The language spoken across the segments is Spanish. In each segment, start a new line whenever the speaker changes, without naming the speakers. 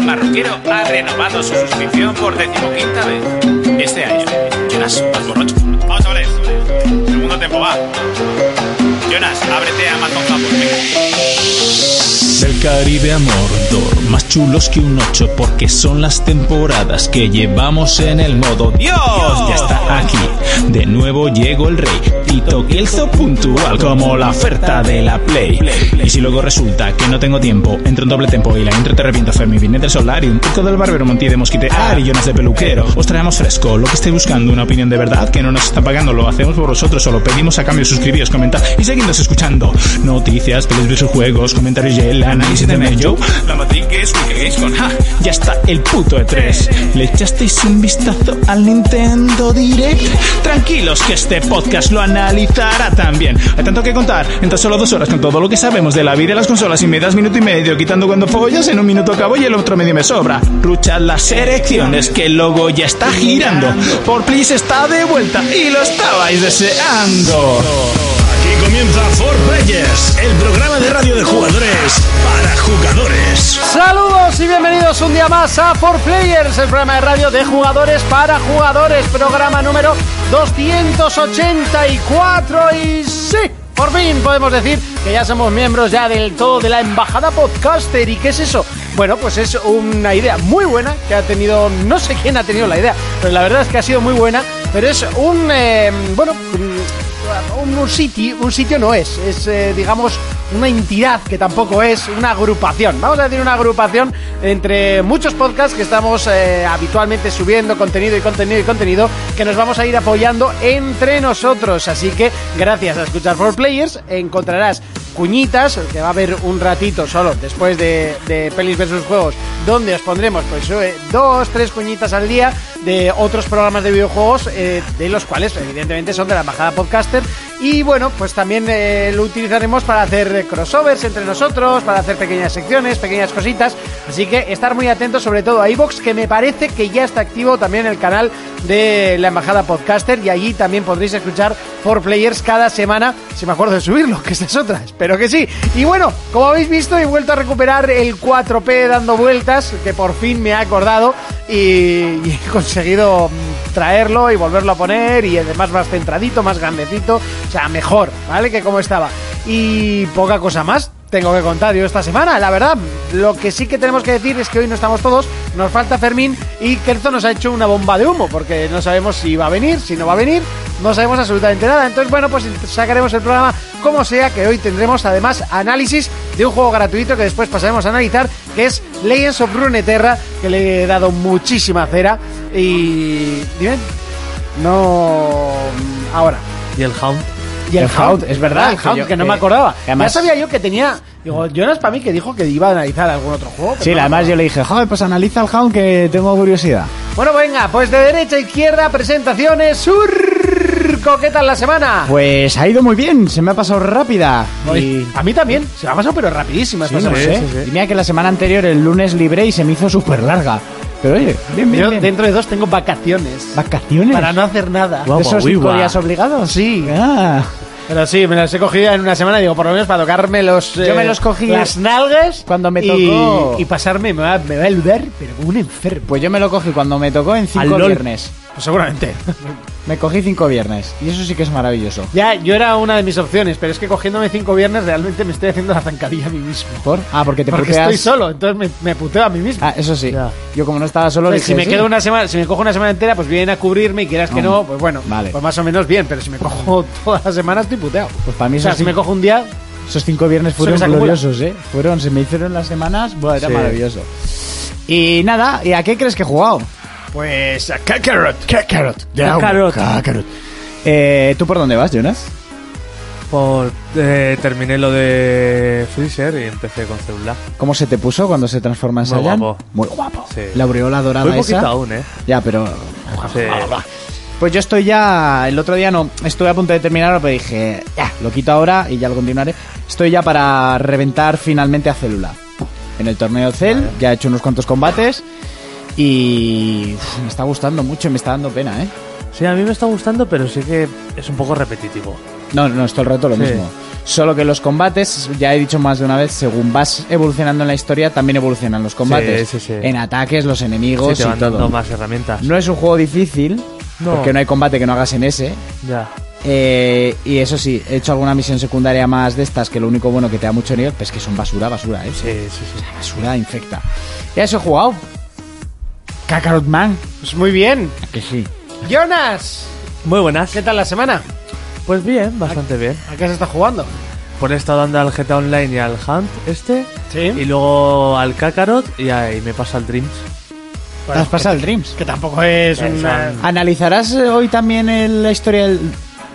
marroquero ha renovado su suscripción por decimoquinta vez este año. Jonas, más borracho. Vamos, chavales. Segundo tiempo va. Jonas, ábrete a Matón
Del Caribe a Mordor, más chulos que un 8 porque son las temporadas que llevamos en el modo Dios. Ya está aquí, de nuevo llegó el rey, Tito Kelso puntual como la oferta de la Play. Y si luego resulta que no tengo tiempo, entro en doble tempo y la intro te reviento Fermi, vine del Solarium, Turco del Barbero, Monti de Mosquitear y Jonas de Peluquero. Os traemos fresco, lo que esté buscando, una opinión de verdad que no nos está pagando, lo hacemos por vosotros, solo pedimos a cambio suscribiros, comentad y seguidnos escuchando. Noticias, pelis, videojuegos, comentarios y el análisis de Mello. La matriz que es Wiki Gamescom, ja, ya está el puto E3. ¿Le echasteis un vistazo al Nintendo Direct? Tranquilos que este podcast lo analizará también. Hay tanto que contar en tan solo dos horas con todo lo que sabemos de la vida de las consolas y me das minuto y medio, quitando cuando follas, en un minuto acabo y el otro medio me sobra. Ruchad las erecciones que el logo ya está girando. Por please está de vuelta y lo estabais deseando.
Aquí comienza For Players, el programa de radio de jugadores para jugadores.
Saludos y bienvenidos un día más a 4Players, el programa de radio de jugadores para jugadores, programa número 284 y sí, por fin podemos decir que ya somos miembros ya del todo de la Embajada Podcaster y qué es eso. Bueno, pues es una idea muy buena que ha tenido, no sé quién ha tenido la idea, pero la verdad es que ha sido muy buena, pero es un, eh, bueno, un, un sitio, un sitio no es, es eh, digamos una entidad que tampoco es una agrupación. Vamos a decir una agrupación entre muchos podcasts que estamos eh, habitualmente subiendo contenido y contenido y contenido que nos vamos a ir apoyando entre nosotros. Así que gracias a escuchar For Players encontrarás cuñitas que va a haber un ratito solo después de, de pelis versus juegos donde os pondremos pues eh, dos tres cuñitas al día de otros programas de videojuegos eh, de los cuales evidentemente son de la embajada podcaster y bueno pues también eh, lo utilizaremos para hacer crossovers entre nosotros para hacer pequeñas secciones pequeñas cositas así que estar muy atentos sobre todo a iBox que me parece que ya está activo también el canal de la embajada podcaster y allí también podréis escuchar For Players cada semana si me acuerdo de subirlo que esta es otra espero pero que sí. Y bueno, como habéis visto, he vuelto a recuperar el 4P dando vueltas, que por fin me he acordado y, y he conseguido mm, traerlo y volverlo a poner y además más centradito, más grandecito, o sea, mejor, ¿vale? Que como estaba. Y poca cosa más, tengo que contar yo esta semana, la verdad. Lo que sí que tenemos que decir es que hoy no estamos todos, nos falta Fermín y Kerzo nos ha hecho una bomba de humo porque no sabemos si va a venir, si no va a venir, no sabemos absolutamente nada. Entonces, bueno, pues sacaremos el programa como sea, que hoy tendremos además análisis de un juego gratuito que después pasaremos a analizar, que es Legends of Runeterra, que le he dado muchísima cera y... Dime, no... Ahora.
¿Y el Hound?
Y el, el Hound, es verdad, el Hound, que, yo, que no me acordaba.
además-
ya sabía yo que tenía. Digo, Jonas para mí que dijo que iba a analizar algún otro juego. pero
Sí,
no,
además
no.
yo le dije, joder, pues analiza el Hound que tengo curiosidad.
Bueno, venga, pues de derecha a izquierda, presentaciones. Surco, ¿qué tal la semana?
Pues ha ido muy bien, se me ha pasado rápida.
Hoy-
Y-
A mí también, se me ha pasado, pero rapidísima
Sí,
esta
no
semana.
sé. Y mira que la semana anterior, el lunes libre y se me hizo súper larga. Pero oye, bien, bien,
Yo
bien.
dentro de dos tengo vacaciones.
¿Vacaciones?
Para no hacer nada.
¿De esos
guau,
cinco
guau.
días obligados?
Sí.
Ah.
Pero sí, me las he cogido en una semana, digo, por lo menos para tocarme los. eh,
Yo me los cogí
Las nalgas.
cuando me
y-
tocó.
Y, pasarme, me va, me va a eludar, pero como un enfermo.
Pues yo me lo cogí cuando me tocó en cinco
LOL.
viernes.
Pues seguramente.
Me cogí cinco viernes. Y eso sí que es maravilloso.
Ya, yo era una de mis opciones, pero es que cogiéndome cinco viernes realmente me estoy haciendo la zancadilla a mí mismo.
¿Por? Ah, porque te
Porque
puteas.
estoy solo, entonces me, me puteo a mí mismo.
Ah, eso ¿eh? sí.
Ya.
Yo como no estaba solo,
Entonces,
dije,
si me
sí.
quedo una semana, si me cojo una semana entera, pues vienen a cubrirme y quieras que no, pues bueno,
vale.
pues más o menos bien, pero si me cojo toda la semana estoy puteado.
Pues para mí
o
eso
sea,
sí.
si me cojo un día,
Esos cinco viernes
Eso
fueron
que se acumula.
gloriosos, ¿eh? Fueron, se me hicieron las semanas, bueno, era maravilloso. Y nada, ¿y a qué crees que he jugado?
pues a
Kakarot. Kakarot.
Kakarot.
Kakarot.
Eh, ¿Tú por dónde vas, Jonas?
Por, eh, terminé lo de Freezer y empecé con celular.
¿Cómo se te puso cuando se transforma en
Muy
Saiyan?
guapo.
Muy guapo.
Sí.
La aureola dorada
Muy poquito
esa.
aún, ¿eh?
Ya, pero...
Sí.
Pues yo estoy ya... El otro día no, estuve a punto de terminarlo, pero dije... Ya, lo quito ahora y ya lo continuaré. Estoy ya para reventar finalmente a Célula. En el torneo Cell, ya he hecho unos cuantos combates y... uf, me está gustando mucho y me está dando pena, ¿eh?
Sí, a mí me está gustando, pero sí que es un poco repetitivo.
No, no, es todo el rato lo
Sí.
mismo. O Solo que los combates, ya he dicho más de una vez, según vas evolucionando en la historia, también evolucionan los combates.
Sí, sí, sí.
En ataques, los
Sí,
enemigos
te
y
van
todo.
dando más herramientas.
No es un juego difícil,
No.
porque no hay combate que no hagas en ese.
Ya.
Eh, y eso sí, he hecho alguna misión secundaria más de estas, que lo único bueno que te da mucho nivel, pues que son basura, basura, ¿eh?
Sí, sí, sí.
Basura infecta. Ya eso he jugado. Kakarot Man.
Pues muy bien.
Que sí.
Jonas,
Muy buenas.
¿qué tal la semana?
Pues bien, bastante bien.
¿A qué se está jugando?
Por he estado dando al GTA Online y al Hunt este.
Sí.
Y luego al Kakarot y ahí me pasa al Dreams.
¿Te has pasado el Dreams?
Que tampoco es una...
son-
¿Analizarás eh, hoy también el- la historia del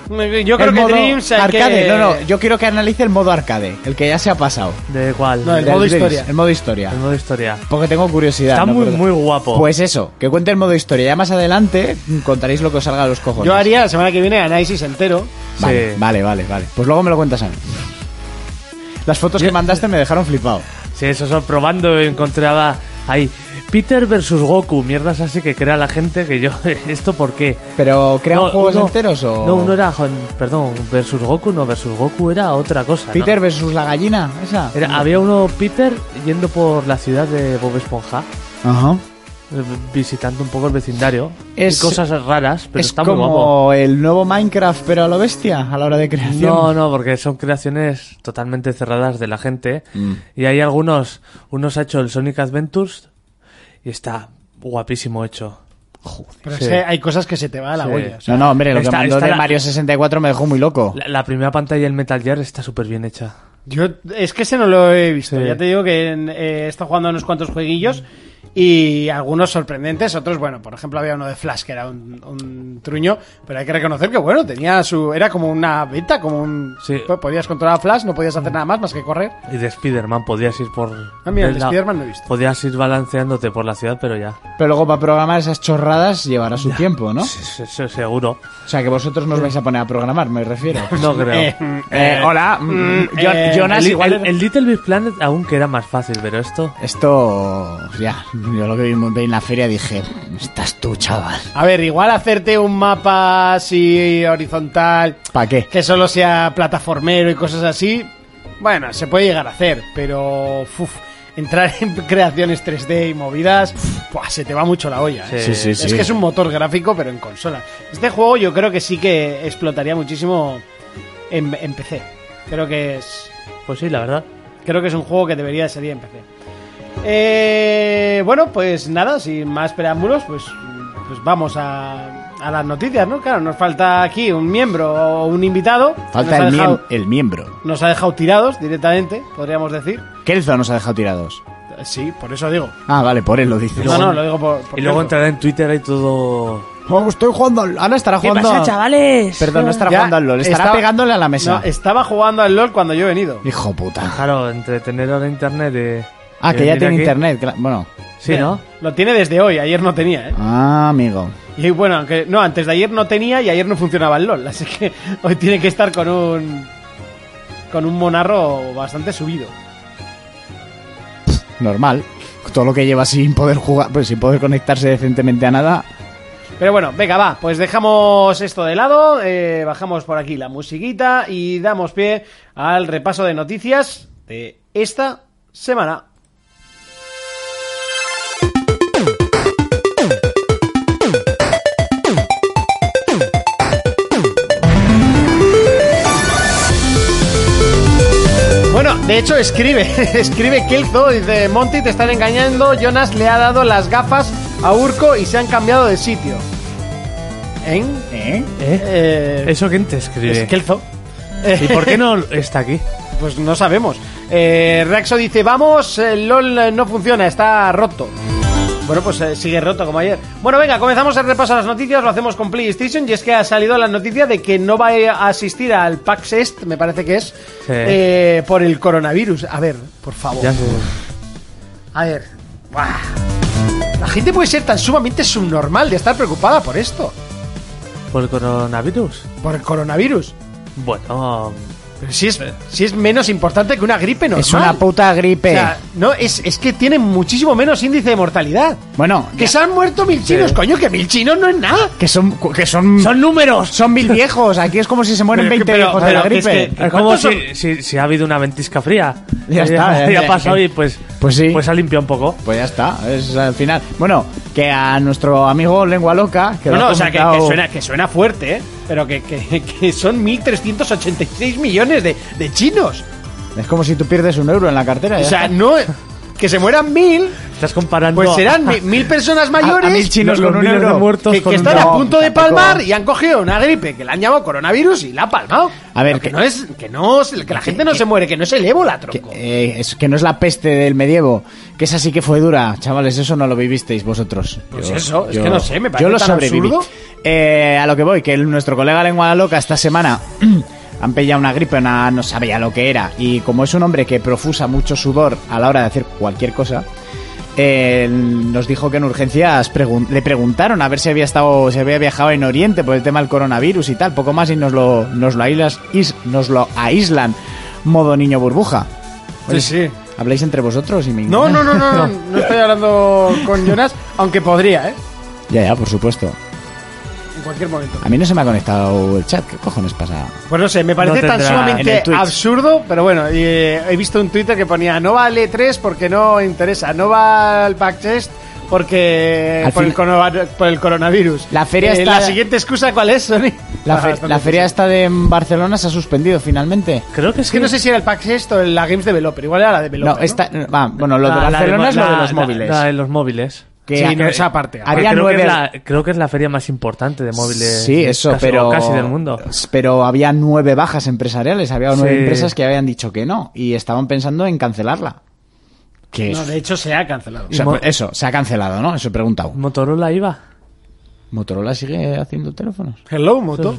Yo creo
el
que
modo
Dreams hay
arcade?
que-
No, no, yo quiero que analice el modo arcade, el que ya se ha pasado.
¿De cuál?
No, El
De-
modo
Del Dreams,
historia.
El modo historia.
el modo historia.
Porque tengo curiosidad.
Está
¿no?
muy,
Porque-
muy guapo.
Pues eso, que cuente el modo historia. Ya más adelante contaréis lo que os salga de los cojones.
Yo haría la semana que viene análisis entero.
Vale,
Sí.
vale, vale, vale. Pues luego me lo cuentas a mí. Las fotos que mandaste me dejaron flipado.
Sí, eso son probando. Encontraba ahí Peter versus Goku. Mierdas así que crea la gente que yo. ¿Esto por qué?
¿Pero crean
No,
juegos
uno-
enteros o...?
No, uno era. con- Perdón, versus Goku, no, versus Goku era otra cosa. ¿no?
Peter versus la gallina, esa.
Era- había uno Peter yendo por la ciudad de Bob Esponja,
Ajá.
eh, visitando un poco el vecindario.
Es-
y cosas raras, pero
es
está muy guapo.
como el nuevo Minecraft, pero a lo bestia, a la hora de creación.
No, no, porque son creaciones totalmente cerradas de la gente. Y hay algunos, unos ha hecho el Sonic Adventures y está guapísimo hecho.
Pero
Sí.
es que hay cosas que se te va a la
Sí.
olla. o sea,
No, no, hombre, lo que
Está-
mandó
está
de
la-
Mario 64 me dejó muy loco.
La, la primera pantalla del Metal Gear está súper bien hecha.
Yo es que ese no lo he visto.
Sí.
Ya te digo que en- eh, he estado jugando a unos cuantos jueguillos y algunos sorprendentes, otros, bueno, por ejemplo había uno de Flash que era un, un truño, pero hay que reconocer que bueno, tenía su... Era como una beta, como un...
Sí.
po- Podías controlar a Flash, no podías hacer nada más más que correr.
Y de Spider-Man, podías ir por...
Ah, mira, el de
la-
Spider-Man no he visto.
Podías ir balanceándote por la ciudad, pero ya.
Pero luego para programar esas chorradas llevará su tiempo, ¿no?
Se- se- seguro.
O sea, que vosotros no os vais a poner a programar, me refiero.
No creo.
Eh, eh, hola, mm,
eh,
Jon- Jonas
el,
igual...
el- el Little Big Planet aún que era más fácil, pero esto...
Esto... Ya, yo lo que vi monté en la feria dije, estás tú, chaval.
A ver, igual hacerte un mapa así horizontal
¿Para qué?
que solo sea plataformero y cosas así, bueno, se puede llegar a hacer, pero uf, entrar en creaciones 3D y movidas, ¡buah! se te va mucho la olla. ¿eh?
Sí, sí,
es que es un motor gráfico, pero en consola. Este juego yo creo que sí que explotaría muchísimo en, en PC. Creo que es
Pues sí, la verdad.
creo que es un juego que debería de salir en PC. Eh, bueno, pues nada, sin más preámbulos, pues, pues vamos a, a las noticias, ¿no? Claro, nos falta aquí un miembro o un invitado. Nos
Falta
ha
el, miem-
dejado-
el miembro.
nos ha dejado tirados directamente, podríamos decir.
Kelzo nos ha dejado tirados.
Eh, Sí, por eso digo.
Ah, vale, por él lo dices.
No, no, lo digo por. por
Y luego
cierto.
entrará en Twitter y todo...
Oh, estoy jugando al... Ahora estará jugando... a-
chavales?
Perdón, no estará
Ya
jugando al LOL, estará
estaba-
pegándole a la mesa.
No, estaba jugando al LOL cuando yo he venido.
Hijo puta.
Claro, entretener ahora internet de...
Ah,
de
que ya
venir
tiene
aquí.
internet. cla- Bueno.
Sí, ¿no?
Lo tiene desde hoy, ayer no tenía, ¿eh?
Ah, amigo.
Y bueno, aunque. No, antes de ayer no tenía y ayer no funcionaba el LOL, así que hoy tiene que estar con un. con un monarro bastante subido.
Normal. Todo lo que lleva sin poder jugar, pues sin poder conectarse decentemente a nada.
Pero bueno, venga, va, pues dejamos esto de lado, eh, bajamos por aquí la musiquita y damos pie al repaso de noticias de esta semana. Bueno, de hecho escribe, escribe Kelzo, dice Monty te están engañando, Jonas le ha dado las gafas a Urco y se han cambiado de sitio. ¿En?
¿Eh?
¿Eh?
Eh,
¿Eso quién te escribe?
es Kelzo.
¿Y por qué no está aquí?
Pues no sabemos. Eh, Raxo dice, vamos, eh, LOL eh, no funciona, está roto. Bueno, pues eh, sigue roto como ayer. Bueno, venga, comenzamos el repaso de las noticias, lo hacemos con PlayStation y es que ha salido la noticia de que no va a asistir al PAX Est, me parece que es, eh, por el coronavirus. A ver, por favor.
Ya sé.
A ver. Buah. La gente puede ser tan sumamente subnormal de estar preocupada por esto,
¿Por el coronavirus?
por el coronavirus.
Bueno,
Pero si es, si es menos importante que una gripe normal.
Es una puta gripe.
O sea, no, es, es que tiene muchísimo menos índice de mortalidad.
bueno,
Que se han muerto mil chinos, coño, que mil chinos no es nada.
que son, que son,
Son números.
son mil viejos. Aquí es como si se mueren
Pero
20
es que- pero-
viejos de
pero
la
que es
gripe.
que- es como si, si- si ha habido una ventisca fría. Eh,
Ya está, ya-
Ya,
ya-
ha pasado y pues,
Pues sí.
pues ha limpiado un poco.
Pues ya está, es al final. Bueno, que a nuestro amigo Lengua Loca, que
No,
lo
no,
ha
o sea, que, que
comentado-
suena, que suena fuerte, ¿eh? Pero que, que, que son 1.386 millones de, de chinos.
Es como si tú pierdes un euro en la cartera.
O
ya
sea,
está.
no... Que se mueran mil,
Estás comparando.
pues
a-
serán mi- mil personas mayores
a mil chinos
los
con un
miles de
euro.
muertos
que, que
con un-
están a
No,
punto de
tampoco.
palmar y han cogido una gripe que la han llamado coronavirus y la ha palmado.
A ver,
Pero que,
que-
no es que no es- que la gente no se muere, que no es el ébola,
Que,
tronco.
eh, es, que no es la peste del medievo, que esa sí que fue dura, chavales, eso no lo vivisteis vosotros.
Pues eso, es que no sé, me parece
Yo lo
tan
sobreviví.
absurdo.
Eh, a lo que voy, que el- nuestro colega Lengua Loca esta semana han pillado una gripe, una, no sabía lo que era, y como es un hombre que profusa mucho sudor a la hora de hacer cualquier cosa, eh, nos dijo que en urgencias pregun- le preguntaron a ver si había estado, si había viajado en Oriente por el tema del coronavirus y tal, poco más y nos lo, nos lo, aislas- is- nos lo aíslan, modo niño burbuja. Oye,
sí.
¿Habláis entre vosotros y me
No,
indigna?
no, no, no, no, no estoy hablando con Jonas, aunque podría, ¿eh?
Ya, ya, por supuesto.
En cualquier momento.
A mí no se me ha conectado el chat. ¿Qué cojones pasa?
Pues no sé, me parece
No
tan
tendrá-
en
sumamente
el Twitch.
absurdo, pero bueno, y, eh, he visto un Twitter que ponía no va al E3 porque no interesa, no va al backtest porque
Al
por el,
fin-
corona- por el coronavirus. Eh,
La feria está-
La siguiente excusa cuál es, Sony. Ah,
La, fe-
Bastante
la feria esta de Barcelona se ha suspendido finalmente.
Creo que
Es que no sé si era el Pax o la Games Developer, igual era la Developer.
No, esta, va, bueno, lo de Barcelona es lo de los móviles.
La, de los móviles.
Que
Sí,
ha-
no, esa parte.
Había
creo,
nueve.
que es la, creo que es la feria más importante de móviles.
sí, eso,
casi-
pero.
Casi del mundo.
Pero había nueve bajas empresariales. Había nueve
Sí.
empresas que habían dicho que no. Y estaban pensando en cancelarla. Que
No, de hecho se ha cancelado.
o sea,
y mo-
pues eso, se ha cancelado, ¿no? Eso he preguntado.
Motorola iba.
¿Motorola sigue haciendo teléfonos?
Hello, Moto.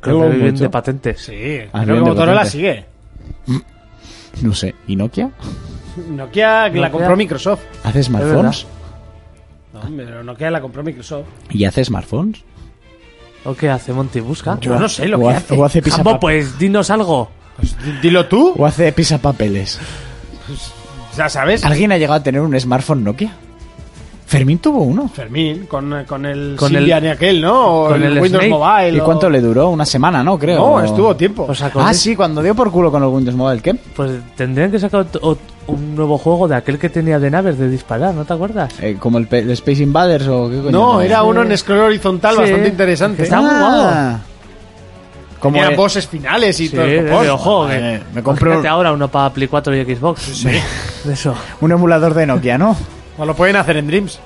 Creo
Luego
que viven
Uh, mucho.
de patentes.
Sí,
Ah,
creo
bien,
que
de
Motorola
repente.
sigue.
No sé. ¿Y Nokia?
Nokia Ah. la
Nokia.
compró Microsoft.
¿Hace smartphones?
No, pero Nokia la compró Microsoft.
¿Y hace smartphones?
¿O qué hace Monty? Busca.
Yo no sé lo
o
que
ha-
hace.
o hace pisa-
Jambo, pues dinos algo.
Dilo tú.
¿O hace pisapapeles?
Ya sabes.
¿Alguien ha llegado a tener un smartphone Nokia? Fermín tuvo uno.
Fermín, con, con el
Con
Symbian
el-
y aquel, ¿no? O
con
el,
el
Windows
Snake.
Mobile.
¿Y
o-
cuánto le duró? Una semana, ¿no? Creo.
No, estuvo tiempo.
O sea, con-
Ah, sí, cuando dio por culo con el Windows Mobile, ¿qué?
Pues tendrían que sacar ot- ot- un nuevo juego de aquel que tenía de naves de disparar, ¿no te acuerdas?
Eh, ¿Como el, pe- el Space Invaders o qué coño? eh.
no, era uno en scroll horizontal
Sí.
bastante interesante.
Está muy
Ah. Como
Tenía
eh,
bosses finales y
Sí,
todo. el
de
copón.
videojuego.
Joder,
que-
me compré un-
imagínate ahora uno para Play 4 y Xbox. De eso.
un emulador de Nokia, ¿no?
O lo pueden hacer en Dreams.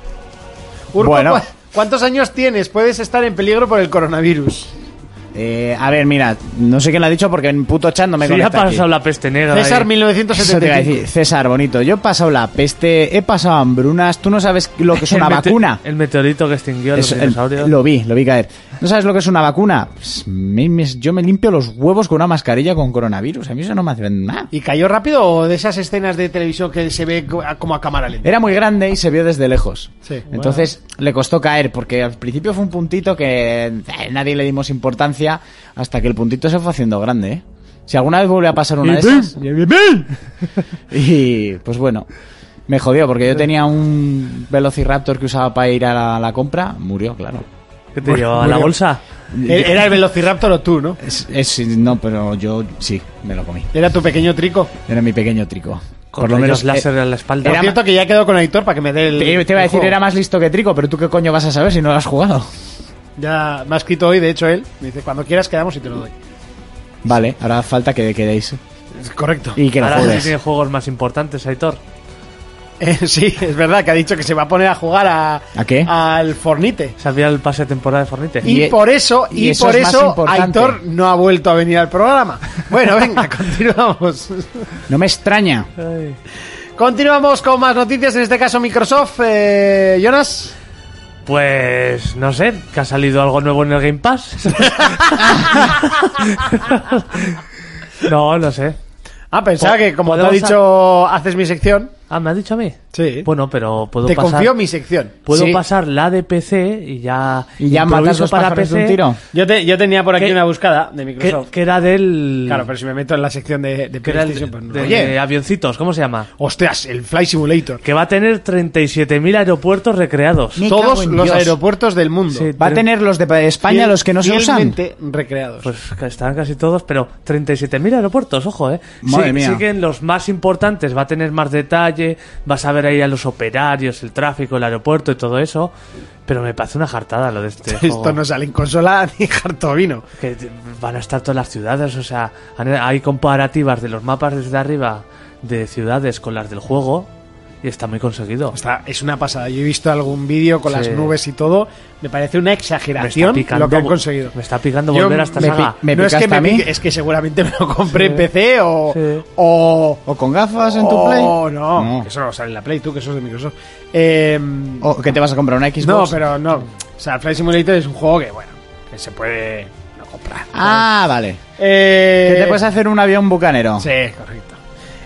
Urco,
Bueno.
¿cu- ¿cuántos años tienes? Puedes estar en peligro por el coronavirus.
Eh, a ver, mira, no sé quién lo ha dicho porque en puto chat no me
Sí, ya ha
conecta
pasado
aquí.
la peste negra.
César
Eso
ahí.
te iba a
1975.
decir, César, bonito. Yo he pasado la peste, he pasado hambrunas. Tú no sabes lo que es una
El mete-
vacuna.
El meteorito que extinguió a los
Eso, el-
dinosaurios.
lo vi, lo vi caer. ¿No sabes lo que es una vacuna? Pues, me- me- yo me limpio los huevos con una mascarilla con coronavirus. A mí eso no me hace nada.
¿Y cayó rápido o de esas escenas de televisión que se ve co- como a cámara lenta?
Era muy grande y se vio desde lejos.
Sí.
Entonces le costó caer porque al principio fue un puntito que eh, nadie le dimos importancia hasta que el puntito se fue haciendo grande. ¿eh? Si alguna vez vuelve a pasar una de esas... Y pues bueno, me jodió porque yo tenía un Velociraptor que usaba para ir a la, la compra. Murió, claro.
¿Qué te llevaba? ¿A la bolsa?
Eh,
E- Era el Velociraptor o tú, ¿no?
Es- es- no, pero yo sí, me lo comí.
Era tu pequeño trico.
Era mi pequeño trico.
Con rayos láser en la espalda.
Por
eh, era
cierto que ya quedó con Aitor para que me dé el.
eh, Te, te iba a
el
decir,
juego.
era más listo que Trico, pero tú qué coño vas a saber si no lo has jugado.
Ya me ha escrito hoy, de hecho, él. Me dice, cuando quieras quedamos y te lo doy.
Vale, ahora falta que quedéis
Es correcto.
y que lo
Ahora sí
juegues.
tiene juegos más importantes, Aitor.
Eh, sí, es verdad que ha dicho que se va a poner a jugar a.
¿A qué?
Al Fornite.
Sabía el pase de temporada de Fornite.
Y,
Y-
por eso, y,
y eso
por
es más
eso,
importante.
Aitor no ha vuelto a venir al programa. Bueno, venga, continuamos.
No me extraña.
Ay.
Continuamos con más noticias, en este caso Microsoft. Eh, Jonas.
Pues no sé, que ha salido algo nuevo en el Game Pass. no, no sé.
Ah, pensaba
Po-
que como te ha
podemos
Ah, dicho, haces mi sección.
Ah, ¿me has dicho a mí?
Sí.
Bueno, pero puedo
Te
pasar...
confío mi sección.
Puedo
Sí.
pasar la de PC y ya...
Y ya matas
improviso
los
para
pájaros
PC,
de un tiro.
Yo, te- yo tenía por aquí
¿Qué?
una buscada de
Que,
Microsoft.
que era del...
Claro, pero si me meto en la sección de, de
que era el
PlayStation, pues no.
de,
Oye,
de avioncitos, ¿cómo se llama?
hostias, el Fly Simulator.
Que va a tener 37.000 aeropuertos recreados.
Me cago
Todos
en
los
Dios.
aeropuertos del mundo.
Sí.
Va a tener los de España,
Fiel-
los que no se usan.
fielmente recreados.
Pues que están casi todos, pero 37.000 aeropuertos, ojo, ¿eh?
Madre
sí,
mía.
sí que en los más importantes va a tener más detalle, vas a ver ahí a los operarios, el tráfico, el aeropuerto y todo eso, pero me parece una jartada lo de este
Esto
juego.
no sale en consola ni jartovino.
Que te- van a estar todas las ciudades, o sea, han- hay comparativas de los mapas desde arriba de ciudades con las del juego y está muy conseguido.
Está, es una pasada. Yo he visto algún vídeo con
Sí.
las nubes y todo. Me parece una
Me está
exageración
picando,
lo que han conseguido.
Me está picando
Yo
volver a esta
me
saga.
pi- me
no es que
picaste a
me
mí.
pique, es que seguramente me lo compré en PC o.
Sí.
O.
O con gafas en tu
o-
Play.
Oh, No,
No.
eso no sale en la Play, tú que sos de Microsoft. Eh,
O que te vas a comprar una Xbox.
no, pero no. O sea, Flight Simulator es un juego que, bueno, que se puede no comprar.
Ah, vale.
Eh,
Que te puedes hacer un avión bucanero.
Sí, correcto.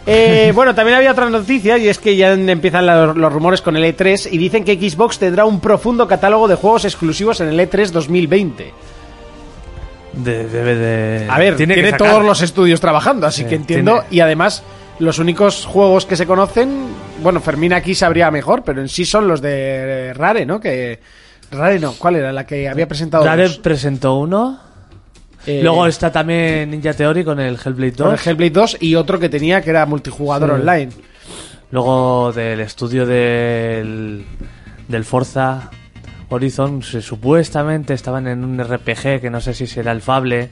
Eh, bueno, también había otra noticia y es que ya empiezan la- los rumores con el E3 y dicen que Xbox tendrá un profundo catálogo de juegos exclusivos en el E E3 2020.
De- debe de-
A ver, tiene,
que sacar-
todos los estudios trabajando, así
Sí,
que entiendo.
tiene.
Y además, los únicos juegos que se conocen, bueno, Fermín aquí sabría mejor, pero en sí son los de Rare, ¿no? Que Rare no, ¿cuál era la que había presentado?
Rare
dos?
presentó uno.
Eh,
Luego está también Ninja Theory con el Hellblade 2.
con el Hellblade 2 y otro que tenía que era multijugador
Sí.
online.
Luego del estudio del, del Forza Horizon, se- supuestamente estaban en un RPG que no sé si será el Fable.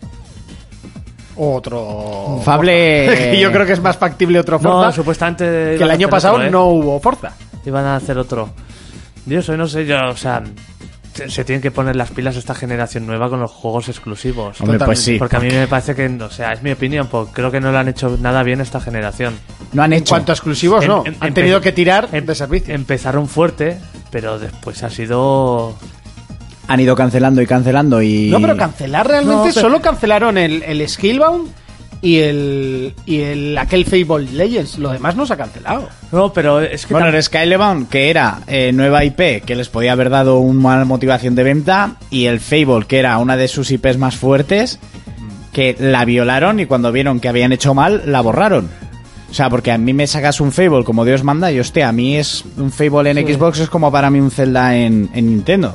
Otro.
Fable-
Forza. Yo creo que es más factible otro Forza.
Eh, No, supuestamente.
que
iban
el
a
año
hacer
pasado
otro, ¿eh?
no hubo Forza.
Iban a hacer otro. Dios, hoy no sé yo, o sea. se- Se tienen que poner las pilas esta generación nueva con los juegos exclusivos.
Hombre, pues
Totalmente.
sí.
Porque a mí me parece que, o sea, es mi opinión, porque creo que no lo han hecho nada bien esta generación.
No han
En
hecho.
cuanto a exclusivos,
Em-
no.
em-
Han
empe-
tenido que tirar
em-
de servicio.
Empezaron fuerte, pero después ha sido.
Han ido cancelando y cancelando y.
No, pero cancelar realmente.
No, pero-
Solo cancelaron el, el Skillbound y el. y el aquel Fable Legends. Lo demás no se ha cancelado.
No, pero es que.
Bueno,
tam-
el Skybound, que era eh, nueva IP, que les podía haber dado una motivación de venta, y el Fable, que era una de sus IPs más fuertes, que la violaron y cuando vieron que habían hecho mal, la borraron. O sea, porque a mí me sacas un Fable como Dios manda y hostia, a mí es un Fable en Xbox es como para mí un Zelda en, en Nintendo.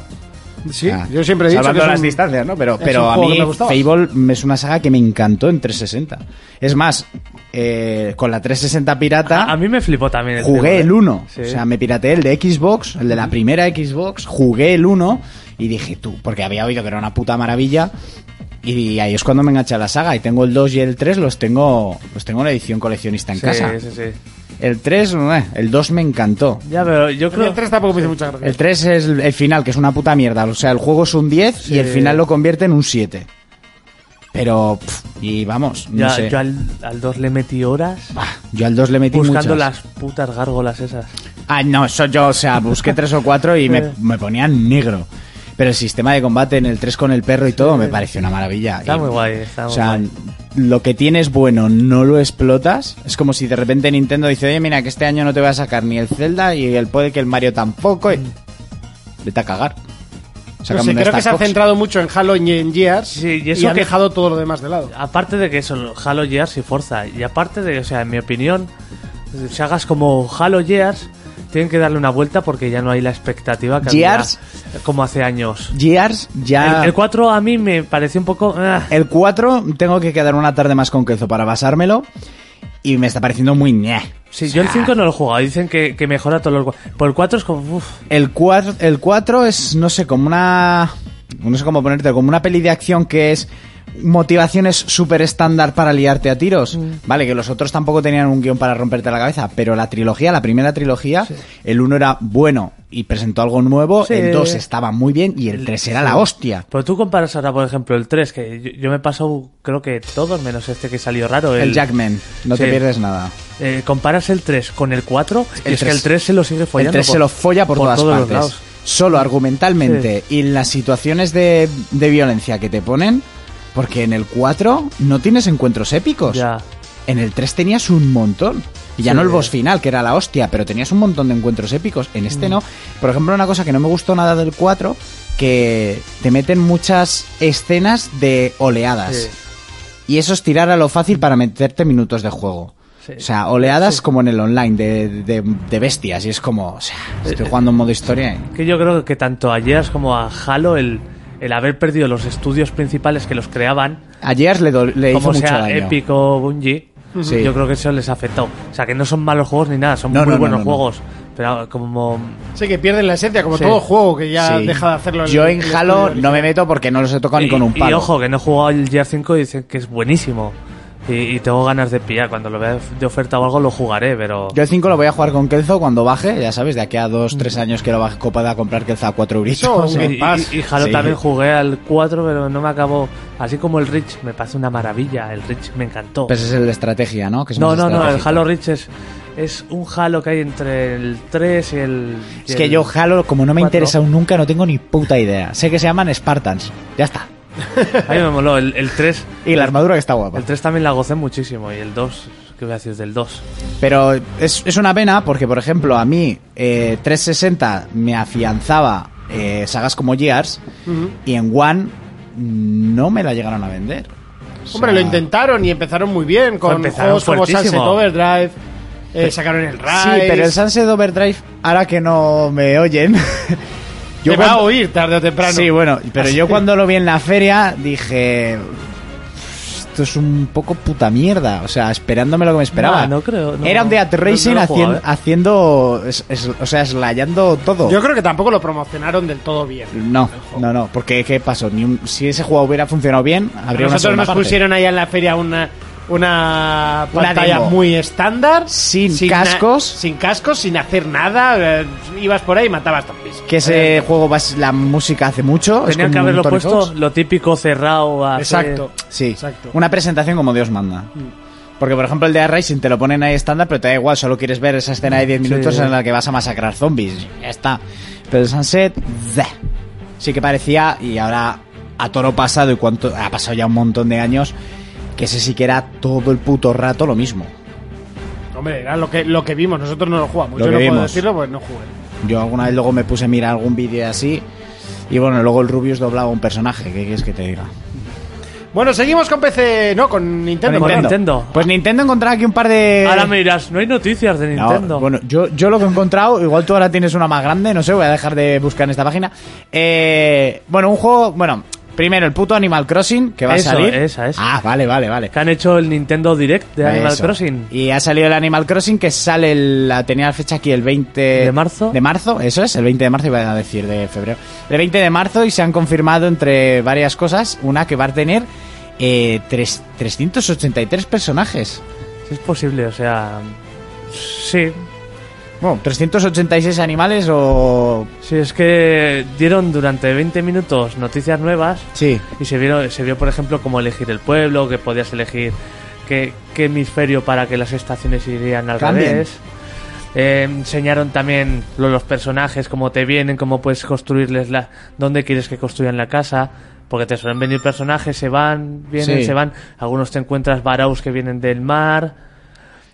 Sí,
Ah,
yo siempre he dicho.
salvando
que es
las
un-
distancias, ¿no? Pero,
es
pero
un
a
juego
mí
que me gustaba.
Fable es una saga que me encantó en 360. Es más, eh, con la 360 pirata
a mí me flipó también. El tema,
Ah. jugué
¿eh?
el 1.
Sí.
O sea, me pirateé el de Xbox, el de la primera Xbox, jugué el 1 y dije tú, porque había oído que era una puta maravilla. Y ahí es cuando me enganché a la saga. Y tengo el 2 y el 3, los tengo los tengo en la edición coleccionista en
Sí,
casa.
sí, sí.
El 3, eh, el 2 me encantó.
Ya, pero yo creo.
El 3 tampoco me hizo mucha gracia.
El 3 es el, el final, que es una puta mierda. O sea, el juego es un 10 y el final lo convierte en un 7. Pero, pff, y vamos, no
ya-
sé.
Yo al, 2 le metí horas
Bah, yo al 2 le metí
buscando
muchas.
las putas gárgolas esas.
Ah, no, eso yo, o sea, busqué tres o cuatro y me, me ponían negro. Pero el sistema de combate en el 3 con el perro y todo me pareció una maravilla.
Está
Y,
muy guay, está
O
muy
sea,
guay.
lo que tienes bueno no lo explotas. Es como si de repente Nintendo dice, oye, mira, que este año no te voy a sacar ni el Zelda y el puede que el Mario tampoco. y- Vete a cagar.
No
Sácame
sé,
un
creo que
Star
se ha
Fox.
centrado mucho en Halo y en Gears.
Sí, y
y,
eso
ha
que-
dejado todo lo demás de lado.
Aparte de que eso, Halo Gears y Forza. Y aparte de, o sea, en mi opinión, sagas como Halo Gears tienen que darle una vuelta porque ya no hay la expectativa que había
Gears.
como hace años.
Gears ya... Eh,
El, 4 a mí me pareció un poco. ah,
El 4 tengo que quedar una tarde más con Kenzo para basármelo y me está pareciendo muy ñe.
Sí,
O
yo el
sea,
5 no lo he jugado. Dicen que, que mejora todos los. cua- Por el 4 es como. uf,
El 4, el cuatro es, no sé, como una. No sé cómo ponerte, como una peli de acción que es motivaciones súper estándar para liarte a tiros. Vale, que los otros tampoco tenían un guión para romperte la cabeza, pero la trilogía, la primera trilogía, el 1 era bueno y presentó algo nuevo,
Sí.
el 2 estaba muy bien y el 3 era la hostia.
Pero tú comparas ahora, por ejemplo, el 3, que yo, yo me paso, creo que todos, menos este que salió raro.
El Jackman, no te
Sí.
pierdes nada.
Eh, comparas el 3 con el 4 y
El
es que
tres.
el 3 se lo sigue follando.
El 3 se
por-
lo folla por, todas
todos los
partes.
lados.
Solo argumentalmente y en las situaciones de, de violencia que te ponen, porque en el 4 no tienes encuentros épicos.
Ya.
En el 3 tenías un montón. Y ya no el boss final, que era la hostia, pero tenías un montón de encuentros épicos. En
Mm.
este no. Por ejemplo, una cosa que no me gustó nada del 4, que te meten muchas escenas de oleadas.
Sí.
Y eso es tirar a lo fácil para meterte minutos de juego.
Sí.
O sea, oleadas como en el online de, de- de bestias. Y es como, o sea, estoy jugando en modo historia. y-
Que yo creo que tanto a Gears como a Halo el, el haber perdido los estudios principales que los creaban,
A Gears le, do- le hizo
como
mucho
sea
daño.
Epic o Bungie,
Sí.
yo creo que eso les afectó. O sea, que no son malos juegos ni nada, son
No,
muy
no, no,
buenos
no, no.
juegos. Pero como...
Sí, que pierden la esencia, como
Sí.
todo juego que ya
Sí.
deja de hacerlo. el-
Yo en
el
Halo
estudio
no me meto porque no los he tocado ni con un
y-
palo.
Y ojo, que no he jugado el Gears 5 y dicen que es buenísimo. Y, y tengo ganas de pillar. Cuando lo vea de oferta o algo lo jugaré, pero...
Yo el 5 lo voy a jugar con Kelzo cuando baje, ya sabes, de aquí a 2-3 años que lo baje copa a comprar Kelzo a 4
Eso,
euritos.
sí.
Mm. Y, y- y Halo
Sí.
también jugué al 4, pero no me acabó. Así como el Rich, me parece una maravilla. El Rich me encantó.
Pues es el de estrategia, ¿no? Que es
no,
más
no, no, el
estratégico.
Halo Rich es, es un Halo que hay entre el 3 y el. y
Es que
el-
yo Halo, como no me
cuatro.
interesa nunca, no tengo ni puta idea. Sé que se llaman Spartans, ya está.
A mí me moló, el, el 3.
Y la armadura que está guapa.
El 3 también la gocé muchísimo, y el 2, ¿qué voy a decir del 2?
Pero es, es una pena porque, por ejemplo, a mí eh, 360 me afianzaba eh, sagas como Gears y en One mm, no me la llegaron a vender. O sea,
Hombre, lo intentaron y empezaron muy bien con
Empezaron
juegos como
fuertísimo.
Sunset Overdrive. eh, sacaron el Rise.
Sí, pero el Sunset Overdrive, ahora que no me oyen...
Te va
cuando-
a oír tarde o temprano.
Sí, bueno, pero yo cuando lo vi en la feria dije... Esto es un poco puta mierda. O sea, esperándome lo que me esperaba.
No, no creo, no.
Era un Death
No, no lo he
Racing
jugado,
haciendo,
eh.
haciendo es- es- o sea, eslayando todo.
Yo creo que tampoco lo promocionaron del todo bien.
No, no, no, porque ¿qué pasó? Ni un- si ese juego hubiera funcionado bien, habría una
Nosotros
segunda
nos
parte.
pusieron allá en la feria una, una pantalla
demo.
muy estándar.
Sin
na-
cascos.
sin cascos, sin hacer nada. eh, ibas por ahí y matabas zombies.
Que
Eh,
ese juego, bas- la música hace mucho. es
Tenían que
como un
haberlo
Tony
puesto
Hawk.
lo típico cerrado a.
Exacto.
Sí,
Exacto.
una presentación como Dios manda. Porque, por ejemplo, el de Dead Rising te lo ponen ahí estándar, pero te da igual, solo quieres ver esa escena de 10 minutos en la que vas a masacrar zombies. Ya está. Pero el Sunset, ¡zeh! sí que parecía, y ahora a toro pasado, y cuánto ha pasado ya un montón de años, que ese sí que era todo el puto rato lo mismo.
Hombre, era lo que, lo que vimos. Nosotros no lo jugamos.
Lo
yo
que
no puedo
vimos.
decirlo pues no jugué.
Yo alguna vez luego me puse a mirar algún vídeo así. Y bueno, luego el Rubius doblaba un personaje. ¿Qué quieres que te diga?
Bueno, seguimos con PC. No, con Nintendo.
Con
perdón.
Nintendo.
Pues Nintendo encontraba aquí un par de.
Ahora me dirás, no hay noticias de
No,
Nintendo.
bueno, yo, yo lo que he encontrado, igual tú ahora tienes una más grande, no sé, voy a dejar de buscar en esta página. Eh, bueno, un juego, bueno, primero el puto Animal Crossing que va
Eso,
a salir.
esa, esa.
Ah, vale, vale, vale.
Que han hecho el Nintendo Direct de Animal
Eso.
Crossing.
Y ha salido el Animal Crossing que sale, el- la, tenía la fecha aquí el 20
¿De marzo?
De marzo, eso es, el 20 de marzo iba a decir de febrero. El 20 de marzo y se han confirmado entre varias cosas, una que va a tener eh, tres- 383 personajes.
Si es posible, o sea. Sí.
Bueno, 386 animales o...
Sí, es que dieron durante 20 minutos noticias nuevas.
Sí.
Y se, vieron, se vio, por ejemplo, cómo elegir el pueblo, que podías elegir qué, qué hemisferio para que las estaciones irían al
Cambien.
revés. Eh, enseñaron también lo- los personajes, cómo te vienen, cómo puedes construirles la... dónde quieres que construyan la casa. Porque te suelen venir personajes, se van, vienen,
Sí.
se van. Algunos te encuentras varaus que vienen del mar.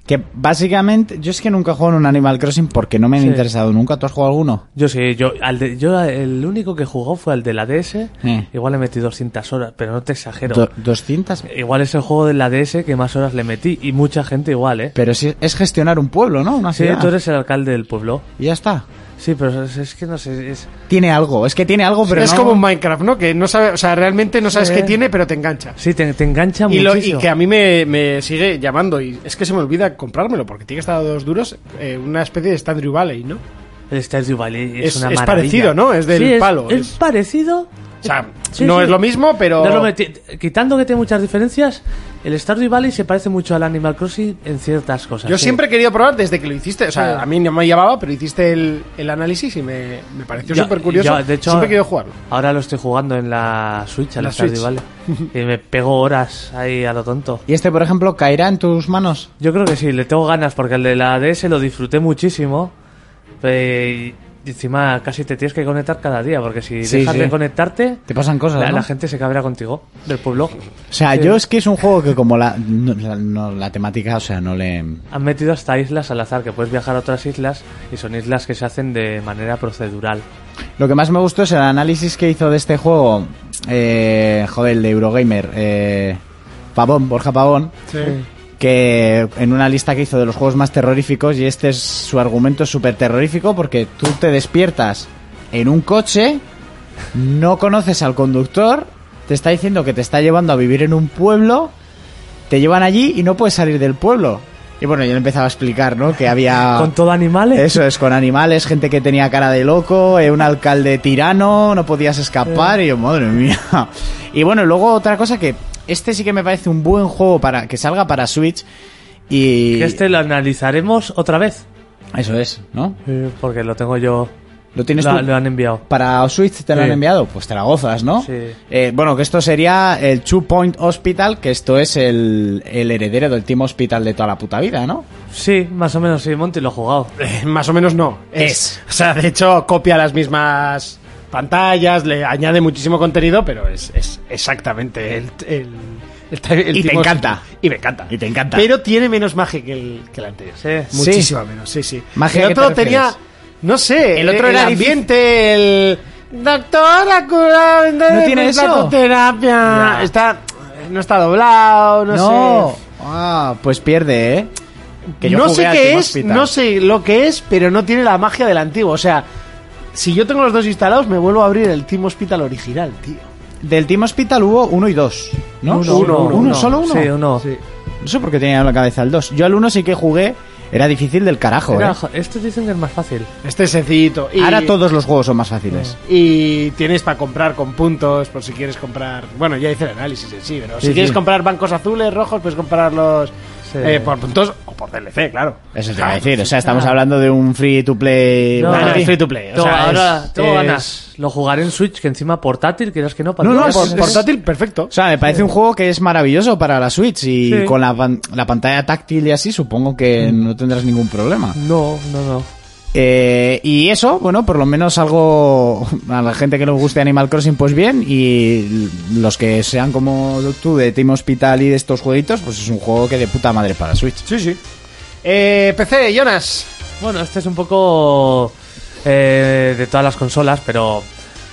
Que básicamente, yo es que nunca he jugado en un Animal Crossing porque no me han
Sí.
interesado nunca. ¿Tú has jugado alguno?
Yo sí, yo, al de- yo el único que jugó fue al de la DS.
Eh.
Igual le metí 200 horas, pero no te exagero.
Do- 200.
Igual es el juego de la DS que más horas le metí y mucha gente igual, ¿eh?
Pero sí, es gestionar un pueblo, ¿no? Una
Sí,
ciudad.
tú eres el alcalde del pueblo.
Y ya está.
Sí, pero es, es que no sé, es...
Tiene algo, es que tiene algo, pero
es
no-
como un Minecraft, ¿no? Que no sabe, o sea, realmente no sabes qué tiene, pero te engancha.
Sí, te, te engancha
Y, lo- y
muchísimo.
que a mí me, me sigue llamando. Y es que se me olvida comprármelo porque tiene que estar a dos duros. eh, una especie de Stardew Valley, ¿no?
El Stardew Valley
Es-
es, una
es
maravilla.
parecido, ¿no? Es del
Sí,
palo,
Es,
es-
parecido.
O sea,
Sí,
no
sí.
es lo mismo, pero.
No es lo meti- quitando que tiene muchas diferencias, el Stardew Valley se parece mucho al Animal Crossing en ciertas cosas.
Yo
sí.
siempre he querido probar desde que lo hiciste. O sea,
Sí.
a mí no me llamaba, pero hiciste el, el análisis y me, me pareció
Yo-
súper curioso.
yo, de hecho,
siempre he querido jugarlo.
Ahora lo estoy jugando en la Switch, al
La
Stardew
Switch.
Valley. y me pego horas ahí a lo tonto.
Y este, por ejemplo, caerá en tus manos.
Yo creo que sí, le tengo ganas porque el de la DS lo disfruté muchísimo. eh, y encima casi te tienes que conectar cada día, porque si
Sí,
dejas
sí.
de conectarte,
Te pasan cosas,
la,
¿no?
la gente se cabrea contigo del pueblo.
O sea,
Sí.
yo es que es un juego que como la, no- la, no- la temática, o sea, no le...
Han metido hasta islas al azar, que puedes viajar a otras islas y son islas que se hacen de manera procedural.
Lo que más me gustó es el análisis que hizo de este juego, eh, joder, el de Eurogamer, eh, Pavón, Borja Pavón, que en una lista que hizo de los juegos más terroríficos, y este es su argumento súper terrorífico, porque tú te despiertas en un coche, no conoces al conductor, te está diciendo que te está llevando a vivir en un pueblo, te llevan allí y no puedes salir del pueblo. Y bueno, yo le empezaba a explicar, ¿no? Que había...
¿Con todo animales?
Eso Ah. es, con animales, gente que tenía cara de loco, eh, un alcalde tirano, no podías escapar, y yo, madre mía. Y bueno, luego otra cosa que este sí que me parece un buen juego para que salga para Switch. Y.
Que Este lo analizaremos otra vez,
Eso es, ¿no?
eh, porque lo tengo yo.
Lo tienes
lo,
tú.
lo han enviado.
Para Switch te lo
Sí.
han enviado, pues te la gozas, ¿no?
Sí.
Eh, bueno, que esto sería el Two Point Hospital, que esto es el, el heredero del Team Hospital de toda la puta vida, ¿no?
Sí, más o menos sí, Monty lo ha jugado.
Eh, Más o menos no.
Es.
O sea, de hecho, copia las mismas pantallas, le añade muchísimo contenido, pero es, es exactamente el. el- el ti- el
Y te
tipo-
encanta.
Y me encanta.
Y te encanta.
Pero tiene menos magia que el, que el anterior.
Sí.
Muchísima menos, sí, sí.
¿Magia
el
a qué te
otro tenía.
refieres?
No sé.
El otro era
el
difícil.
ambiente, el. Doctor, la cura.
¿No tiene eso?
terapia.
Ya.
Está. No está doblado, no, sé.
Ah, pues pierde, ¿eh? Que yo
no
jugué
sé
al
qué
Team
es,
Hospital.
no sé lo que es, pero no tiene la magia del antiguo. O sea, si yo tengo los dos instalados, me vuelvo a abrir el Team Hospital original, tío.
Del Team Hospital hubo uno y dos, ¿no?
Uno, uno, uno.
solo uno.
Sí, uno.
No sé por qué tenía en la cabeza el dos. Yo al uno sí que jugué, era difícil del carajo,
Mira,
¿eh?
jo- estos dicen que es más fácil.
Este es sencillito. Y,
Ahora todos los juegos son más fáciles.
Y tienes para comprar con puntos, por si quieres comprar. Bueno, ya hice el análisis en sí, pero si
Sí,
quieres
sí.
comprar bancos azules, rojos, puedes comprarlos
Sí.
eh, por puntos o por DLC, claro.
Eso te iba a decir, o sea, estamos hablando de un free to play.
No,
No,
no,
no,
sí.
es Eh, free to play. O
Tengo-
sea,
ahora
es-
tengo
es-
ganas. Lo jugaré en Switch, que encima portátil, quieras que no. para
No, no,
jugar
por-
con-
por-
Portátil, perfecto.
O sea, me parece un juego que es maravilloso para la Switch y
Sí.
con la, pan- la pantalla táctil y así supongo que no tendrás ningún problema.
No, no, no.
Eh, y eso, bueno, por lo menos algo a la gente que le guste Animal Crossing, pues bien. Y los que sean como tú de Team Hospital y de estos jueguitos, pues es un juego que de puta madre para Switch.
Sí, sí. Eh, PC, Jonas.
Bueno, este es un poco eh, de todas las consolas, pero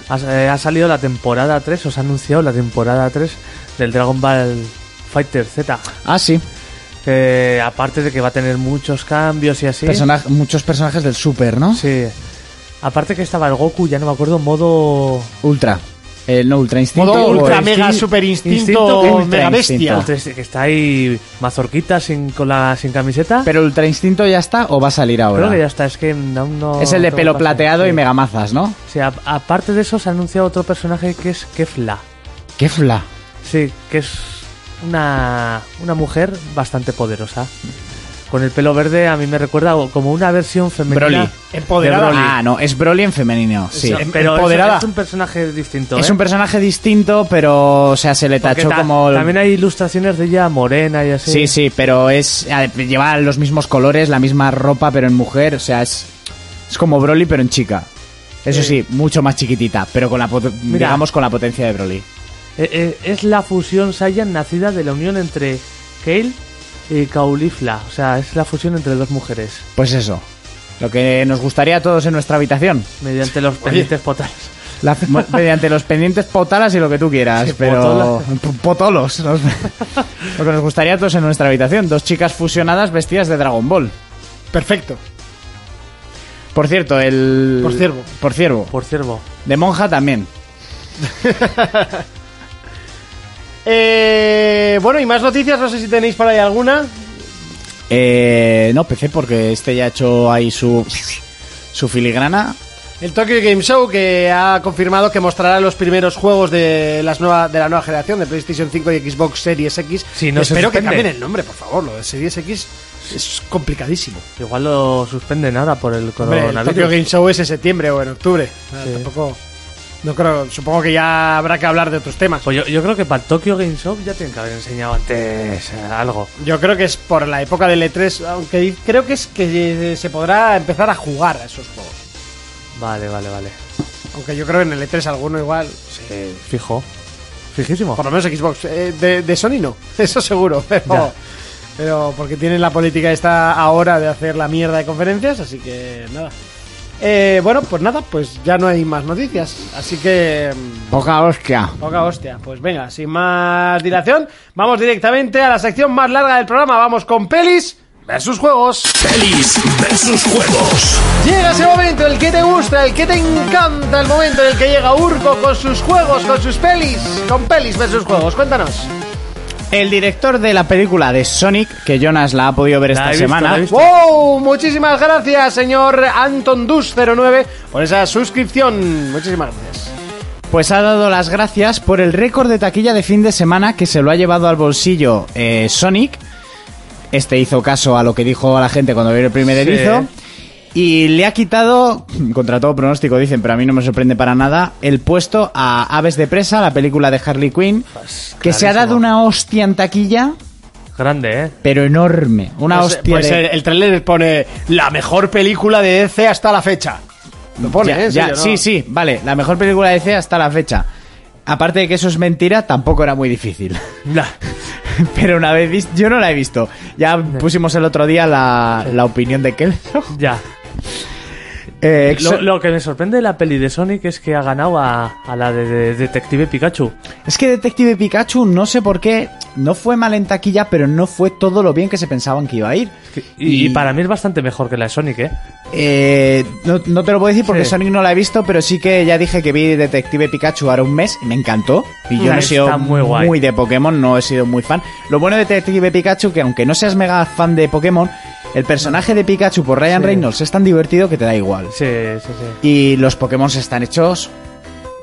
ha, eh, ha salido la temporada 3, os ha anunciado la temporada 3 del Dragon Ball Fighter Z.
Ah, sí.
Que aparte de que va a tener muchos cambios y así.
Persona- muchos personajes del Super, ¿no?
Sí. Aparte que estaba el Goku, ya no me acuerdo, modo
Ultra. El no Ultra Instinto.
Modo
o
ultra,
el-
mega,
instinto-
super instinto,
instinto,
ultra
mega bestia.
instinto.
Entonces, que está ahí mazorquita sin, con la, sin camiseta.
Pero Ultra Instinto ya está o va a salir ahora.
Creo que ya está, es que aún no...
Es el de
no
pelo
pasa.
plateado
Sí.
y megamazas, ¿no?
Sí, a- aparte de eso se ha anunciado otro personaje que es Kefla.
Qué fla.
Sí, que es una, una mujer bastante poderosa. Con el pelo verde a mí me recuerda como una versión femenina.
Broly.
Empoderada.
Broly.
Ah, no, es Broly en femenino, sí.
Sí, pero es-
Empoderada.
Es, un personaje distinto.
Es
¿eh?
un personaje distinto, pero, o sea, se le
Porque
tachó
ta-
como...
También hay ilustraciones de ella morena y así.
Sí, sí, pero es a- lleva los mismos colores, la misma ropa, pero en mujer, o sea, es es como Broly pero en chica. Eso sí, mucho más chiquitita, pero con la pot-
Mira.
digamos con la potencia de Broly.
Eh, eh, es la fusión Saiyan nacida de la unión entre Kale y Caulifla. O sea, es la fusión entre dos mujeres.
Pues eso. Lo que nos gustaría a todos en nuestra habitación,
Mediante los pendientes potales.
La- mo- mediante los pendientes potalas y lo que tú quieras, pero P- potolos. ¿no? lo que nos gustaría a todos en nuestra habitación, dos chicas fusionadas vestidas de Dragon Ball.
Perfecto.
Por cierto, el
Por ciervo.
Por ciervo.
Por ciervo.
De monja también.
Eh, bueno, y más noticias, no sé si tenéis por ahí alguna.
Eh, no, PC, porque este ya ha hecho ahí su, su filigrana.
El Tokyo Game Show que ha confirmado que mostrará los primeros juegos de, las nueva, de la nueva generación de PlayStation 5 y Xbox Series X.
Sí, no se
Espero que
suspende.
cambien el nombre, por favor. Lo de Series X es complicadísimo.
Igual lo suspenden ahora por el
Hombre, el Tokyo
coronavirus.
Game Show es en septiembre o en octubre. Ah,
Sí.
Tampoco. No creo. Supongo que ya habrá que hablar de otros temas.
Pues yo, yo creo que para el Tokyo Game Show ya tienen que haber enseñado antes eh, algo.
Yo creo que es por la E época del E3, aunque creo que es que eh, se podrá empezar a jugar a esos juegos.
Vale, vale, vale.
Aunque yo creo que en el E3 alguno igual.
Eh, fijo. Fijísimo.
Por lo menos Xbox. Eh, de, de Sony no, eso seguro. Pero,
Ya.
pero porque tienen la política esta ahora de hacer la mierda de conferencias, así que nada. Eh, bueno, pues nada, pues ya no hay más noticias. Así que... mm,
Poca hostia.
Poca hostia. Pues venga, sin más dilación, vamos directamente a la sección más larga del programa. Vamos con pelis versus juegos.
Pelis versus juegos.
Llega ese momento, el que te gusta, el que te encanta, el momento en el que llega Urco con sus juegos, con sus pelis, con pelis versus juegos. Cuéntanos.
El director de la película de Sonic, que Jonas la ha podido ver
La
esta
he visto,
semana.
la he visto.
¡Wow! Muchísimas gracias, señor Anton Dus 09 por esa suscripción. Muchísimas gracias.
Pues ha dado las gracias por el récord de taquilla de fin de semana que se lo ha llevado al bolsillo eh, Sonic. Este hizo caso a lo que dijo la gente cuando vio el primerizo. Y le ha quitado, contra todo pronóstico dicen, pero a mí no me sorprende para nada, el puesto a Aves de Presa, la película de Harley Quinn, que se ha
clarísimo.
dado una hostia en taquilla,
Grande, ¿eh?
pero enorme. Una
Pues,
hostia eh.
pues
de-
el, el trailer pone la mejor película de DC hasta la fecha. Lo pone,
Ya,
¿eh? En
ya,
serio, ¿no?
Sí, sí, vale. La mejor película de C hasta la fecha. Aparte de que eso es mentira, tampoco era muy difícil. Pero una vez visto, yo no la he visto. Ya pusimos el otro día la, la opinión de Kelso.
Ya.
Eh,
Lo,
exo-
lo que me sorprende de la peli de Sonic es que ha ganado a, a la de, de Detective Pikachu.
Es que Detective Pikachu, no sé por qué, no fue mal en taquilla, pero no fue todo lo bien que se pensaban que iba a ir.
Y, y para mí es bastante mejor que la de Sonic, ¿eh?
Eh, no, no te lo puedo decir porque
Sí.
Sonic no la he visto, pero sí que ya dije que vi Detective Pikachu ahora un mes y me encantó. Y yo
Ah,
no he sido
está muy guay.
de Pokémon, no he sido muy fan. Lo bueno de Detective Pikachu que aunque no seas mega fan de Pokémon, el personaje de Pikachu por Ryan
Sí.
Reynolds es tan divertido que te da igual.
Sí, sí, sí.
Y los Pokémon están hechos.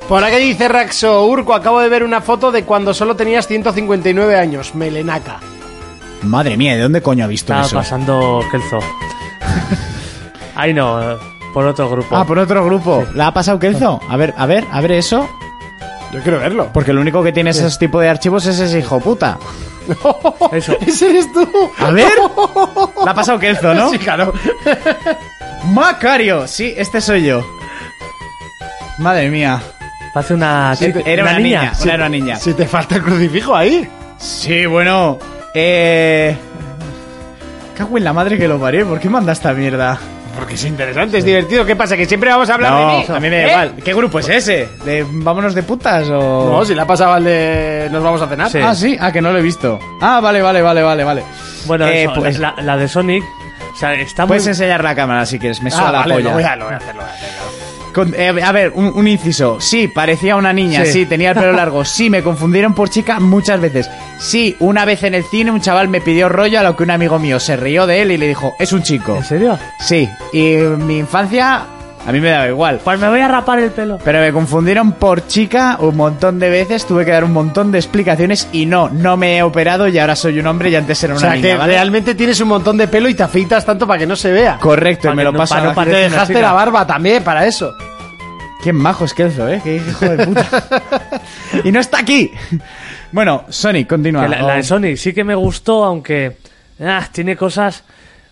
Por acá dice Raxo Urco, acabo de ver una foto de cuando solo tenías 159 años, melenaca.
Madre mía, ¿de dónde coño ha visto
Estaba
eso?
pasando Kelzo. Ahí no, eh, por otro grupo.
Ah, por otro grupo. ¿La ha pasado Kelzo? A ver, a ver, a ver eso.
Yo quiero verlo.
Porque lo único que tiene ese tipo de archivos es ese hijo puta.
Eso.
Ese eres tú.
A ver. La ha pasado Kelzo, Ah, ¿no?
Sí, claro.
Macario, sí, este soy yo. Madre mía.
Parece una,
Era una niña, era una niña.
Si te falta el crucifijo ahí.
Sí, bueno. Eh. Cago en la madre que lo paré, ¿por qué manda esta mierda?
Porque es interesante, es divertido. ¿Qué pasa? ¿Que siempre vamos a hablar de mí?
a mí me da
¿Eh?
igual. ¿Qué grupo es ese? ¿De vámonos de putas o.?
No, si la pasaba al de nos vamos a cenar.
Sí.
Ah, sí, ah, que no lo he visto. Ah, vale, vale, vale, vale, vale.
Bueno,
Eh,
eso,
pues-
es la, la de Sonic. O sea, está muy...
Puedes enseñar la cámara si quieres, me
Ah,
suena la
vale,
polla.
lo voy a, lo voy a hacer, lo voy a hacer, claro.
Con- eh, a ver, un, un inciso. Sí, parecía una niña. Sí.
Sí.
tenía el pelo largo. Sí, me confundieron por chica muchas veces. Sí, una vez en el cine un chaval me pidió rollo a lo que un amigo mío se rió de él y le dijo, es un chico.
¿En serio?
Sí, y mi infancia a mí me daba igual.
Pues me voy a rapar el pelo.
Pero me confundieron por chica un montón de veces, tuve que dar un montón de explicaciones y no, no me he operado y ahora soy un hombre y antes era
O
una
sea,
niña,
que
¿vale?
realmente tienes un montón de pelo y te afeitas tanto para que no se vea.
Correcto, y
Pa'
me
que
lo
no-
paso
pa'
a
no
la-
pa-
te
parece una
dejaste
chica.
la barba también para eso.
Qué majo es Kelzo, ¿eh? Qué hijo de puta. y no está aquí. Bueno, Sonic, continúa.
Que la, la de
O-
Sonic sí que me gustó, aunque ah, tiene cosas...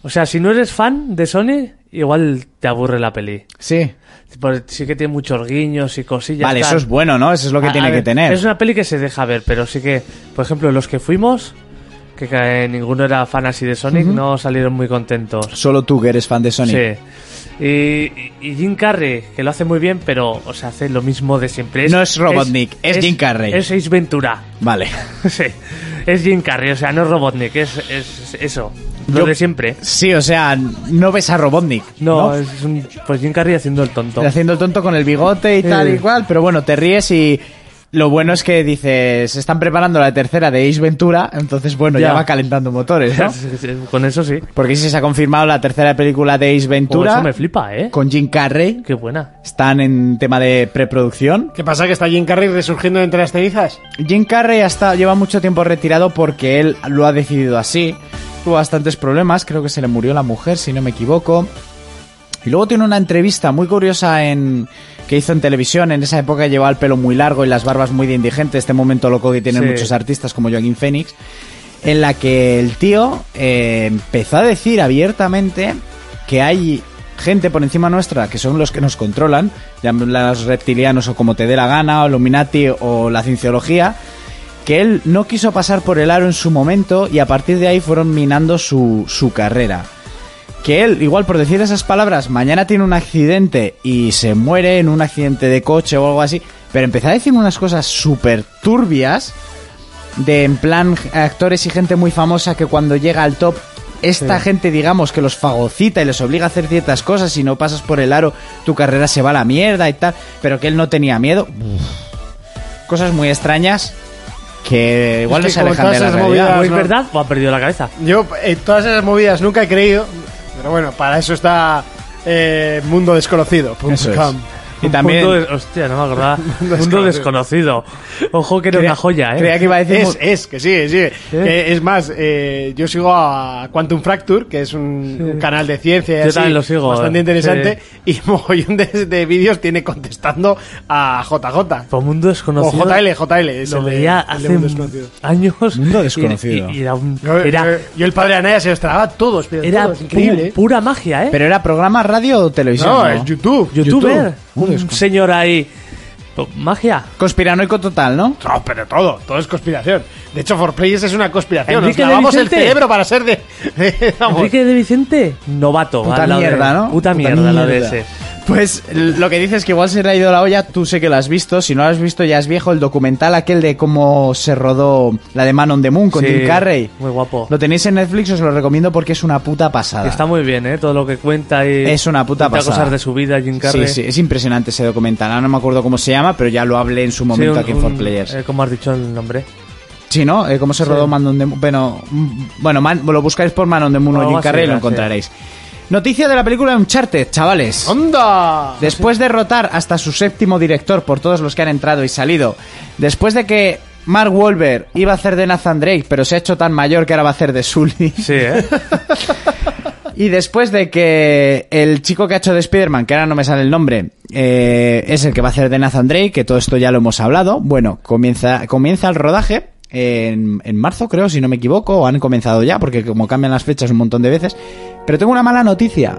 O sea, si no eres fan de Sonic, igual te aburre la peli.
Sí.
Pues sí que tiene muchos guiños y cosillas.
vale,
tal.
eso es bueno, ¿no? Eso es lo que
A-
tiene
a
que
ver,
tener.
Es una peli que se deja ver, pero sí que, por ejemplo, los que fuimos, que, eh, ninguno era fan así de Sonic, no salieron muy contentos.
Solo tú que eres fan de Sonic.
Sí. Y, y Jim Carrey, que lo hace muy bien, pero o sea, hace lo mismo de siempre.
No es Robotnik, es Jim Carrey.
Es Ace Ventura.
Vale.
sí. Es Jim Carrey, o sea, no es Robotnik, es, es eso. Lo
Yo-
de siempre.
Sí, o sea, no ves a Robotnik.
No,
No,
es un, pues Jim Carrey haciendo el tonto.
Haciendo el tonto con el bigote y tal
Eh.
y cual, pero bueno, te ríes y lo bueno es que dices, están preparando la tercera de Ace Ventura, entonces bueno, ya,
Ya.
va calentando motores, ¿no?
Con eso sí.
Porque sí se ha confirmado la tercera película de Ace
Oh,
Ventura
eso me flipa, ¿eh?
con Jim Carrey.
Qué buena.
Están en tema de preproducción.
¿Qué pasa? ¿Que está Jim Carrey resurgiendo de entre las cenizas?
Jim Carrey hasta lleva mucho tiempo retirado porque él lo ha decidido así. Tuvo bastantes problemas, creo que se le murió la mujer, si no me equivoco. Y luego tiene una entrevista muy curiosa en que hizo en televisión. En esa época llevaba el pelo muy largo y las barbas muy de indigente, este momento loco que tienen
Sí.
muchos artistas como Joaquín Phoenix, en la que el tío eh, empezó a decir abiertamente que hay gente por encima nuestra, que son los que nos controlan, los reptilianos o como te dé la gana, o Illuminati o la cienciología, que él no quiso pasar por el aro en su momento y a partir de ahí fueron minando su, su carrera. Que él, igual por decir esas palabras, mañana tiene un accidente y se muere en un accidente de coche o algo así, pero empezó a decir unas cosas súper turbias de en plan actores y gente muy famosa que cuando llega al top esta gente digamos que los fagocita y les obliga a hacer ciertas cosas si no pasas por el aro tu carrera se va a la mierda y tal pero que él no tenía miedo Uf. cosas muy extrañas que igual
que
no se
como
alejan de
todas
la
esas
realidad
movidas,
¿Es
no.
verdad o ha perdido la cabeza?
Yo en todas esas movidas nunca he creído, pero bueno, para eso está eh, Mundo Desconocido. punto
Eso es.
com.
y
Un
también
Mundo des- hostia, no me acordaba. mundo desconocido. Ojo que era una joya, ¿eh?
creía que iba a decir
Es, es, que sí, sí. Que es más, eh, yo sigo a Quantum Fracture, que es un, un canal de ciencia y
Yo
así,
también lo sigo,
bastante
eh.
interesante, y mogollón de, de vídeos tiene contestando a JJ.
Por mundo
O
desconocido.
JL, JL. Es
lo
el de-
veía
el de
hace
Mundo Desconocido.
años.
Mundo desconocido.
Y- y- y era un-
Yo,
era,
yo- yo el padre de Anaya se los tragaba todos, pero
era
todos, increíble.
pu- pura magia, ¿eh?
pero era programa radio o televisión
no,
¿no?
es YouTube.
Youtuber. Un señor ahí. Po- Magia.
conspiranoico total no
No, pero todo, todo es conspiración. De hecho, For Players es una conspiración.
Enrique
Nos lavamos
de
el
Vicente.
cerebro para ser de. de- vamos.
Enrique de Vicente, novato.
Puta
al lado de-
mierda, ¿no?
Puta mierda, la de ese.
Pues l- lo que dices es que igual se le ha ido la olla, tú sé que lo has visto, si no lo has visto ya es viejo, el documental aquel de cómo se rodó la de Man on the Moon con
Sí,
Tim Carrey.
muy guapo.
Lo tenéis en Netflix, os lo recomiendo porque es una puta pasada.
Está muy bien, ¿eh? Todo lo que cuenta y...
Es una puta
cuenta
pasada.
cosas de su vida, Jim Carrey.
Sí, sí, es impresionante ese documental, ahora no me acuerdo cómo se llama, pero ya lo hablé en su momento
Sí, un-
aquí en 4
un-
Players.
eh, como has dicho el nombre.
Sí, ¿no? Eh, ¿Cómo se rodó Man on the Moon? Bueno, mm, bueno Man- lo buscáis por Man on the Moon o
Algo
Jim
así
Carrey y
era,
lo
sí.
encontraréis. Noticia de la película Uncharted, chavales.
¡Onda!
Después de rotar hasta su séptimo director por todos los que han entrado y salido, después de que Mark Wahlberg iba a hacer de Nathan Drake, pero se ha hecho tan mayor que ahora va a hacer de Sully,
Sí, ¿eh?
y después de que el chico que ha hecho de Spider-Man, que ahora no me sale el nombre, eh, es el que va a hacer de Nathan Drake, que todo esto ya lo hemos hablado, bueno, comienza, comienza el rodaje. En, en marzo creo, si no me equivoco, o han comenzado ya, porque como cambian las fechas un montón de veces. Pero tengo una mala noticia,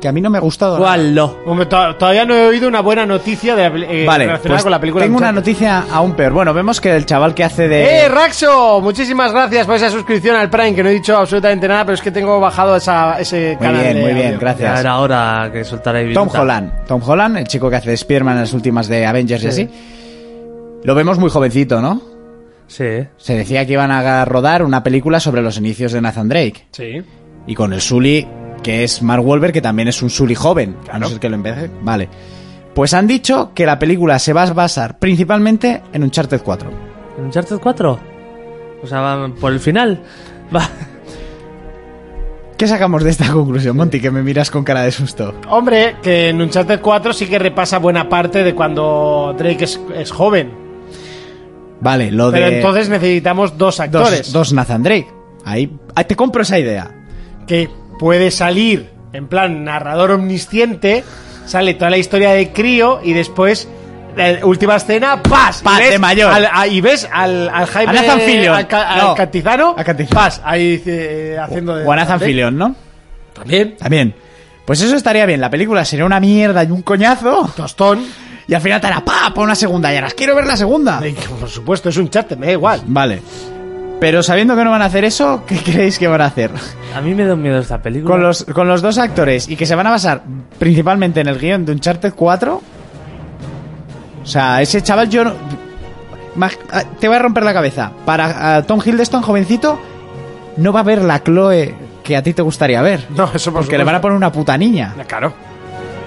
que a mí no me ha gustado. nada.
¿Cuál no?
Hombre, to- todavía no he oído una buena noticia de la peli- eh,
Vale,
relacionada
pues
con la película.
tengo una
Uncharted.
noticia aún peor. Bueno, vemos que el chaval que hace de...
¡Eh, Raxo! Muchísimas gracias por esa suscripción al Prime, que no he dicho absolutamente nada, pero es que tengo bajado esa, ese
muy
canal.
bien,
de
muy bien,
audio.
Ya
gracias.
era hora que soltara ahí
Tom
viruta.
Holland. Tom Holland, el chico que hace de Spider-Man en las últimas de Avengers y así. Lo vemos muy jovencito, ¿no?
Sí.
Se decía que iban a rodar una película sobre los inicios de Nathan Drake.
Sí.
Y con el Sully, que es Mark Wahlberg, que también es un Sully joven. A no ser que lo empece. Vale. Pues han dicho que la película se va a basar principalmente en Uncharted 4.
¿En Uncharted 4? O sea, va por el final. Va.
¿Qué sacamos de esta conclusión, Monty? Que me miras con cara de susto.
Hombre, que en Uncharted 4 sí que repasa buena parte de cuando Drake es, es joven.
Vale, lo
Pero
de...
entonces necesitamos dos actores.
dos, dos Nathan Drake. Ahí, ahí te compro esa idea.
que puede salir en plan narrador omnisciente, sale toda la historia de crío y después la última escena, ¡pas!
Pas,
y ves
de mayor.
al- a- y ves al, al Jaime...
A Nathan Fillion.
Al, ca- al
No.
Cantizano.
A Cantizano.
¡Pas! Ahí dice, eh, haciendo de...
O a Nathan Fillion, ¿no?
También.
También. Pues eso estaría bien. La película sería una mierda y un coñazo.
Tostón.
Y al final te hará pa, pa una segunda. Y harás, quiero ver la segunda.
Ay, que Por supuesto, es un chat, me da igual.
Vale. Pero sabiendo que no van a hacer eso, ¿qué creéis que van a hacer?
A mí me da miedo esta película.
Con los, con los dos actores y que se van a basar principalmente en el guión de Uncharted 4. O sea, ese chaval yo... no- Ma- ah, Te voy a romper la cabeza. Para ah, Tom Hiddleston, jovencito, no va a ver la Chloe que a ti te gustaría ver.
No, eso por
Porque le van a poner una puta niña.
Claro.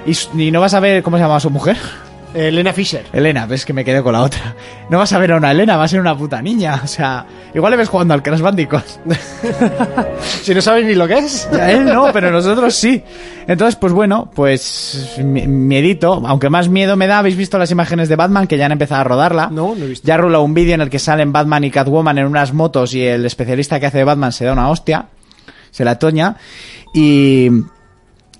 Y, s- y no vas a ver, ¿cómo se llama su mujer?
Elena Eh, Fisher.
Elena, ves que me quedé con la otra. No vas a ver a una Elena, va a ser una puta niña. O sea, igual le ves jugando al Crash Bandicoot.
Si no sabes ni lo que es.
A él no, pero nosotros sí. Entonces, pues bueno, pues mi- miedito, aunque más miedo me da, habéis visto las imágenes de Batman que ya han empezado a rodarla.
No, no he visto.
Ya rula un vídeo en el que salen Batman y Catwoman en unas motos y el especialista que hace de Batman se da una hostia, se la toña y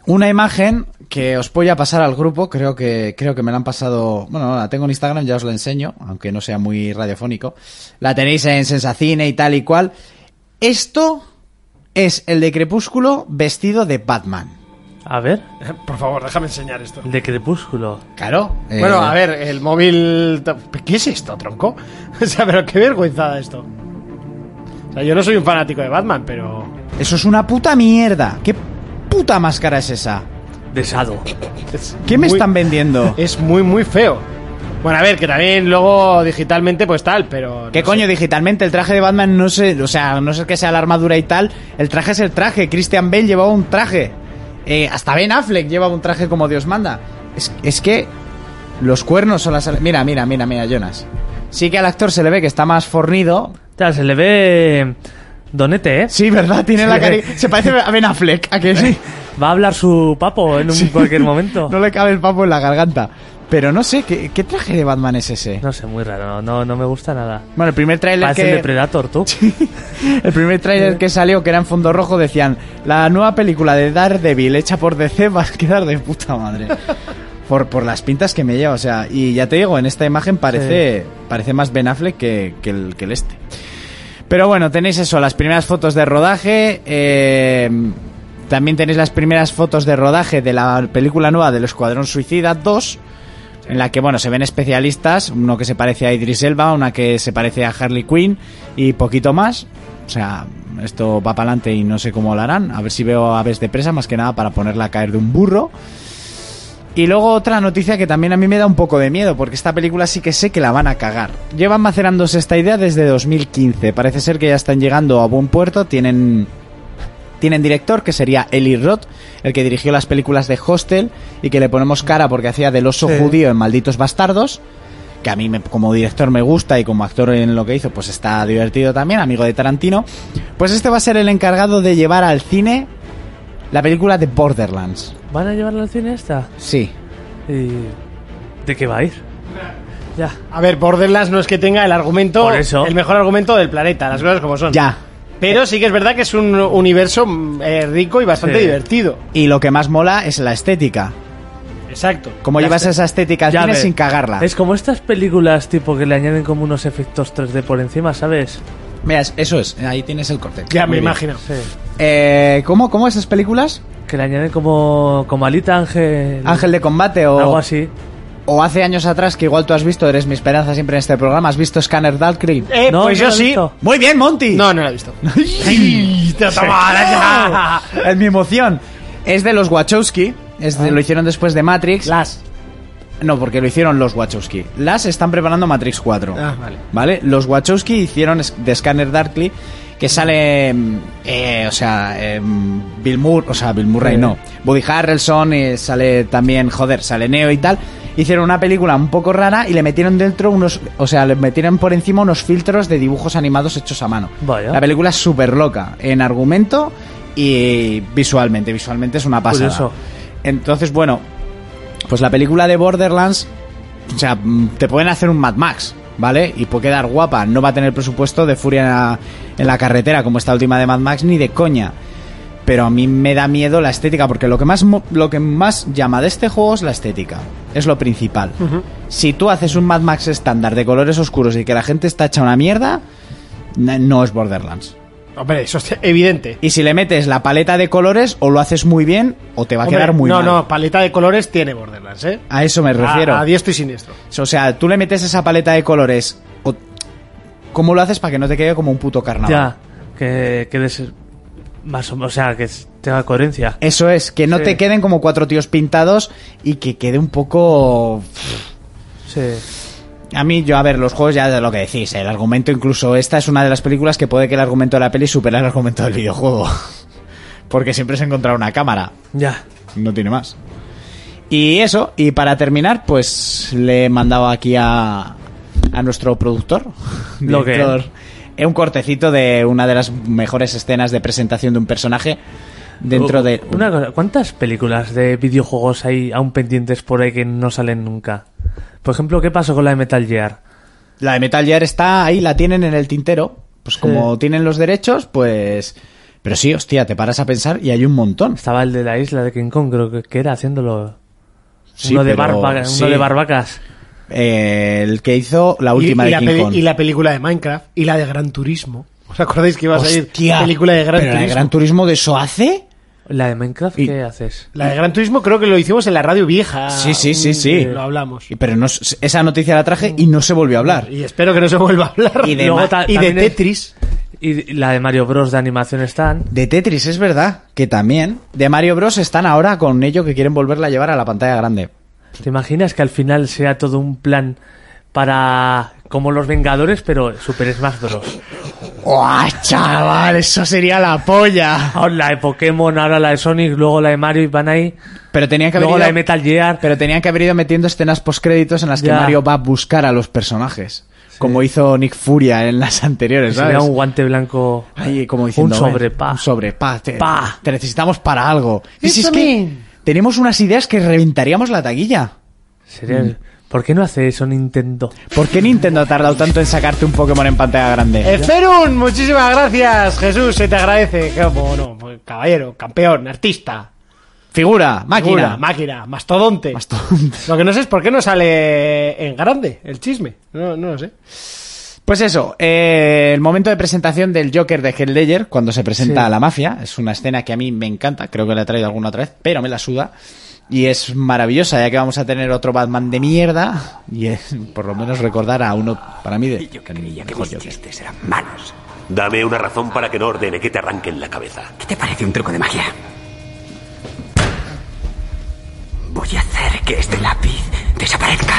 una imagen que os voy a pasar al grupo, creo que creo que me la han pasado, bueno, la tengo en Instagram, ya os la enseño, aunque no sea muy radiofónico. La tenéis en Sensacine y tal y cual. Esto es el de Crepúsculo vestido de Batman.
A ver,
Por favor, déjame enseñar esto.
el de Crepúsculo.
Claro. eh,
Bueno, a ver, el móvil. ¿Qué es esto, tronco? O sea, pero qué vergüenzada esto. O sea, yo no soy un fanático de Batman, pero.
Eso es una puta mierda. ¿Qué puta máscara es esa?
De Sado.
es
¿Qué me
muy-
están vendiendo?
Es muy, muy feo. Bueno, a ver, que también luego digitalmente, pues tal, pero.
¿Qué
no
coño
sé.
digitalmente? El traje de Batman no sé, o sea, no sé que sea la armadura y tal. El traje es el traje. Christian Bale llevaba un traje. Eh, hasta Ben Affleck llevaba un traje como Dios manda. Es, es que los cuernos son las. ale- Mira, mira, mira, mira, Jonas. Sí que al actor se le ve que está más fornido.
Ya, se le ve donete, ¿eh?
Sí, ¿verdad? Tiene la cara. Se parece a Ben Affleck, ¿a que sí?
Va a hablar su papo en un cualquier momento.
No le cabe el papo en la garganta. Pero no sé, ¿qué, qué traje de Batman es ese?
No sé, muy raro. No, no me gusta nada.
Bueno, el primer trailer
Parece
que...
el de Predator, tú.
El primer tráiler que salió, que era en fondo rojo, decían La nueva película de Daredevil hecha por DC va a quedar de puta madre por, por las pintas que me lleva, o sea Y ya te digo, en esta imagen parece, parece más Ben Affleck que, que el, que el este Pero bueno, tenéis eso, las primeras fotos de rodaje eh, También tenéis las primeras fotos de rodaje de la película nueva del Escuadrón Suicida 2 en la que bueno se ven especialistas, uno que se parece a Idris Elba, una que se parece a Harley Quinn y poquito más. O sea, esto va para adelante y no sé cómo lo harán. A ver si veo aves de presa, más que nada para ponerla a caer de un burro. Y luego otra noticia que también a mí me da un poco de miedo, porque esta película sí que sé que la van a cagar. Llevan macerándose esta idea desde 2015. Parece ser que ya están llegando a buen puerto, tienen tienen director, que sería Eli Roth, el que dirigió las películas de Hostel y que le ponemos cara porque hacía del oso judío en Malditos Bastardos, que a mí me- como director me gusta y como actor en lo que hizo pues está divertido también, amigo de Tarantino. Pues este va a ser el encargado de llevar al cine la película de Borderlands.
¿Van a llevarla al cine esta?
Sí.
¿Y de qué va a ir? Ya.
A ver, Borderlands no es que tenga el argumento.
Por eso.
El mejor argumento del planeta, las cosas como son.
Ya.
Pero sí que es verdad que es un universo mm, eh, rico y bastante
Sí.
divertido.
Y lo que más mola es la estética.
Exacto.
Cómo llevas esa estética al
Ya
cine
ves.
sin cagarla.
Es como estas películas tipo que le añaden como unos efectos 3D por encima, ¿sabes?
Mira, es- eso es. Ahí tienes el corte.
Ya
Muy
me
bien.
imagino.
Sí.
Eh, ¿Cómo? ¿Cómo esas películas?
Que le añaden como, como Alita Ángel.
Mm.
Ángel de combate o...
Algo así.
O hace años atrás, que igual tú has visto, eres mi esperanza siempre en este programa, has visto Scanner Darkly.
Eh,
No,
pues
no
yo
lo he
sí.
visto.
Muy bien, Monty.
No, no lo he visto.
es mi emoción. Es de los Wachowski. Es
Ah.
de- Lo hicieron después de Matrix.
Las.
No, porque lo hicieron los Wachowski. Las están preparando Matrix 4.
Ah, vale.
Los Wachowski hicieron es- de Scanner Darkly que sale, mm, eh, o sea, em, Bill Murray, o sea, Bill Murray
Eh.
no, Woody Harrelson, eh, sale también, joder, sale Neo y tal. Hicieron una película un poco rara y le metieron dentro unos, o sea, le metieron por encima unos filtros de dibujos animados hechos a mano.
Vaya.
La película es súper loca en argumento y visualmente. Visualmente es una
Pues
pasada.
Curioso.
Entonces, bueno, pues la película de Borderlands, o sea, mm, te pueden hacer un Mad Max, ¿vale? Y puede quedar guapa, no va a tener presupuesto de furia en la, en la carretera como esta última de Mad Max ni de coña. Pero a mí me da miedo la estética, porque lo que más, mo- lo que más llama de este juego es la estética. Es lo principal. Si tú haces un Mad Max estándar de colores oscuros y que la gente está hecha una mierda, na- no es Borderlands.
Hombre, eso es evidente.
Y si le metes la paleta de colores, o lo haces muy bien, o te va a
Hombre,
quedar muy
no,
mal.
no, paleta de colores tiene Borderlands, ¿eh?
A eso
Ah,
me refiero.
A, a diestro y siniestro.
O sea, tú le metes esa paleta de colores. o- ¿Cómo lo haces para que no te quede como un puto carnaval?
Ya. Que, que des- más o, o sea, que es- tenga coherencia.
Eso es, que no
Sí.
te queden como cuatro tíos pintados y que quede un poco...
Sí.
A mí, yo, a ver, los juegos ya de lo que decís, el argumento incluso, esta es una de las películas que puede que el argumento de la peli supera el argumento del videojuego. Porque siempre se encuentra una cámara.
Ya.
No tiene más. Y eso, y para terminar, pues le he mandado aquí a, a nuestro productor,
Lo que-
director, eh, un cortecito de una de las mejores escenas de presentación de un personaje dentro
Oh,
U-
de...
Una cosa, ¿cuántas películas de videojuegos hay aún pendientes por ahí que no salen nunca? Por ejemplo, ¿qué pasó con la de Metal Gear?
La de Metal Gear está ahí, la tienen en el tintero. Pues como tienen los derechos, pues... Pero sí, hostia, te paras a pensar y hay un montón.
Estaba el de la isla de King Kong, creo que, que era haciéndolo.
Sí,
uno, de
pero-
barba- uno
sí.
de barbacas.
Eh, el que hizo la
Y-
última
y,
de
la
King
peli-
Kong.
y la película de Minecraft. Y la de Gran Turismo. ¿Os acordáis que iba a salir
Hostia,
película de Gran
pero la
Turismo?
de Gran Turismo de eso hace...
¿La de Minecraft
Y-
qué haces?
La de Gran Turismo creo que lo hicimos en la radio vieja.
Sí, sí, sí,
Un-
sí.
Ah, eh, Lo hablamos.
Y- Pero no, s- esa noticia la traje y no se volvió a hablar.
Y espero que no se vuelva a hablar.
Y de
Luego
Ma-
ta-
y de
también es-
Tetris. Y la de Mario Bros. de animación están.
De Tetris, es verdad, que también. De Mario Bros. están ahora con ello que quieren volverla a llevar a la pantalla grande.
¿Te imaginas que al final sea todo un plan para... Como los Vengadores, pero Super Smash Bros.
¡Guau, chaval! Eso sería la polla.
Ahora la de Pokémon, ahora la de Sonic, luego la de Mario y van ahí.
Pero tenían que haber,
Luego la de
ido,
Metal Gear.
pero tenían que haber ido metiendo escenas postcréditos en las que
Ya.
Mario va a buscar a los personajes. Como hizo Nick Furia en las anteriores,
Sería
¿sabes?
un guante blanco.
Ahí, como diciendo,
Un
"Ven,
sobrepa.
Un sobrepa. Te,
Pa.
te necesitamos para algo. Y si
It's
es
a
que
me.
tenemos unas ideas que reventaríamos la taquilla.
Sería el-
Mm.
¿Por qué no hace eso Nintendo?
¿Por qué Nintendo ha tardado tanto en sacarte un Pokémon en pantalla grande?
Eferun, Eh, muchísimas gracias, Jesús, se te agradece. Como no, pues, caballero, campeón, artista,
Figura, máquina.
figura, máquina, mastodonte.
Mastodonte.
Lo que no sé es por qué no sale en grande el chisme. No, no lo sé.
Pues eso, eh, el momento de presentación del Joker de Heath Ledger cuando se presenta
Sí.
a la mafia es una escena que a mí me encanta, creo que la he traído alguna otra vez, pero me la suda y es maravillosa ya que vamos a tener otro Batman de mierda y es, por lo menos recordar a uno para mí de
que mis chistes eran malos.
Dame una razón para que no ordene que te arranquen la cabeza.
¿Qué te parece un truco de magia? Voy a hacer que este lápiz desaparezca.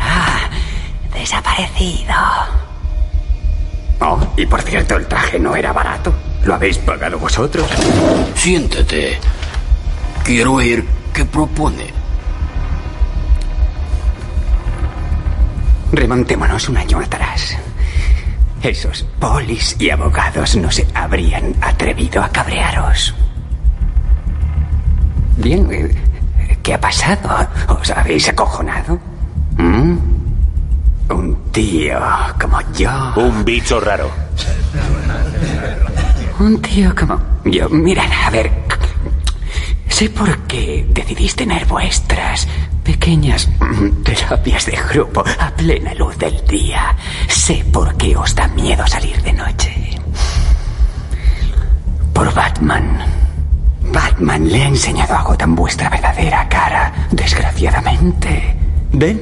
Ah, desaparecido. Oh, y por cierto, el traje no era barato. ¿Lo habéis pagado vosotros?
Siéntate. Quiero oír qué propone.
Remontémonos un año atrás. Esos polis y abogados no se habrían atrevido a cabrearos. Bien, eh, ¿qué ha pasado? ¿Os habéis acojonado? ¿Mm? Un tío como yo.
Un bicho raro.
Un tío como yo. Mirad, a ver. Sé por qué decidís tener vuestras pequeñas mm, terapias de grupo a plena luz del día. Sé por qué os da miedo salir de noche. Por Batman. Batman le ha enseñado a Gotham vuestra verdadera cara, desgraciadamente. ¿Ven?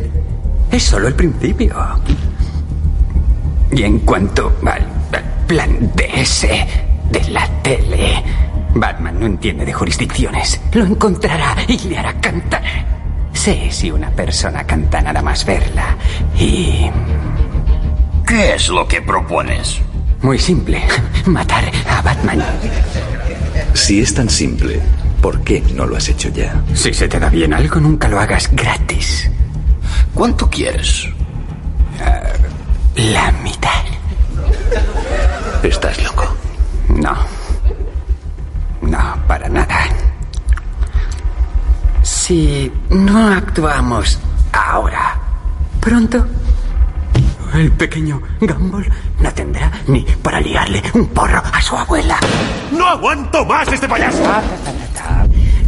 Es solo el principio. Y en cuanto al, al plan de ese de la tele, Batman no entiende de jurisdicciones. Lo encontrará y le hará cantar. Sé si una persona canta nada más verla. Y
¿Qué es lo que propones?
muy simple, matar a Batman.
Si es tan simple, ¿por qué no lo has hecho ya?
Si se te da bien algo, nunca lo hagas gratis.
¿Cuánto quieres?
Eh, La mitad.
Estás loco.
No. No, para nada. Si no actuamos ahora, pronto, el pequeño Gumball no tendrá ni para ligarle un porro a su abuela.
¡No aguanto más este payaso!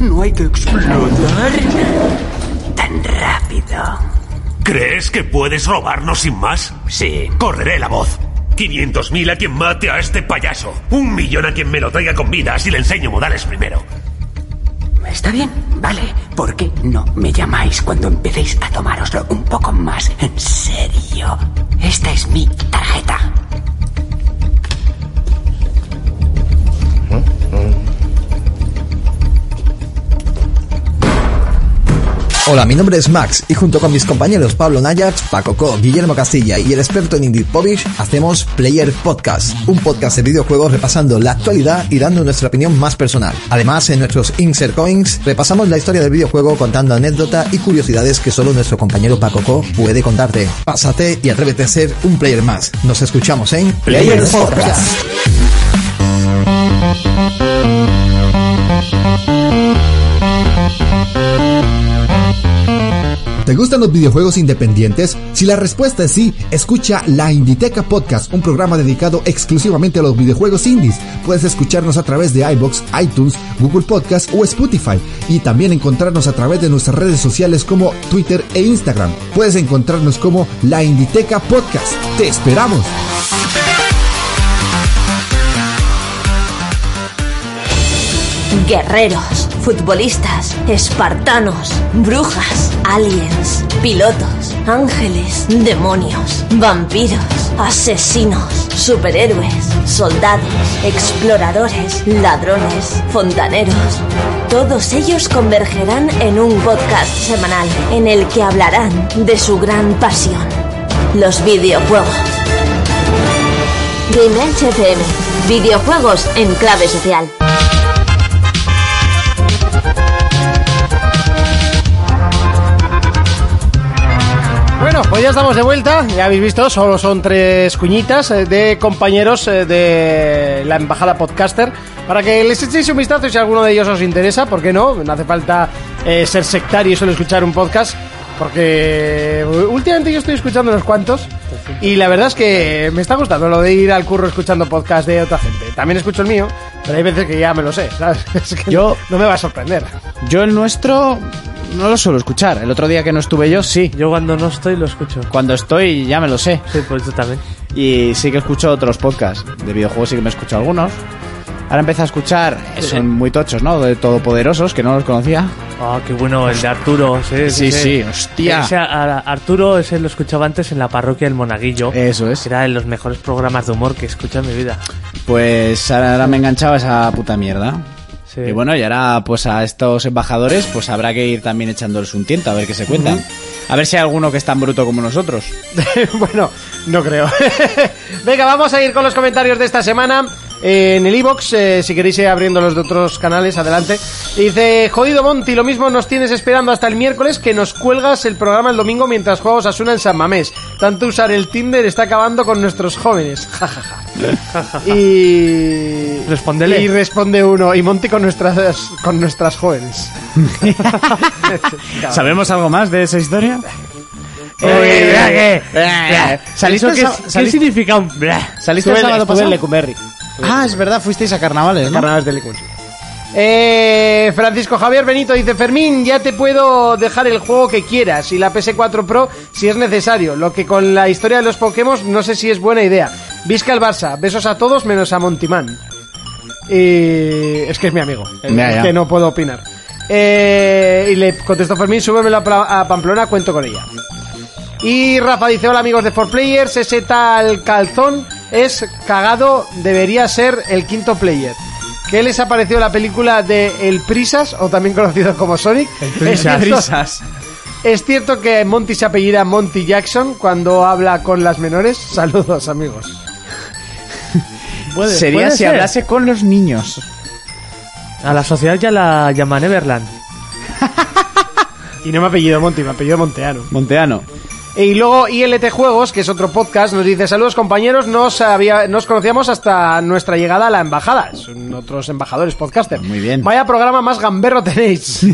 No hay que explotar tan rápido.
¿Crees que puedes robarnos sin más?
Sí.
Correré la voz. 500.000 a quien mate a este payaso. Un millón a quien me lo traiga con vida si le enseño modales primero.
Está bien, vale. ¿Por qué no me llamáis cuando empecéis a tomároslo un poco más en serio? Esta es mi tarjeta.
Hola, mi nombre es Max y junto con mis compañeros Pablo Nayax, Paco Co, Guillermo Castilla y el experto en Indie Povich hacemos Player Podcast, un podcast de videojuegos repasando la actualidad y dando nuestra opinión más personal. Además, en nuestros Insert Coins repasamos la historia del videojuego contando anécdotas y curiosidades que solo nuestro compañero Paco Co puede contarte. Pásate y atrévete a ser un player más. Nos escuchamos en Player Podcast. ¿Te gustan los videojuegos independientes? Si la respuesta es sí, escucha la Inditeca Podcast, un programa dedicado exclusivamente a los videojuegos indies. Puedes escucharnos a través de iBox, iTunes, Google Podcast o Spotify y también encontrarnos a través de nuestras redes sociales como Twitter e Instagram. Puedes encontrarnos como la Inditeca Podcast. ¡Te esperamos!
Guerreros, futbolistas, espartanos, brujas, aliens, pilotos, ángeles, demonios, vampiros, asesinos, superhéroes, soldados, exploradores, ladrones, fontaneros. Todos ellos convergerán en un podcast semanal en el que hablarán de su gran pasión, los videojuegos. Game Edge FM, videojuegos en clave social.
Bueno, pues ya estamos de vuelta. Ya habéis visto, solo son tres cuñitas eh, de compañeros eh, de la Embajada Podcaster. Para que les echéis un vistazo y si alguno de ellos os interesa, ¿por qué no? No hace falta eh, ser sectario y solo escuchar un podcast. Porque eh, últimamente yo estoy escuchando unos cuantos y la verdad es que me está gustando lo de ir al curro escuchando podcast de otra gente. También escucho el mío, pero hay veces que ya me lo sé, ¿sabes? Es que yo no me va a sorprender.
Yo el nuestro no lo suelo escuchar. El otro día que no estuve yo, sí.
Yo cuando no estoy lo escucho.
Cuando estoy ya me lo sé.
Sí, pues yo también.
Y sí que escucho otros podcasts. De videojuegos sí que me escucho algunos. Ahora empecé a escuchar, eh, son muy tochos, ¿no? De Todopoderosos, que no los conocía.
Ah, qué bueno, el de Arturo. Sí,
Sí, sí, hostia.
Ese a- a- Arturo, ese lo escuchaba antes en la parroquia del
Oh,
Monaguillo.
Eh.
Eso es. Era de los mejores programas de humor que he escuchado en mi vida.
Pues ahora, ahora me enganchaba a esa puta mierda. Y bueno, y ahora pues a estos embajadores pues habrá que ir también echándoles un tiento a ver qué se cuentan. A ver si hay alguno que es tan bruto como nosotros.
bueno, no creo. Venga, vamos a ir con los comentarios de esta semana. Eh, en el iBox, si queréis ir abriendo los de otros canales, adelante. Y dice, jodido Monty, lo mismo nos tienes esperando hasta el miércoles que nos cuelgas el programa el domingo mientras juegos Asuna en San Mamés. Tanto usar el Tinder está acabando con nuestros jóvenes. Jajaja. y...
Respóndele.
Y responde uno, y Monty con nuestras, con nuestras jóvenes.
¿Sabemos algo más de esa historia? Eh, ¿Saliste
¿Eso
el
qué,
sá-
qué
saliste-
significa un bla?
¿Saliste el sábado pasado?
Lecumberri.
Ah, es verdad, fuisteis a carnavales, ¿no?
Carnavales de Lecumberri. Eh, Francisco Javier Benito dice, Fermín, ya te puedo dejar el juego que quieras y la PS4 Pro si es necesario, lo que con la historia de los Pokémon no sé si es buena idea. Visca el Barça, besos a todos menos a Montimán. Y es que es mi amigo, es
Ya, ya.
que no puedo opinar. Eh, y le contestó Fermín, súbemelo a Pla- a Pamplona, cuento con ella. Y Rafa dice, hola amigos de 4Players, ese tal calzón es cagado, debería ser el quinto player. ¿Qué les ha parecido la película de El Prisas, o también conocido como Sonic? Es
Prisas.
cierto, es cierto que Monty se apellida Monty Jackson cuando habla con las menores. Saludos amigos.
Sería
puede
si
ser.
hablase con los niños.
A la sociedad ya la llaman Everland.
Y no me ha apellido Monty, me ha apellido Monteano.
Monteano.
Y luego ILT Juegos, que es otro podcast, nos dice saludos compañeros, nos, había, nos conocíamos hasta nuestra llegada a la embajada. Son otros embajadores podcaster. Muy
bien.
Vaya programa más gamberro tenéis.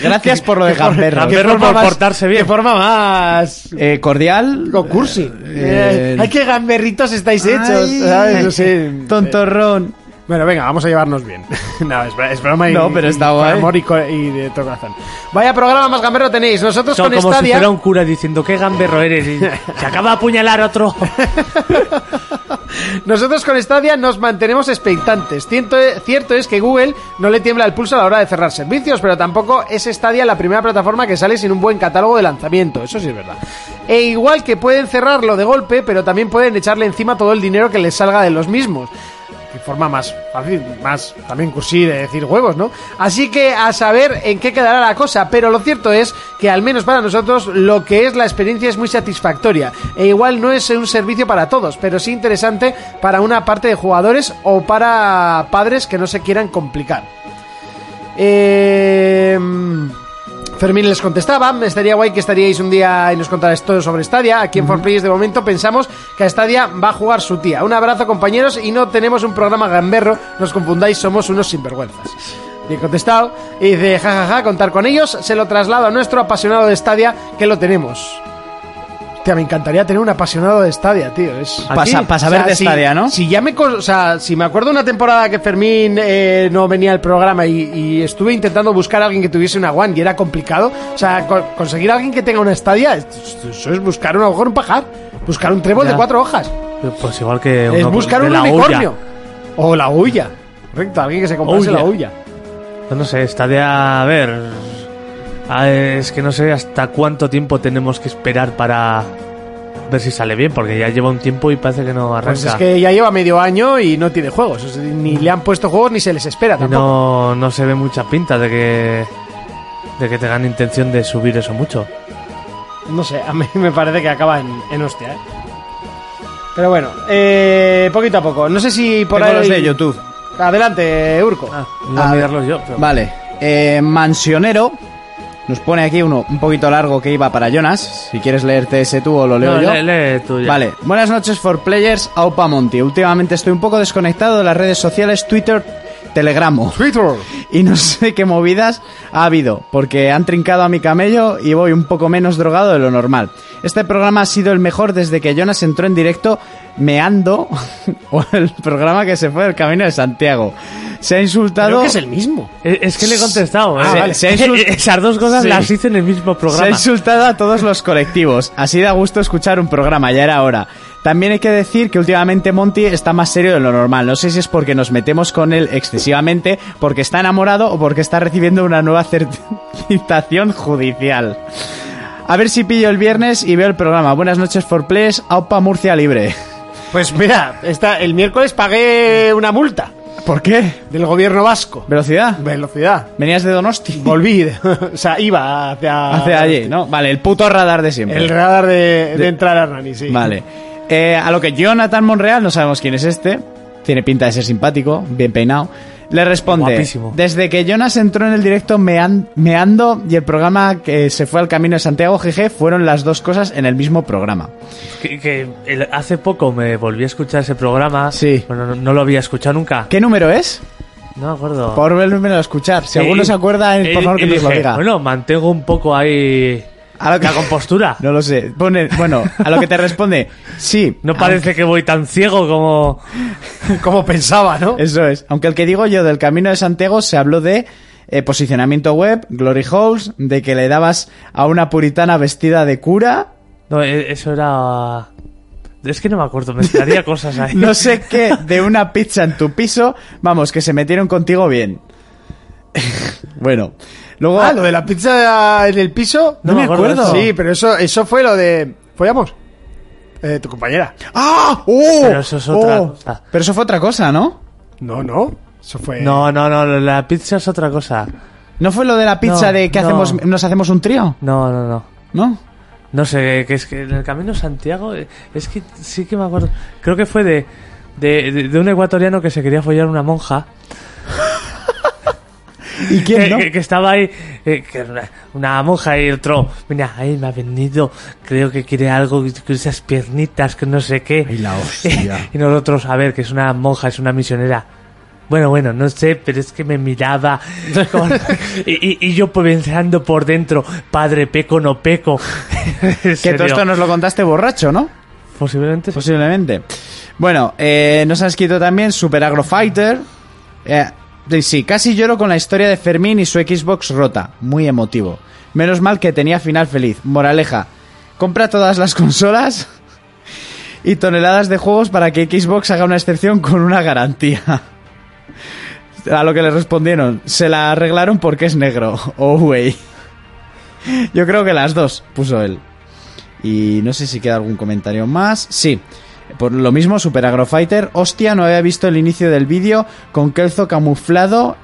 Gracias por lo de
Qué for-
gamberro.
qué forma más-
bien.
qué forma más...
Eh, cordial.
O cursi.
eh,
Eh, ay, qué gamberritos estáis hechos. ¿sabes? No sé. Eh,
Tontorrón.
Bueno, venga, vamos a llevarnos bien. no, es, br- es broma y,
No, pero está
y con
guay.
amor y, co- y de todo corazón. Vaya programa más gamberro tenéis. Nosotros
Son
con
como si
Stadia...
fuera un cura diciendo qué gamberro eres. Y se acaba de apuñalar a otro.
Nosotros con Stadia nos mantenemos expectantes. Ciento- cierto es que Google no le tiembla el pulso a la hora de cerrar servicios, pero tampoco es Stadia la primera plataforma que sale sin un buen catálogo de lanzamiento. Eso sí es verdad. E igual que pueden cerrarlo de golpe, pero también pueden echarle encima todo el dinero que les salga de los mismos. De forma más fácil, más también cursí de decir huevos, ¿no? Así que a saber en qué quedará la cosa, pero lo cierto es que al menos para nosotros lo que es la experiencia es muy satisfactoria. E igual no es un servicio para todos, pero sí interesante para una parte de jugadores o para padres que no se quieran complicar. Eh, Fermín les contestaba, estaría guay que estaríais un día y nos contarais todo sobre Stadia. Aquí en 4Players de momento pensamos que a Stadia va a jugar su tía. Un abrazo compañeros y no tenemos un programa gamberro, nos confundáis, somos unos sinvergüenzas. Bien contestado, y dice, jajaja, contar con ellos, se lo traslado a nuestro apasionado de Stadia, que lo tenemos. Tía, me encantaría tener un apasionado de Stadia, tío. Es
Pa- sa- pa saber de
si-
Stadia, ¿no?
Si ya me, co- o sea, si me acuerdo una temporada que Fermín eh, no venía al programa y, y estuve intentando buscar a alguien que tuviese una One y era complicado. O sea, co- conseguir a alguien que tenga una Stadia, esto- eso es buscar un agujero, un pajar, buscar un trébol
Ya.
de cuatro hojas,
Pues igual que
es
uno
buscar
de
un
la olla.
unicornio o la huya. Correcto, alguien que se comprase
Ouya.
la huya.
Pues No sé, estaré a ver. Ah, Es que no sé hasta cuánto tiempo tenemos que esperar para ver si sale bien, porque ya lleva un tiempo y parece que no arranca.
Pues es que ya lleva medio año y no tiene juegos. o sea, ni le han puesto juegos ni se les espera
Y
tampoco.
no, no se ve mucha pinta de que de que tengan intención de subir eso mucho.
No sé, a mí me parece que acaba en, en hostia, ¿eh? Pero bueno, eh, poquito a poco. No sé si por
Tengo
ahí.
los de YouTube.
Adelante, Urco.
Ah,
A ver, Vale. Eh, mansionero. Nos pone aquí uno un poquito largo que iba para Jonas. Si quieres leerte ese tú o lo leo
No,
yo.
lee- lee tú ya.
Vale. Buenas noches, for players. Aupa Monty. Últimamente estoy un poco desconectado de las redes sociales, Twitter, Telegramo.
Twitter.
Y no sé qué movidas ha habido, porque han trincado a mi camello y voy un poco menos drogado de lo normal. Este programa ha sido el mejor desde que Jonas entró en directo meando, o el programa que se fue del camino de Santiago. Se ha insultado.
Creo que es el
mismo.
Es, que le he contestado.
Ah,
¿eh?
vale.
Se ha insult- Esas dos cosas
Sí.
las hice en el mismo
Se ha
programa.
insultado a todos los colectivos. Así da gusto escuchar un programa, ya era hora. También hay que decir que últimamente Monty está más serio de lo normal. No sé si es porque nos metemos con él excesivamente, porque está enamorado o porque está recibiendo una nueva cer- citación judicial. A ver si pillo el viernes y veo el programa. Buenas noches, for players. Aupa Murcia Libre.
Pues mira, está, el miércoles pagué una multa.
¿Por qué?
Del gobierno vasco.
¿Velocidad?
Velocidad.
¿Venías de Donosti?
Volví. o sea, iba hacia.
Hacia allí, ¿no? Vale, el puto radar de siempre.
Ah, El radar de, de
De-
entrar a Hernani, sí.
Vale. Eh, a lo que Jonathan Monreal, no sabemos quién es este, tiene pinta de ser simpático, bien peinado, le responde,
Guapísimo.
desde que Jonas entró en el directo mean- meando y el programa que se fue al camino de Santiago GG fueron las dos cosas en el mismo programa.
Que, que el- hace poco me volví a escuchar ese programa. Sí. Bueno, no, no lo había escuchado nunca.
¿Qué número es?
No me acuerdo.
Por volverlo a escuchar. Si
Eh,
alguno se acuerda, eh,
eh,
por favor que
y
nos lo
dije,
diga.
Bueno, mantengo un poco ahí la compostura.
No lo sé. Pone, bueno, a lo que te responde, sí.
No parece que voy tan ciego como...
como pensaba, ¿no?
Eso es. Aunque el que digo yo del Camino de Santiago se habló de eh, posicionamiento web, glory holes, de que le dabas a una puritana vestida de cura,
No, eh, eso era... Es que no me acuerdo, mezclaría cosas ahí.
no sé qué, de una pizza en tu piso. Vamos, que se metieron contigo bien. bueno. Luego...
Ah, lo de la pizza en el piso.
No me acuerdo.
Sí, pero eso, eso fue lo de. ¿Follamos? Eh, tu compañera. ¡Ah! ¡Oh!
Pero eso es otra
¡Oh!
cosa.
Pero eso fue otra cosa, ¿no?
No, no. Eso fue.
No, no, no, la pizza es otra cosa.
¿No fue lo de la pizza
No,
de que
no.
hacemos, nos hacemos un trío?
No, no, no.
¿No?
No sé, que es que en el camino Santiago, eh, es que sí que me acuerdo. Creo que fue de, de, de- de un ecuatoriano que se quería follar una monja.
¿Y quién
que,
eh,
que- que estaba ahí, eh, que era una, una monja y otro. Mira, ahí me ha venido, creo que quiere algo con esas piernitas, que no sé qué. Y
la hostia.
y nosotros, a ver, que es una monja, es una misionera. Bueno, bueno, no sé, pero es que me miraba con- y, y- y yo pues pensando por dentro, padre, peco, no peco.
Que todo esto nos lo contaste borracho, ¿no?
Posiblemente.
Posiblemente. Bueno, eh, nos han escrito también Super Agro Fighter. Eh, de- sí, casi lloro con la historia de Fermín y su Xbox rota. Muy emotivo. Menos mal que tenía final feliz. Moraleja. Compra todas las consolas y toneladas de juegos para que Xbox haga una excepción con una garantía. A lo que le respondieron, se la arreglaron porque es negro. Oh, wey. Yo creo que las dos, puso él. Y no sé si queda algún comentario más. Sí. Por lo mismo, Super Agrofighter. Hostia, no había visto el inicio del vídeo con Kelzo camuflado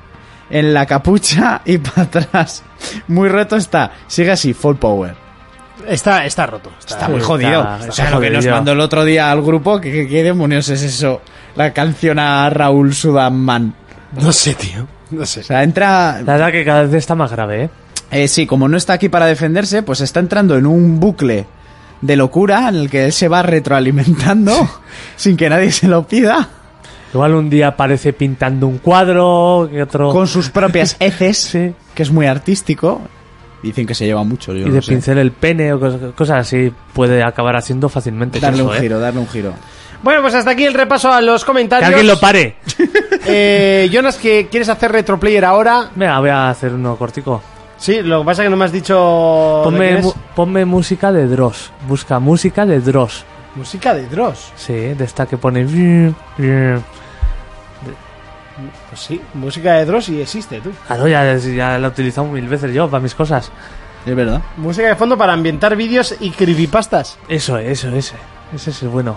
en la capucha y para atrás. Muy roto está. Sigue así, full power.
Está, está roto. Está,
Está muy jodido. o sea, lo que nos mandó el otro día al grupo, ¿qué, qué, qué demonios es eso? La canción a Raúl Sudaman.
No sé, tío. No sé.
O sea, entra...
La verdad que cada vez está más grave, ¿eh?
Eh, sí, como no está aquí para defenderse, pues está entrando en un bucle de locura en el que él se va retroalimentando sin que nadie se lo pida.
Igual un día aparece pintando un cuadro, que otro...
Con sus propias heces, que es muy artístico. Dicen que se lleva mucho, yo
y
no
de
sé.
pincel el pene o cos- cosas así puede acabar haciendo fácilmente.
Darle
eso,
un
¿eh?
giro, darle un giro.
Bueno, pues hasta aquí el repaso a los
Que
comentarios.
alguien lo pare.
Eh, Jonas, que quieres hacer retroplayer ahora.
Venga, voy a hacer uno cortico.
Sí, lo que pasa es que no me has dicho. de quién
Ponme,
es.
mu- ponme música de Dross. Busca música de Dross.
música de Dross.
Sí, de esta que pone... De,
Pues sí, música de Dross y existe, tú.
Claro, ya, ya la he utilizado mil veces yo para mis cosas.
Es verdad.
Música de fondo para ambientar vídeos y creepypastas.
Eso, eso, ese. Ese es el bueno.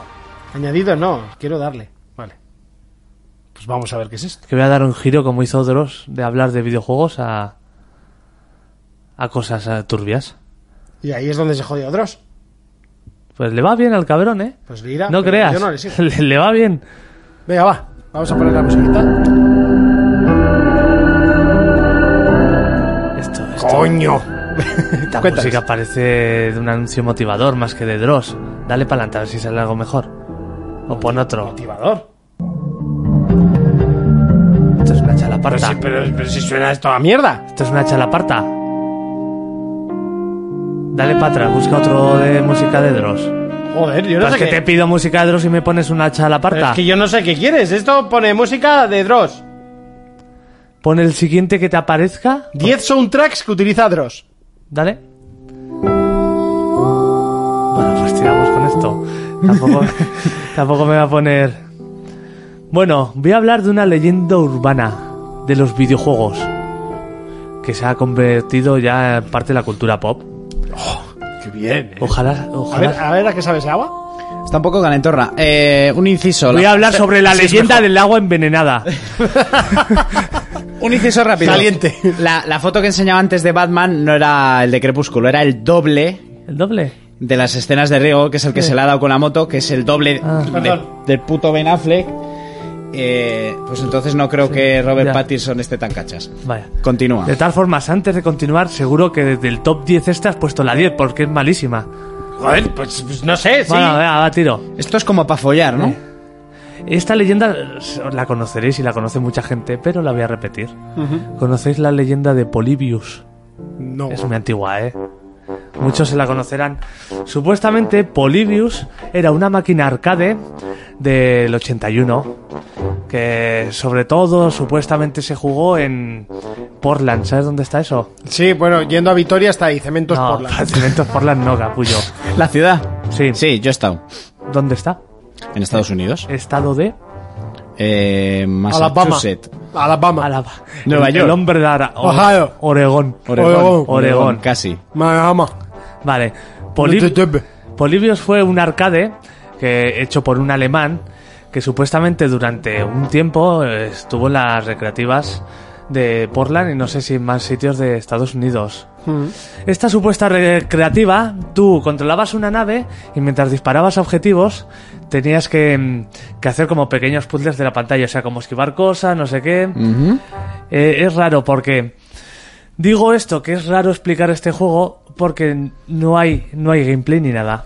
Añadido no, quiero darle. Vale. Pues vamos a ver qué es esto.
Que voy a dar un giro, como hizo Dross, de hablar de videojuegos a. a cosas eh, turbias.
Y ahí es donde se jodió Dross.
Pues le va bien al cabrón, ¿eh?
Pues mira,
no
pero
creas.
yo no le sigo.
le, le va bien.
Venga, va. Vamos a poner la musiquita.
¡Coño! La
Cuéntanos.
música parece de un anuncio motivador más que de Dross. Dale para adelante a ver si sale algo mejor. O pon otro.
¿Motivador?
Esto es una chalaparta.
pero, si suena esto a mierda.
Esto es una chalaparta. Dale para atrás, busca otro de música de Dross.
Joder, yo
Pero
no
es
sé
que
qué.
te pido música de Dross y me pones una
pero
chalaparta.
es que yo no sé qué quieres. Esto pone música de Dross.
Pon el siguiente que te aparezca.
10 soundtracks que utiliza Dross.
Dale. Bueno, pues tiramos con esto. Tampoco, tampoco me va a poner. Bueno, voy a hablar de una leyenda urbana de los videojuegos que se ha convertido ya en parte de la cultura pop.
Oh, Qué bien. ¿eh?
Ojalá,
A ver,
ojalá.
a ver a qué sabe ese agua.
Está un poco calentorra. Eh, un inciso.
Voy a hablar sobre la
Sí, es
leyenda
mejor.
del agua envenenada.
Un inciso rápido.
Caliente.
La, la foto que enseñaba antes de Batman no era el de Crepúsculo, era el doble
¿El doble?
de las escenas de Riego, que es el que se le ha dado con la moto, que es el doble
Ah.
de-
Perdón.
del puto Ben Affleck. Eh, pues entonces no creo que Robert
ya.
Pattinson esté tan cachas.
Vaya.
Continúa.
De tal formas, antes de continuar, seguro que desde el top 10 esta has puesto la 10 porque es malísima.
Joder, pues, pues no sé, sí.
Bueno, venga, va, tiro.
Esto es como para follar, ¿no?
Eh. Esta leyenda eh, la conoceréis y la conoce mucha gente, pero la voy a repetir. ¿Conocéis la leyenda de Polibius?
No.
Es muy antigua, ¿eh? Muchos se la conocerán. Supuestamente Polybius era una máquina arcade del 81 que sobre todo supuestamente se jugó en Portland. ¿Sabes dónde está eso?
Sí, bueno, yendo a Vitoria hasta ahí, Cementos
no,
por la...
Cementos Portland no, capullo.
La ciudad.
Sí.
Sí, yo he estado.
¿Dónde está?
En Estados Unidos.
Estado de
Eh,
Alabama.
Massachusetts.
Alabama.
Alaba.
Nueva
el,
York.
El hombre de Ara- o-
Ohio.
Oregón.
Oregón.
Oregón.
Casi.
Miami.
Vale. Poli- Polybius fue un arcade que, hecho por un alemán que supuestamente durante un tiempo eh, estuvo en las recreativas de Portland y no sé si en más sitios de Estados Unidos. Esta supuesta recreativa, tú controlabas una nave y mientras disparabas a objetivos tenías que, mm, que hacer como pequeños puzzles de la pantalla, o sea, como esquivar cosas, no sé qué. Eh, es raro porque... Digo esto, que es raro explicar este juego porque no hay, no hay gameplay ni nada.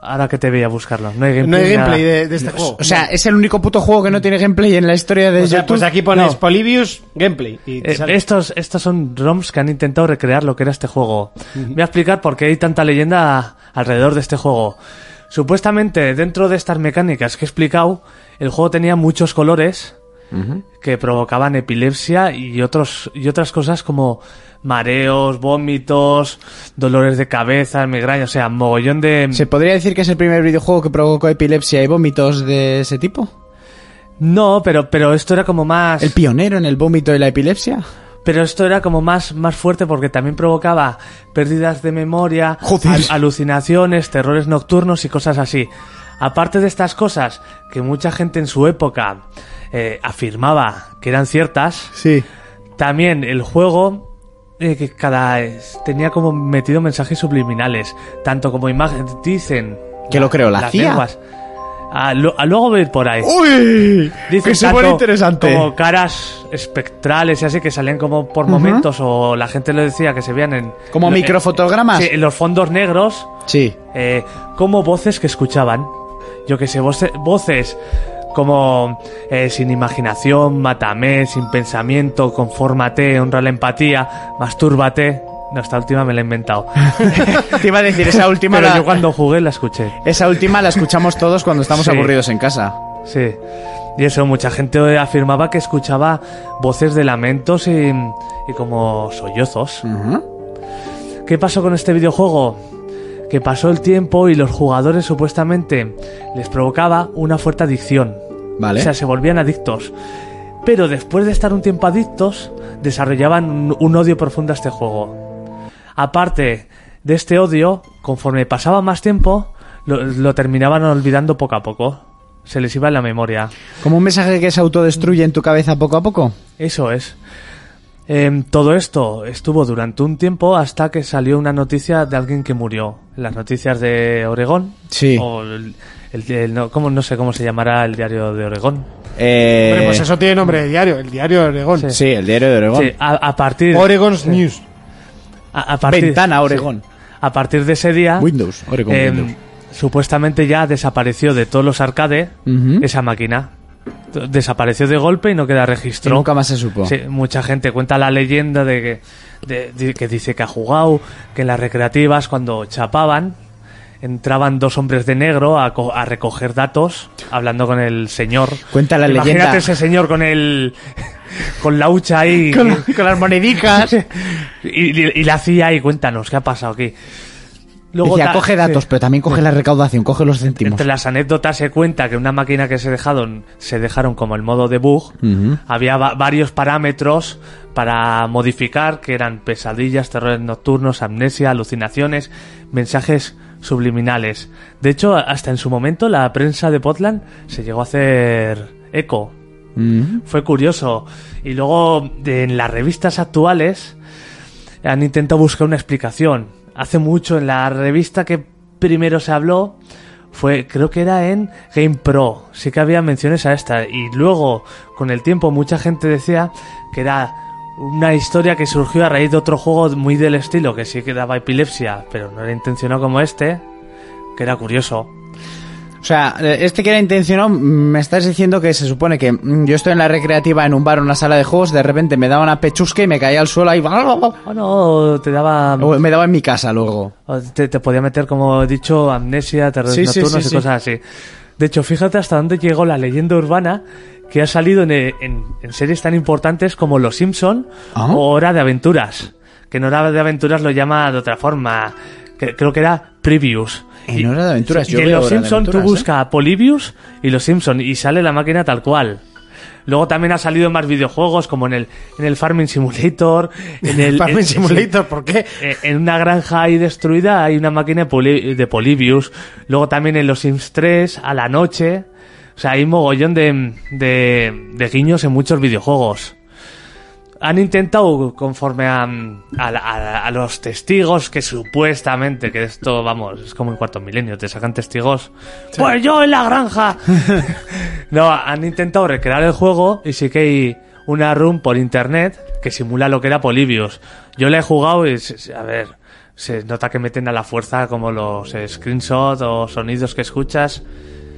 Ahora que te voy a buscarlo, no hay gameplay.
No hay
ni
gameplay
nada.
de, de este juego.
O sea, es el único puto juego que no tiene gameplay en la historia de
O sea,
YouTube.
pues aquí pones
No.
Polybius Gameplay. Y te
Eh,
sale.
estos, estos son ROMs que han intentado recrear lo que era este juego. Voy a explicar por qué hay tanta leyenda alrededor de este juego. Supuestamente, dentro de estas mecánicas que he explicado, el juego tenía muchos colores que provocaban epilepsia y, otros, y otras cosas como mareos, vómitos, dolores de cabeza, migraña, o sea, mogollón de...
¿Se podría decir que es el primer videojuego que provocó epilepsia y vómitos de ese tipo?
No, pero, pero esto era como más...
¿El pionero en el vómito y la epilepsia?
Pero esto era como más, más fuerte porque también provocaba pérdidas de memoria, al- alucinaciones, terrores nocturnos y cosas así. Aparte de estas cosas que mucha gente en su época eh, afirmaba que eran ciertas,
Sí.
también el juego eh, que cada es- tenía como metido mensajes subliminales, tanto como imágenes dicen
Que lo creo, la
las
CIA.
lenguas. Ah, lo- ah, luego voy a ir por ahí.
¡Uy!
Dicen
que se
tanto
pone interesante.
Como caras espectrales y así que salían como por momentos o la gente lo decía que se veían en...
¿Como
lo-
microfotogramas?
sí, en los fondos negros,
Sí.
eh, como voces que escuchaban. Yo que sé, voce- voces como eh, sin imaginación, mátame, sin pensamiento, confórmate, honra la empatía, mastúrbate. No, esta última me la he inventado.
Te iba a decir, esa última,
Pero
la,
yo cuando jugué la escuché.
esa última la escuchamos todos cuando estamos
Sí.
aburridos en casa.
Sí. Y eso, mucha gente afirmaba que escuchaba voces de lamentos y, y como sollozos. ¿Qué pasó con este videojuego? Que pasó el tiempo y los jugadores supuestamente les provocaba una fuerte adicción.
Vale.
O sea, se volvían adictos. pero después de estar un tiempo adictos, desarrollaban un, un odio profundo a este juego. Aparte de este odio, conforme pasaba más tiempo, lo, lo terminaban olvidando poco a poco. Se les iba en la memoria.
Como un mensaje que se autodestruye en tu cabeza poco a poco.
Eso es. Em, todo esto estuvo durante un tiempo hasta que salió una noticia de alguien que murió. Las noticias de Oregón.
Sí.
O el, el- el- no, ¿cómo- no sé cómo se llamará el diario de Oregón.
Hombre, pues eso tiene nombre de diario, el diario de Oregón.
Eh, Sí, el diario de Oregón.
Sí, a, a partir
Oregon's News.
A, a partir,
Ventana, Oregón.
sí. a partir de ese día.
Windows, Oregón,
em,
Windows.
Supuestamente ya desapareció de todos los arcade esa máquina. T- Desapareció de golpe y no queda registro.
Y nunca más se supo.
Sí, mucha gente cuenta la leyenda de que, de- de que dice que ha jugado, que en las recreativas cuando chapaban entraban dos hombres de negro a, co- a recoger datos hablando con el señor.
Cuenta la
Imagínate
leyenda.
ese señor con el con la hucha ahí
Con, con las monedicas.
y, y- y la CIA ahí, cuéntanos, ¿qué ha pasado aquí?
Decía,
ta-
coge datos,
sí,
pero también coge la recaudación, coge los céntimos.
Entre las anécdotas se cuenta que una máquina que se dejaron, se dejaron como el modo de bug,
Ujú.
había va- varios parámetros para modificar, que eran pesadillas, terrores nocturnos, amnesia, alucinaciones, mensajes subliminales. De hecho, hasta en su momento la prensa de Portland se llegó a hacer eco fue curioso. Y luego de- en las revistas actuales han intentado buscar una explicación. Hace mucho en la revista que primero se habló fue, creo que era en Game Pro. Sí que había menciones a esta. Y luego, con el tiempo, mucha gente decía que era una historia que surgió a raíz de otro juego muy del estilo, que sí que daba epilepsia, pero no era intencionado como este, que era curioso.
O sea, eh, este que era intencionado, mm, me estás diciendo que se supone que mm, yo estoy en la recreativa en un bar, en una sala de juegos, de repente me daba una pechusca y me caía al suelo ahí.
Bueno, te daba.
me daba en mi casa luego.
O Te, te podía meter, como he dicho, amnesia, terrores
Sí, sí,
nocturnos
sí,
y
sí.
cosas así. De hecho, fíjate hasta dónde llegó la leyenda urbana que ha salido en, eh, en- en series tan importantes como Los Simpson
Ah.
o Hora de Aventuras. Que en Hora de Aventuras lo llama de otra forma. que- creo que era Previous.
En Hora de Aventuras, yo
y en
veo
Los
Hora de
Simpson tú
Aventuras, ¿eh?
buscas a Polybius y Los Simpson y sale la máquina tal cual. Luego también ha salido en más videojuegos como en el, en el Farming Simulator, en el
Farming
en-
Simulator, ¿por qué?
eh, en una granja ahí destruida hay una máquina de, poli- de Polybius. Luego también en los Sims 3, a la noche. O sea, hay mogollón de, de, de guiños en muchos videojuegos. Han intentado, conforme a, a la- a la- a los testigos, que supuestamente, que esto, vamos, es como el cuarto milenio, te sacan testigos. Pues yo en la granja. No, han intentado recrear el juego y sí que hay una room por internet que simula lo que era Polybius. Yo la he jugado y, se- se- a ver, se nota que meten a la fuerza como los eh, screenshots o sonidos que escuchas.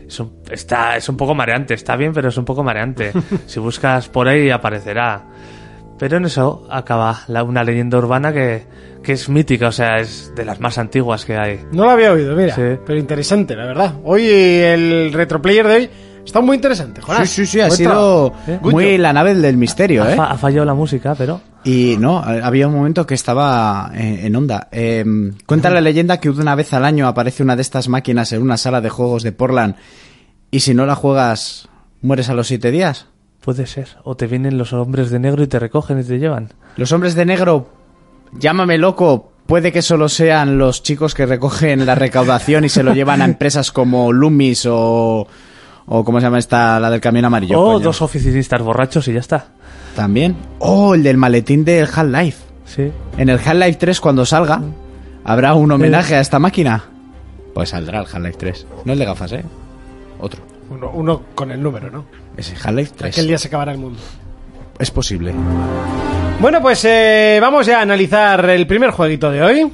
Es un, está, es un poco mareante, está bien, pero es un poco mareante. si buscas por ahí aparecerá. Pero en eso acaba la- una leyenda urbana que, que es mítica, o sea, es de las más antiguas que hay.
No lo había oído, mira.
Sí.
Pero interesante, la verdad. Hoy el retroplayer de hoy está muy interesante,
Sí,
Jonás.
sí, sí, ha
Buen
sido
trabajo.
muy la nave del misterio,
Ha,
¿eh?
fa- ha fallado la música, pero...
Y no, eh, había un momento que estaba eh, en onda. Eh, cuenta la leyenda que una vez al año aparece una de estas máquinas en una sala de juegos de Portland y si no la juegas, mueres a los siete días.
Puede ser. O te vienen los hombres de negro y te recogen y te llevan.
Los hombres de negro, llámame loco, puede que solo sean los chicos que recogen la recaudación y se lo llevan a empresas como Loomis o... o ¿Cómo se llama esta? La del camión amarillo.
o
coño.
Oh, dos oficinistas borrachos y ya está.
También. Oh, el del maletín del Half-Life.
Sí.
En el Half-Life 3 cuando salga, ¿habrá un homenaje a esta máquina? Pues saldrá el Half-Life 3. No el de gafas, ¿eh? Otro.
Uno, uno con el número, ¿no?
Ese Half-Life 3.
Aquel día se acabará el mundo.
Es posible.
Bueno, pues eh, vamos ya a analizar el primer jueguito de hoy.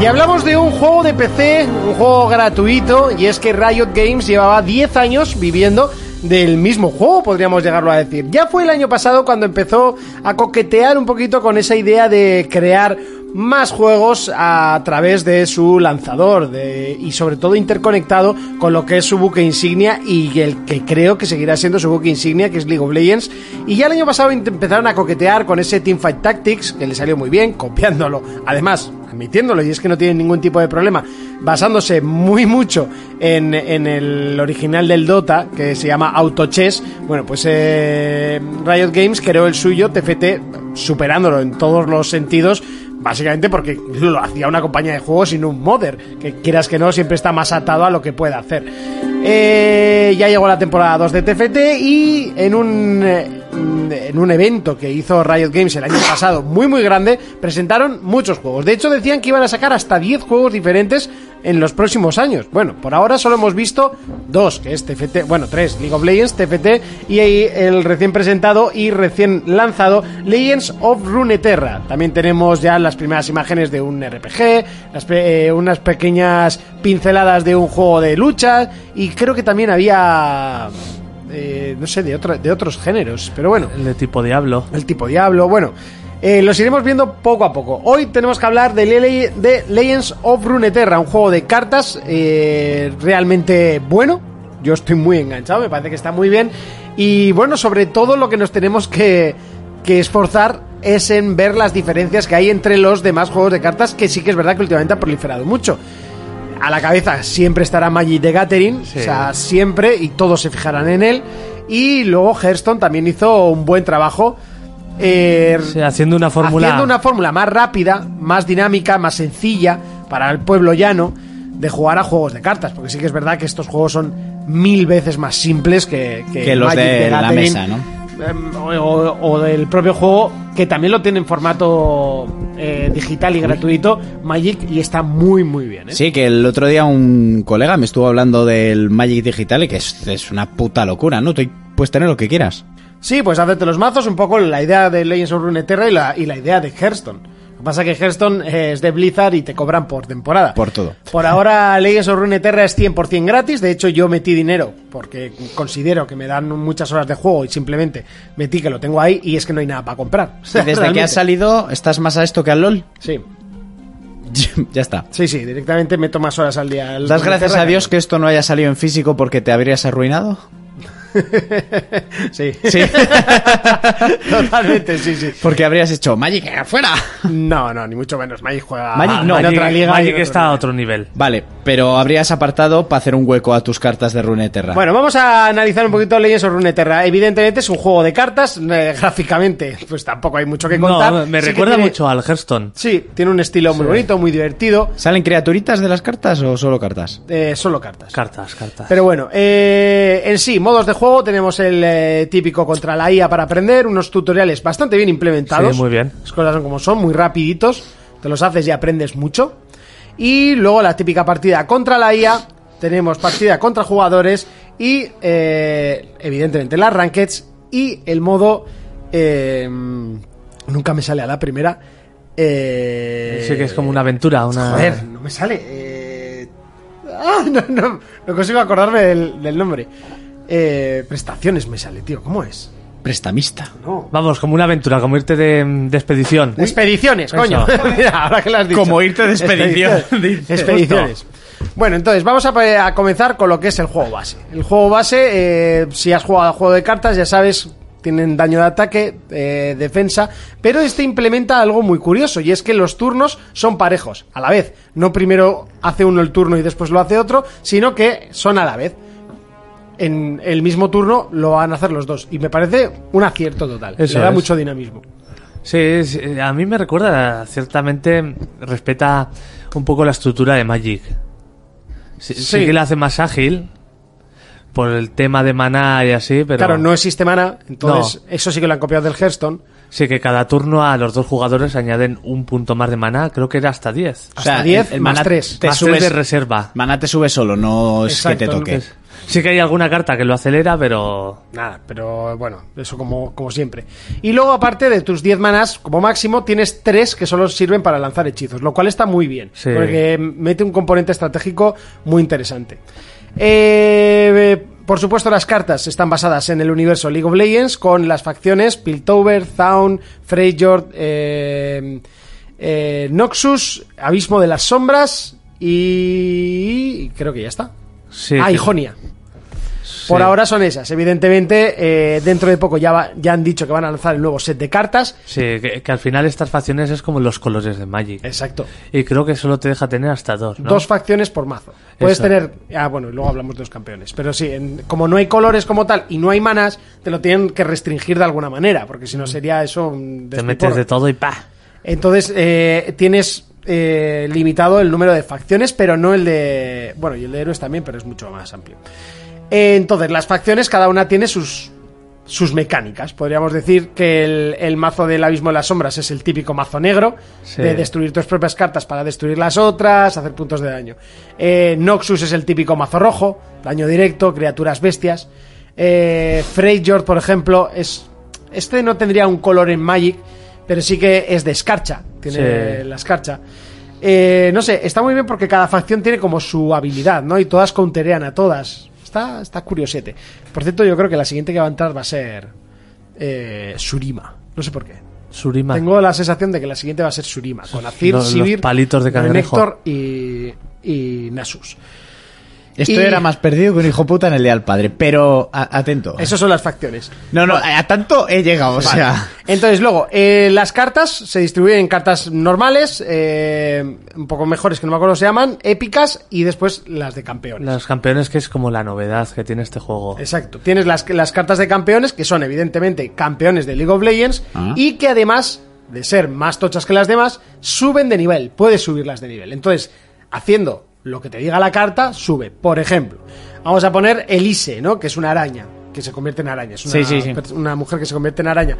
Y hablamos de un juego de PC, un juego gratuito, y es que Riot Games llevaba 10 años viviendo del mismo juego, podríamos llegarlo a decir. Ya fue el año pasado cuando empezó a coquetear un poquito con esa idea de crear más juegos a través de su lanzador de- y sobre todo interconectado con lo que es su buque insignia y el que creo que seguirá siendo su buque insignia que es League of Legends y ya el año pasado int- empezaron a coquetear con ese Teamfight Tactics que le salió muy bien copiándolo además
admitiéndolo, y es que no tienen ningún tipo de problema, basándose muy mucho en, en el original del Dota, que se llama Auto Chess. Bueno, pues eh, Riot Games creó el suyo, TFT, superándolo en todos los sentidos. Básicamente porque lo hacía una compañía de juegos sin un modder, que quieras que no, siempre está más atado a lo que pueda hacer. Eh, ya llegó la temporada 2 de TFT y en un, eh, en un evento que hizo Riot Games el año pasado, muy muy grande, presentaron muchos juegos. De hecho decían que iban a sacar hasta 10 juegos diferentes en los próximos años. Bueno, por ahora solo hemos visto dos, que es TFT, bueno, tres, League of Legends, TFT y ahí el recién presentado y recién lanzado Legends of Runeterra. También tenemos ya las primeras imágenes de un RPG, las pe- eh, unas pequeñas pinceladas de un juego de lucha y creo que también había eh, no sé, de, otra- de otros géneros, pero bueno.
El de tipo Diablo.
El tipo Diablo, bueno. eh, los iremos viendo poco a poco. Hoy tenemos que hablar de, Lele- de Legends of Runeterra, un juego de cartas eh, realmente bueno. Yo estoy muy enganchado, me parece que está muy bien. Y bueno, sobre todo lo que nos tenemos que, que esforzar es en ver las diferencias que hay entre los demás juegos de cartas, que sí que es verdad que últimamente ha proliferado mucho a la cabeza siempre estará Magic the Gathering, o sea, siempre, y todos se fijarán en él. Y luego Hearthstone también hizo un buen trabajo. eh,
Sí, haciendo una fórmula.
Haciendo una fórmula más rápida, más dinámica, más sencilla para el pueblo llano de jugar a juegos de cartas, porque sí que es verdad que estos juegos son mil veces más simples que,
Que los
Magic
de
the
la
Gathering,
mesa, ¿no?
em, O, o- o del propio juego, que también lo tiene en formato eh, digital y gratuito, Magic, y está muy, muy bien. ¿eh?
Sí, que el otro día un colega me estuvo hablando del Magic Digital y que es, es una puta locura, ¿no? Tú puedes tener lo que quieras.
Sí, pues hacerte los mazos, un poco la idea de Legends of Runeterra y la, y la idea de Hearthstone. Lo que pasa es que Hearthstone eh, es de Blizzard y te cobran por temporada.
Por todo.
Por ahora Legends of Runeterra es 100% gratis, de hecho yo metí dinero porque considero que me dan muchas horas de juego y simplemente metí que lo tengo ahí y es que no hay nada para comprar.
Y desde que
Realmente.
has salido, estás más a esto que al LOL.
Sí,
ya está.
sí, sí, directamente meto más horas al día. al
¿Das gracias
Runeterra
a
que-
Dios que esto no haya salido en físico porque te habrías arruinado?
Sí.
Sí.
Totalmente, sí, sí.
Porque habrías hecho Magic afuera.
No, no, ni mucho menos. Magic juega
Ah,
Magic no.
en otra liga. y en
Magic
otro
está
a otro nivel.
Vale, pero habrías apartado para hacer un hueco a tus cartas de Runeterra.
Bueno, vamos a analizar un poquito Legends of Runeterra. Evidentemente es un juego de cartas, eh, gráficamente, pues tampoco hay mucho que contar.
No, me
Sí que
recuerda
tiene-
mucho al Hearthstone.
Sí, tiene un estilo muy
Sí.
bonito, muy divertido.
¿Salen criaturitas de las cartas o solo cartas?
Eh, solo cartas.
Cartas, cartas.
Pero bueno, eh, en sí, modos de juego, tenemos el eh, típico contra la IA para aprender, unos tutoriales bastante bien implementados.
Sí, muy bien.
Las cosas son como son, muy rapiditos, te los haces y aprendes mucho. Y luego la típica partida contra la IA, tenemos partida contra jugadores y eh, evidentemente las rankeds y el modo... eh, nunca me sale a la primera. eh,
Sí, que es como una aventura, una.
Joder, no me sale. eh, Ah, no, no, no consigo acordarme del, del nombre. Eh, prestaciones me sale, tío. ¿Cómo es?
Prestamista.
No.
Vamos, como una aventura, como irte de, de expedición.
Expediciones,
Eso.
coño. Mira, ahora que lo has dicho.
Como irte de expedición.
Expediciones.
Dice,
Expediciones. Bueno, entonces vamos a, pe- a comenzar con lo que es el juego base. El juego base, eh, si has jugado a juego de cartas, ya sabes, tienen daño de ataque, eh, defensa, pero este implementa algo muy curioso y es que los turnos son parejos, a la vez. No primero hace uno el turno y después lo hace otro, sino que son a la vez. En el mismo turno lo van a hacer los dos y me parece un acierto total.
Eso
Le da
es.
mucho dinamismo.
Sí, sí, a mí me recuerda, ciertamente respeta un poco la estructura de Magic. Sí, sí
Sí.
que la hace más ágil por el tema de maná y así, pero
Claro, no existe mana, entonces eso sí que lo han copiado del Hearthstone.
sí que cada turno a los dos jugadores añaden un punto más de maná, creo que era hasta 10.
Hasta 10 más
maná
3.
Te
Más
subes,
tres de reserva.
Maná te sube solo, no es
Exacto,
que te toque.
no es-
Sí que hay alguna carta que lo acelera, pero
Nada, pero bueno, eso como, como siempre. Y luego, aparte de tus 10 manas, como máximo, tienes 3 que solo sirven para lanzar hechizos, lo cual está muy bien,
Sí.
porque mete un componente estratégico muy interesante. Eh, eh, por supuesto, las cartas están basadas en el universo League of Legends, con las facciones Piltover, Zaun, Freyjord, eh, eh, Noxus, Abismo de las Sombras y... creo que ya está.
sí.
ah,
que-
y Jonia. Por ahora son esas. Evidentemente, eh, dentro de poco ya, va- ya han dicho que van a lanzar el nuevo set de cartas.
Sí, que, que al final estas facciones es como los colores de Magic.
Exacto.
Y creo que solo te deja tener hasta dos, ¿no?
Dos facciones por mazo. Puedes
Eso.
tener. Ah, bueno, y luego hablamos de los campeones. Pero sí, en- como no hay colores como tal y no hay manas, te lo tienen que restringir de alguna manera, porque si no sería eso. un
Mm. Te metes
despilporro.
de todo y pa.
Entonces, eh, tienes eh, limitado el número de facciones, pero no el de. Bueno, y el de héroes también, pero es mucho más amplio. Eh, entonces, las facciones, cada una tiene sus. Sus mecánicas. Podríamos decir que el, el mazo del Abismo de las Sombras es el típico mazo negro,
Sí.
de destruir tus propias cartas para destruir las otras, hacer puntos de daño. Eh, Noxus es el típico mazo rojo, daño directo, criaturas bestias. Eh, Freyjord, por ejemplo, es. Este no tendría un color en Magic, pero sí que es de escarcha. Tiene
Sí.
la escarcha. Eh, no sé, está muy bien porque cada facción tiene como su habilidad, ¿no? Y todas counterean a todas. Está, está curiosete. Por cierto, yo creo que la siguiente que va a entrar va a ser. eh, Surima. No sé por qué.
Surima.
Tengo la sensación de que la siguiente va a ser Surima, con Azir,
Ah. Los- los
Sivir,
palitos de cangrejo.
Renekton y, y Nasus.
Esto
Y-
era más perdido que un hijo puta en el día del padre, pero a- atento.
Esas son las facciones.
No, no, a a tanto he llegado, o
Vale.
sea.
Entonces, luego, eh, las cartas se distribuyen en cartas normales, eh, un poco mejores que no me acuerdo cómo se llaman, épicas y después las de campeones.
Los campeones que es como la novedad que tiene este juego.
Exacto. Tienes las, las cartas de campeones, que son evidentemente campeones de League of Legends,
Ah.
y que además de ser más tochas que las demás, suben de nivel. Puedes subirlas de nivel. Entonces, haciendo lo que te diga la carta, sube. Por ejemplo, vamos a poner Elise, ¿no? Que es una araña, que se convierte en araña. Es una,
Sí, sí, sí.
per- una mujer que se convierte en araña.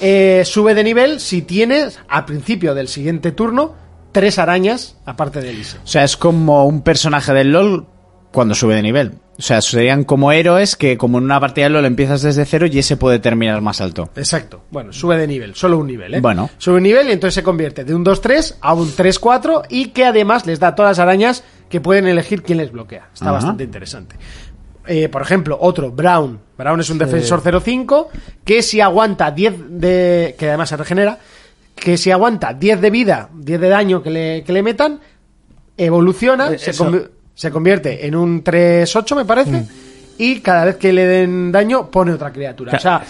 Eh, sube de nivel si tienes, a principio del siguiente turno, tres arañas aparte de Elise.
O sea, es como un personaje del LOL cuando sube de nivel. O sea, serían como héroes que como en una partida de LOL empiezas desde cero y ese puede terminar más alto.
Exacto. Bueno, sube de nivel, solo un nivel, ¿eh?
Bueno.
Sube un nivel y entonces se convierte de un 2-3 a un 3-4 y que además les da a todas las arañas que pueden elegir quién les bloquea. Está
Ajá.
bastante interesante. Eh, por ejemplo, otro, Brown. Brown es un
Sí.
defensor 0-5 que si aguanta 10 de... que además se regenera, que si aguanta 10 de vida, 10 de daño que le, que le metan, evoluciona,
Eh,
se,
eso. Mm.
convi- se convierte en un 3-8 me parece, y cada vez que le den daño pone otra criatura. O sea,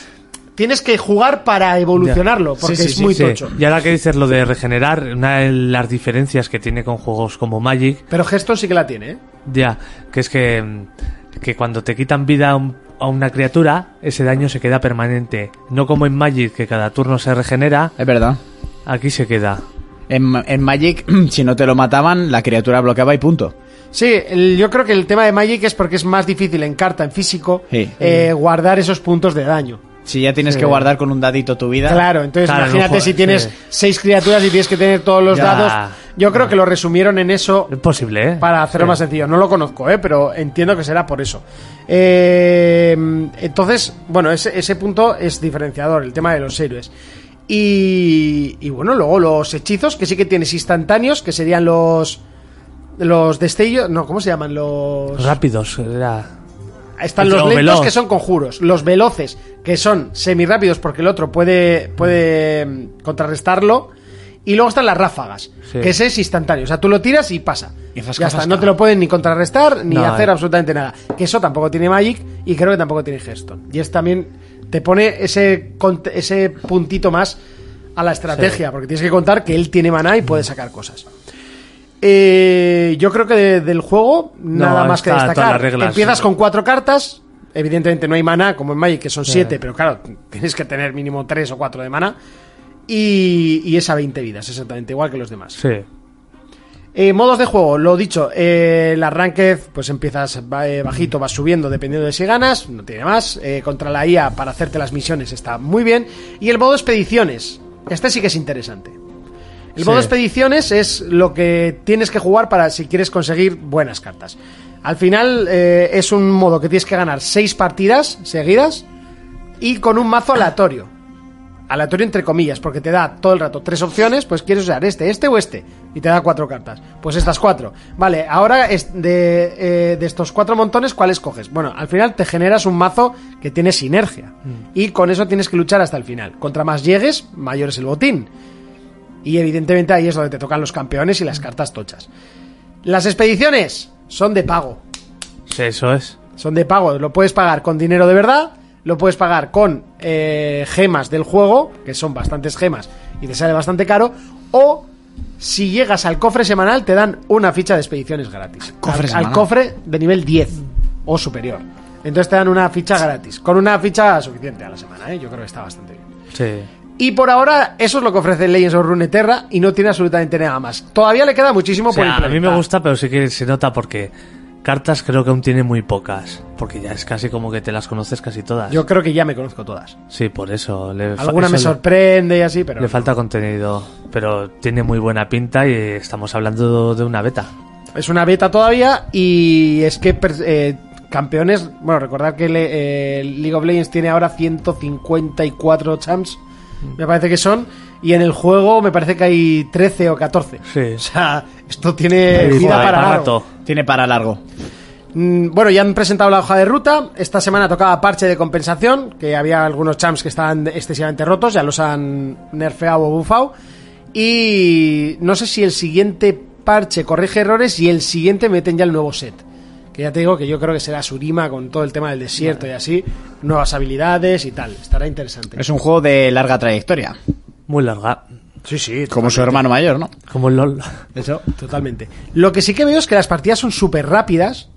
tienes que jugar para evolucionarlo,
Ya.
porque
Sí, sí,
es
sí,
muy
sí.
tocho.
Y ahora que dices lo de regenerar, una de las diferencias que tiene con juegos como Magic,
Pero Geston sí que la tiene, ¿eh?
ya, que es que, mm, que cuando te quitan vida a, un- a una criatura, ese daño se queda permanente. No como en Magic, que cada turno se regenera.
Es verdad.
Aquí se queda.
En, en Magic, si no te lo mataban, la criatura bloqueaba y punto.
Sí, el- yo creo que el tema de Magic es porque es más difícil en carta, en físico,
Sí.
eh, guardar esos puntos de daño.
Si ya tienes
Sí.
que guardar con un dadito tu vida.
Claro, entonces
Claro, no
imagínate
jodas,
si tienes
sí.
seis criaturas y tienes que tener todos los
Ya.
dados. Yo creo que lo resumieron en eso
Es posible, ¿eh?
para hacerlo
Sí.
más sencillo. No lo conozco, ¿eh? pero entiendo que será por eso. Eh, entonces, bueno, ese, ese punto es diferenciador, el tema de los héroes. Y, y bueno, luego los hechizos, que sí que tienes instantáneos, que serían los... Los destellos, no, ¿cómo se llaman? Los...
Rápidos, era.
Están
El
los
o
lentos
veloz.
que son conjuros, los veloces que son semirápidos porque el otro puede, puede mm, contrarrestarlo y luego están las ráfagas,
Sí.
que ese es instantáneo, o sea, tú lo tiras y pasa.
Y
ya
zasca,
está,
zasca.
no te lo pueden ni contrarrestar ni
No,
hacer
eh.
absolutamente nada. Que eso tampoco tiene Magic y creo que tampoco tiene Hearthstone. Y es también te pone ese cont- ese puntito más a la estrategia, porque tienes que contar que él tiene maná y puede sacar cosas. Eh, yo creo que de- del juego nada más que
está todas
destacar.
las reglas.
Empiezas con cuatro cartas. Evidentemente no hay maná, como en Magic, que son
Sí.
siete, pero claro, tienes que tener mínimo tres o cuatro de maná. Y, y es a 20 vidas, exactamente igual que los demás.
Sí.
Eh, modos de juego, lo dicho, eh, el arranque, pues empiezas ba- eh, bajito, vas subiendo dependiendo de si ganas, no tiene más. Eh, contra la IA para hacerte las misiones está muy bien. Y el modo expediciones, este sí que es interesante. El modo
Sí.
expediciones es lo que tienes que jugar para si quieres conseguir buenas cartas. Al final eh, es un modo que tienes que ganar seis partidas seguidas y con un mazo aleatorio. Aleatorio entre comillas, porque te da todo el rato tres opciones, pues quieres usar este, este o este, y te da cuatro cartas. Pues estas cuatro. Vale, ahora es de, eh, de estos cuatro montones, ¿cuál escoges? Bueno, al final te generas un mazo que tiene sinergia, y con eso tienes que luchar hasta el final. Contra más llegues, mayor es el botín. Y evidentemente ahí es donde te tocan los campeones y las cartas tochas. Las expediciones son de pago.
Sí, eso es.
Son de pago. Lo puedes pagar con dinero de verdad. Lo puedes pagar con eh, gemas del juego, que son bastantes gemas y te sale bastante caro. O si llegas al cofre semanal, te dan una ficha de expediciones gratis.
cofre
al, al
semanal.
cofre de nivel 10 o superior. Entonces te dan una ficha gratis. Con una ficha suficiente a la semana, ¿eh? yo creo que está bastante bien.
Sí.
Y por ahora, eso es lo que ofrece Legends of Runeterra y no tiene absolutamente nada más. Todavía le queda muchísimo
O sea,
por
a mí
implementar.
me gusta, pero sí que se nota porque cartas creo que aún tiene muy pocas. Porque ya es casi como que te las conoces casi todas.
Yo creo que ya me conozco todas.
Sí, por eso. le fa-
Alguna
eso
me
le-
sorprende y así, pero.
le falta contenido, pero tiene muy buena pinta y estamos hablando de una beta.
Es una beta todavía y es que per- eh, campeones. Bueno, recordad que le- eh, League of Legends tiene ahora 154 champs, me parece que son. Y en el juego me parece que hay 13 o 14.
Sí.
O sea, esto tiene vida para largo.
Tiene para largo.
Mm, Bueno, ya han presentado la hoja de ruta. Esta semana tocaba parche de compensación, que había algunos champs que estaban excesivamente rotos, ya los han nerfeado o bufado. Y no sé si el siguiente parche corrige errores y el siguiente meten ya el nuevo set. Que ya te digo que yo creo que será Surima con todo el tema del desierto y así, nuevas habilidades y tal. Estará interesante.
Es un juego de larga trayectoria.
Muy larga.
Sí, sí.
Como su hermano mayor, ¿no?
Como el LOL.
Eso, totalmente. Lo que sí que veo es que las partidas son súper rápidas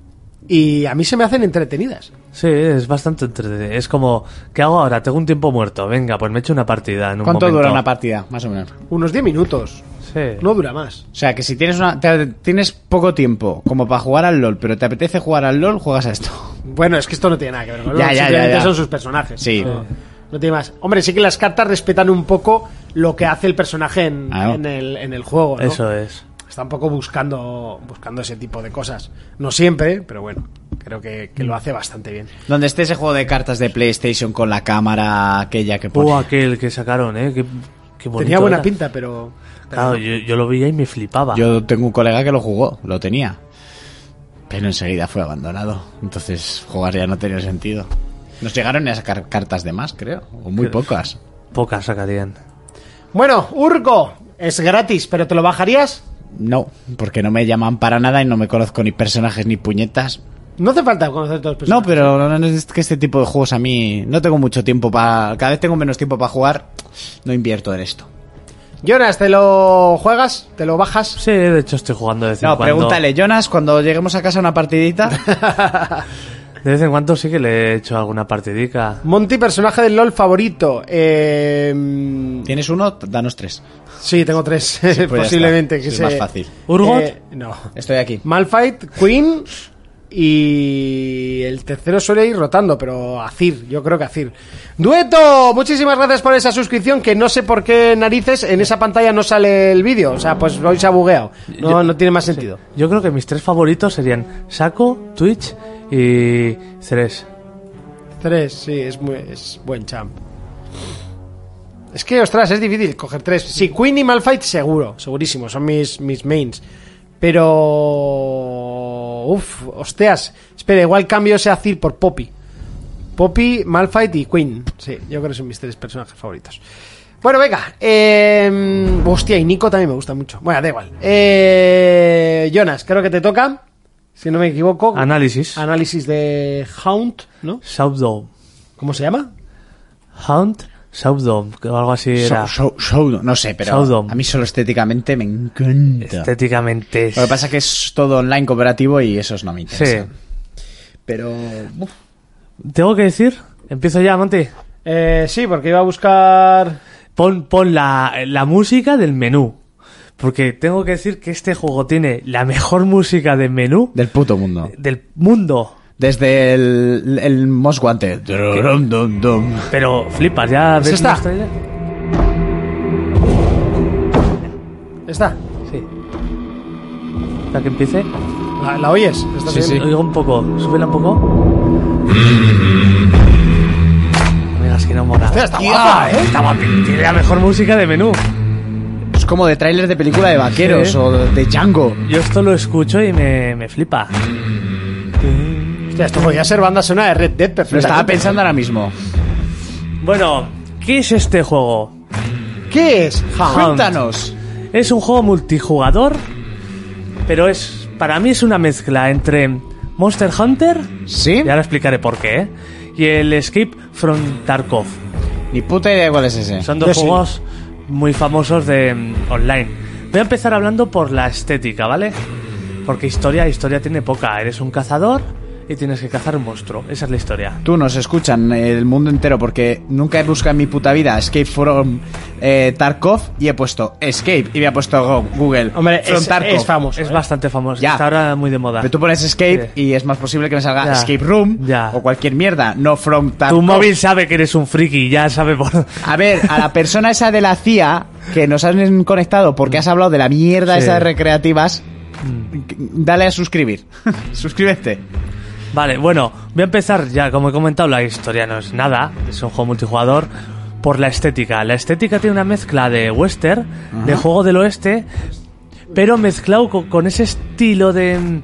y a mí se me hacen entretenidas.
Sí, es bastante entretenido. Es como, ¿qué hago ahora? Tengo un tiempo muerto. Venga, pues me echo una partida. En un
¿Cuánto
momento.
dura una partida, más o menos?
Unos 10 minutos.
Sí.
No dura más.
O sea, que si tienes, una, te- tienes poco tiempo como para jugar al LOL, pero te apetece jugar al LOL, juegas a esto.
Bueno, es que esto no tiene nada que ver con
Ya,
LOL,
ya,
simplemente
ya, ya.
son sus personajes.
Sí.
No, no tiene más. Hombre, sí que las cartas respetan un poco lo que hace el personaje en,
Claro.
en el, en el juego. ¿no?
Eso es.
Está un poco buscando, buscando ese tipo de cosas. No siempre, pero bueno, creo que, que lo hace bastante bien.
Donde esté ese juego de cartas de PlayStation con la cámara aquella que pone.
Buah, Oh, aquel que sacaron, ¿eh? Qué, qué bonito
Tenía buena
era.
pinta, pero.
Claro, yo, yo lo veía y me flipaba.
Yo tengo un colega que lo jugó, lo tenía. Pero enseguida fue abandonado. Entonces jugar ya no tenía sentido. Nos llegaron a sacar cartas de más, creo. O muy pocas.
Pocas sacarían.
Bueno, Urgo, es gratis, pero ¿te lo bajarías?
No, porque no me llaman para nada y no me conozco ni personajes ni puñetas.
No hace falta conocer todos los
Pues
No,
personajes.
pero no, no, es que este tipo de juegos a mí no tengo mucho tiempo para... Cada vez tengo menos tiempo para jugar. No invierto en esto.
Jonas, ¿te lo juegas? ¿Te lo bajas?
Sí, de hecho estoy jugando de vez en
No,
cuando.
pregúntale, Jonas, cuando lleguemos a casa una partidita...
De vez en cuando sí que le he hecho alguna partidica.
Monty, personaje del LOL favorito. Eh,
¿Tienes uno? Danos tres.
Sí, tengo tres,
pues ya
posiblemente.
está.
Que
Es
se-
más fácil.
¿Urgot?
Eh, no.
Estoy aquí.
Malphite, Queen y el tercero suele ir rotando, pero Azir, yo creo que Azir. ¡Dueto! Muchísimas gracias por esa suscripción, que no sé por qué narices en esa pantalla no sale el vídeo. O sea, pues hoy se ha bugueado. No, no tiene más sentido.
Yo creo que mis tres favoritos serían Saco, Twitch y Ceres.
Tres, sí, es, muy, es buen champ. Es que, ostras, es difícil coger tres. Sí, Queen y Malphite seguro, segurísimo, son mis, mis mains. Pero... Uf, hostias. Espera, igual cambio ese Azir por Poppy. Poppy, Malphite y Queen. Sí, yo creo que son mis tres personajes favoritos. Bueno, venga. em, hostia, y Nico también me gusta mucho. Bueno, da igual. Eh, Jonas, creo que te toca. Si no me equivoco.
Análisis.
Análisis de Hound, ¿no?
Shoutdown.
¿Cómo se llama?
Hound, Shoutdown, o algo así era.
Show- show- show- no sé, pero
Showdown. Este-
a mí solo estéticamente me encanta.
Estéticamente es-
Lo que pasa es que es todo online cooperativo y esos no me
Sí.
interesa. Pero... uf,
Tengo que decir, empiezo ya, Monty.
Eh, sí, porque iba a buscar.
Pon, pon la, la música del menú. Porque tengo que decir que este juego tiene la mejor música de menú
Del puto mundo.
del mundo.
Desde el, el Most Wanted. Drum, dum, dum.
Pero flipas, ya
¿Es
ves
esta?
los trailers?
¿Está?
Sí. ¿La que empiece?
¿La, la oyes? ¿Está bien?
Oigo un poco, súbela un poco. Mira, es que no mola.
Hostia, está guapa, ¿eh?
Está guapa. Tiene la mejor música de menú.
Es como de tráiler de película de vaqueros
Sí.
o de Django.
Yo esto lo escucho y me, me flipa.
Hostia, esto podría ser banda sonora de Red Dead,
Lo
perfecto.
estaba pensando ahora mismo.
Bueno, ¿qué es este juego?
¿Qué es? Hound.
Cuéntanos.
Es un juego multijugador, pero es para mí es una mezcla entre Monster Hunter.
Sí.
Ya lo explicaré por qué, ¿eh? Y el Escape from Tarkov.
Ni puta idea cuál es ese.
Son dos
Yo sí.
juegos muy famosos de mm, online. Voy a empezar hablando por la estética, ¿vale? Porque historia, historia tiene poca. Eres un cazador y tienes que cazar un monstruo. Esa es la historia.
Tú nos escuchan eh, el mundo entero porque nunca he buscado en mi puta vida Escape from eh, Tarkov y he puesto Escape y me ha puesto Go- Google.
Hombre,
From
es- es famoso, Es ¿eh? bastante famoso. Está ahora muy de moda.
Pero tú pones Escape y es más posible que me salga
Ya.
Escape Room o cualquier mierda, no From Tarkov.
Tu móvil sabe que eres un friki, ya sabe por...
A ver, a la persona esa de la CIA que nos han conectado porque has hablado de la mierda
Sí. Mm.
esa de recreativas, dale a suscribir. Suscríbete.
Vale, bueno, voy a empezar ya, como he comentado, la historia no es nada, es un juego multijugador por la estética. La estética tiene una mezcla de western, de juego del oeste, pero mezclado co- con, ese estilo de mm,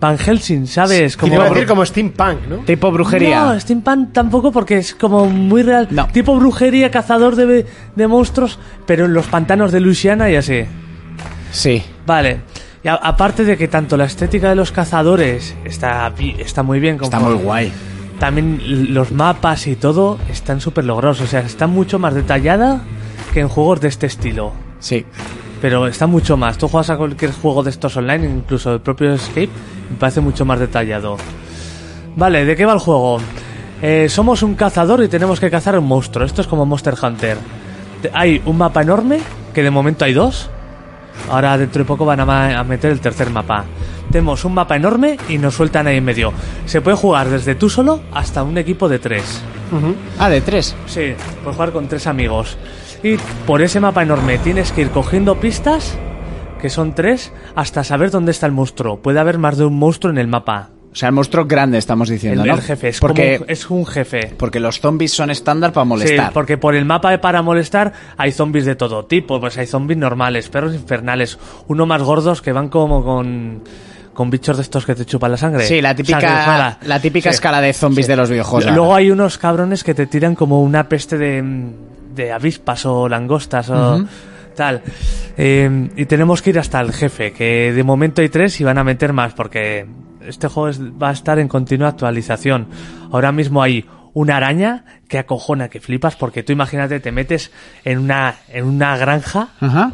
Van Helsing, ¿sabes?
Como iba a decir como steampunk, ¿no?
Tipo
No, steampunk tampoco porque es como muy real. Tipo brujería, cazador de, de monstruos, pero en los pantanos de Luisiana y así.
Sí.
Vale. Y a- aparte de que tanto la estética de los cazadores está, bi- está muy bien. Está
muy guay.
También l- los mapas y todo están súper logrados. O sea, está mucho más detallada que en juegos de este estilo.
Sí.
Pero está mucho más. Tú juegas a cualquier juego de estos online, incluso el propio Escape, me parece mucho más detallado. Vale, ¿de qué va el juego? Eh, somos un cazador y tenemos que cazar un monstruo. Esto es como Monster Hunter. Te- Hay un mapa enorme, que de momento hay dos. Ahora dentro de poco van a, ma- a meter el tercer mapa. Tenemos un mapa enorme y nos sueltan ahí en medio. Se puede jugar desde tú solo hasta un equipo de tres.
Ah, de tres.
Sí, por jugar con tres amigos. Y por ese mapa enorme tienes que ir cogiendo pistas, que son tres, hasta saber dónde está el monstruo. Puede haber más de un monstruo en el mapa.
O sea, el monstruo grande estamos
El,
diciendo, ¿no?
el jefe es,
porque,
como un- es un jefe.
porque los zombies son estándar para molestar.
Sí, porque por el mapa de para molestar hay zombies de todo tipo. Pues hay zombies normales, perros infernales, uno más gordos que van como con, con bichos de estos que te chupan la sangre.
Sí, la típica,
Sangre mala.
la típica
Sí.
escala de zombies de los videojuegos.
Luego hay unos cabrones que te tiran como una peste de, mm, de avispas o langostas o
Ujú.
tal. Eh, y tenemos que ir hasta el jefe, que de momento hay tres y van a meter más porque este juego es- va a estar en continua actualización. Ahora mismo hay una araña que acojona, que flipas, porque tú imagínate, te metes en una, en una granja
Ajá.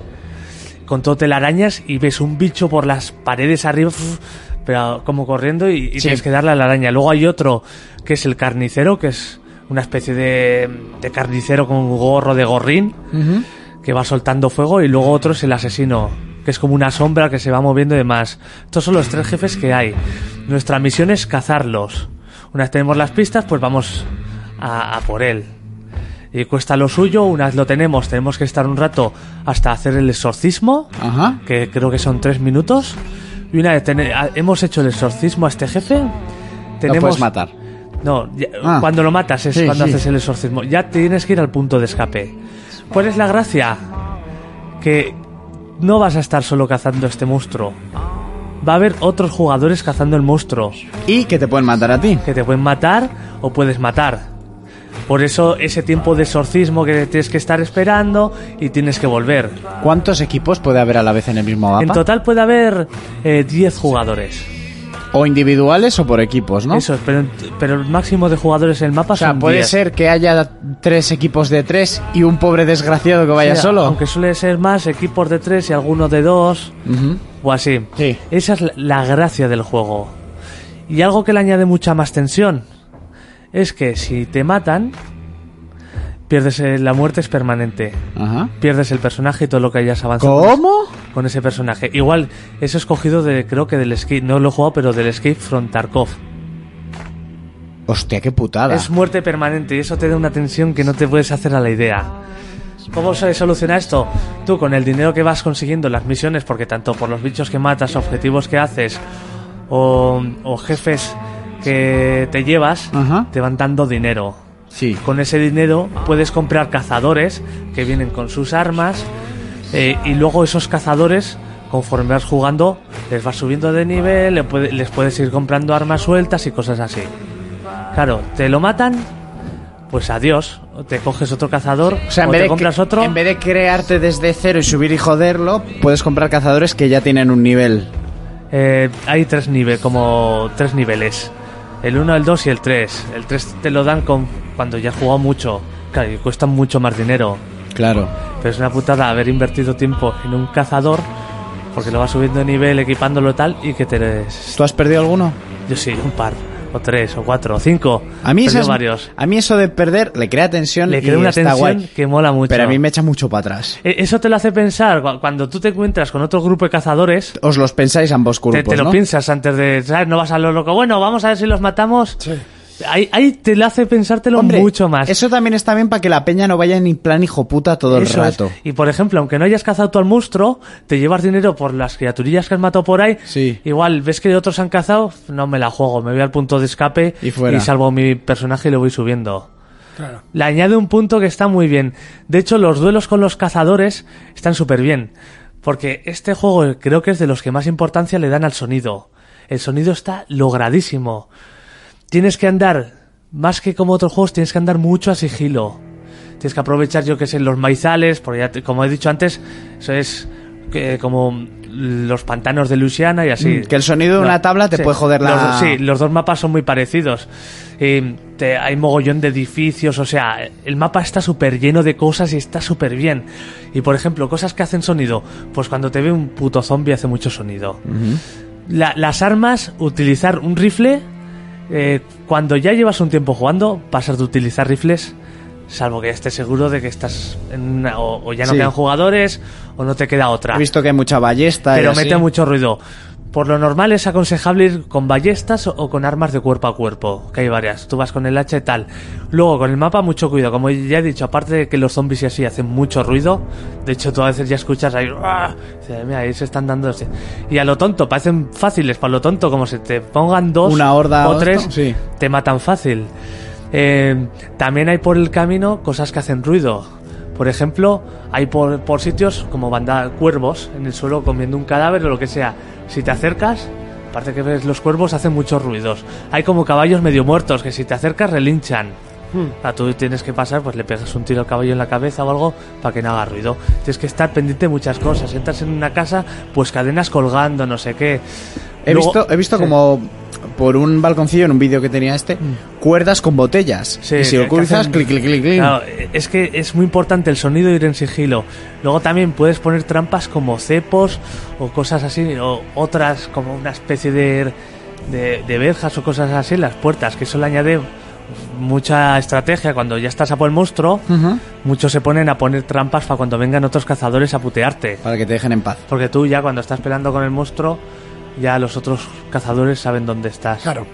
con todo telarañas y ves un bicho por las paredes arriba, ff, pero como corriendo y, y tienes que darle a la araña. Luego hay otro que es el carnicero, que es una especie de, de carnicero con un gorro de gorrín que va soltando fuego y luego otro es el asesino, que es como una sombra que se va moviendo y demás. Estos son los tres jefes que hay. Nuestra misión es cazarlos. Una vez tenemos las pistas, pues vamos a, a por él. Y cuesta lo suyo, una vez lo tenemos, tenemos que estar un rato hasta hacer el exorcismo, que creo que son tres minutos. Y una vez tene- a- hemos hecho el exorcismo a este jefe, tenemos...
puedes matar.
No, ya-
Ah.
cuando lo matas es
Sí,
cuando
sí.
haces el exorcismo. Ya tienes que ir al punto de escape. ¿Cuál es la gracia? Que no vas a estar solo cazando este monstruo. Va a haber otros jugadores cazando el monstruo.
Y que te pueden matar a ti.
Que te pueden matar o puedes matar. Por eso ese tiempo de exorcismo que tienes que estar esperando y tienes que volver.
¿Cuántos equipos puede haber a la vez en el mismo mapa?
En total puede haber eh, 10 jugadores.
o individuales o por equipos, ¿no?
Eso, pero, pero el máximo de jugadores en el mapa
o sea,
son
puede
10.
ser que haya tres equipos de tres y un pobre desgraciado que vaya
Sí,
solo.
Aunque suele ser más equipos de tres y algunos de dos
Ujú.
o así. Esa es la, la gracia del juego. Y algo que le añade mucha más tensión es que si te matan, pierdes eh, la muerte es permanente. Pierdes el personaje y todo lo que hayas avanzado. con
¿Cómo?
ese- Con ese personaje. Igual, eso es cogido de, creo que del escape, no lo he jugado, pero del escape from Tarkov.
Hostia, qué putada.
Es muerte permanente y eso te da una tensión que no te puedes hacer a la idea. ¿Cómo se soluciona esto? Tú con el dinero que vas consiguiendo en las misiones, porque tanto por los bichos que matas, objetivos que haces o, o jefes que te llevas, te van dando dinero.
Sí.
Con ese dinero puedes comprar cazadores que vienen con sus armas eh, y luego esos cazadores, conforme vas jugando, les vas subiendo de nivel, le puede- les puedes ir comprando armas sueltas y cosas así. Claro, te lo matan, pues adiós. O te coges otro cazador,
O sea, en
o
vez,
te
de
compras
que-
otro.
en vez de crearte desde cero y subir y joderlo, puedes comprar cazadores que ya tienen un nivel.
eh, hay tres niveles, como tres niveles. El 1, el 2 y el 3. El 3 te lo dan con, cuando ya has jugado mucho. Claro, y cuesta mucho más dinero.
Claro.
Pero es una putada haber invertido tiempo en un cazador, porque lo vas subiendo de nivel, equipándolo tal, y que te...
¿Tú has perdido alguno?
Yo sí, un par. O tres, o cuatro, o cinco.
A mí,
He perdido
esas-
varios.
a mí eso de perder le crea tensión.
Le
y
crea una
está
tensión
guay.
que mola mucho.
Pero a mí me echa mucho para atrás.
Eh, Eso te lo hace pensar, cu- cuando tú te encuentras con otro grupo de cazadores,
Os los pensáis ambos
te,
grupos,
te lo
¿no?
piensas antes de, ¿sabes? No vas a lo loco, bueno, vamos a ver si los matamos. Ahí, ahí te lo hace pensártelo mucho más.
Eso también está bien para que la peña no vaya ni plan hijo puta todo el
Eso es.
rato.
Y por ejemplo, aunque no hayas cazado tú al monstruo, te llevas dinero por las criaturillas que has matado por ahí. Igual ves que otros han cazado, no me la juego, me voy al punto de escape
Y fuera.
salvo a mi personaje y lo voy subiendo. Le añade un punto que está muy bien. De hecho, los duelos con los cazadores están súper bien. Porque este juego creo que es de los que más importancia le dan al sonido. El sonido está logradísimo. Tienes que andar, más que como otros juegos, tienes que andar mucho a sigilo. Tienes que aprovechar, yo que sé, los maizales, porque ya te- como he dicho antes, eso es que, como los pantanos de Luisiana y así.
Mm, que el sonido de
No,
una tabla te puede joder la-
Los- sí, los dos mapas son muy parecidos. Y te- hay mogollón de edificios, o sea, el mapa está súper lleno de cosas y está súper bien. Y por ejemplo, cosas que hacen sonido. Pues cuando te ve un puto zombie hace mucho sonido. La- las armas, utilizar un rifle. eh, cuando ya llevas un tiempo jugando, pasas de utilizar rifles. Salvo que estés seguro de que estás en una- o, o ya no
Sí.
quedan jugadores o no te queda otra.
He visto que hay mucha ballesta. y
Pero
así.
mete mucho ruido. Por lo normal es aconsejable ir con ballestas o- o con armas de cuerpo a cuerpo, que hay varias. Tú vas con el hacha y tal. Luego, con el mapa, mucho cuidado. Como ya he dicho, aparte de que los zombies y así hacen mucho ruido, de hecho, tú a veces ya escuchas ahí. "Uah", dices, Mira, ahí se están dando. así". Y a lo tonto, parecen fáciles, para lo tonto, como se te pongan dos
Una horda
o
o
tres,
esto, sí.
te matan fácil. Eh, también hay por el camino cosas que hacen ruido. Por ejemplo, hay por, por sitios como banda cuervos en el suelo comiendo un cadáver o lo que sea. Si te acercas, aparte que ves los cuervos hacen muchos ruidos. Hay como caballos medio muertos que si te acercas relinchan.
Hmm.
Ah, tú tienes que pasar, pues le pegas un tiro al caballo en la cabeza o algo para que no haga ruido. Tienes que estar pendiente de muchas cosas. Entras en una casa, pues cadenas colgando, no sé qué.
He
Luego-
visto, he visto
Sí.
como por un balconcillo en un vídeo que tenía este, cuerdas con botellas.
Mm. Sí,
y si
que-
lo
que
cruzas,
hacen-
clic, clic, clic, clic.
Claro, e-, es que es muy importante el sonido ir en sigilo. Luego también puedes poner trampas como cepos o cosas así, o otras como una especie de, de, de verjas o cosas así en las puertas, que eso le añade mucha estrategia. Cuando ya estás a por el monstruo, muchos se ponen a poner trampas para cuando vengan otros cazadores a putearte.
Para que te dejen en paz.
Porque tú ya cuando estás peleando con el monstruo, ya los otros cazadores saben dónde estás. Claro.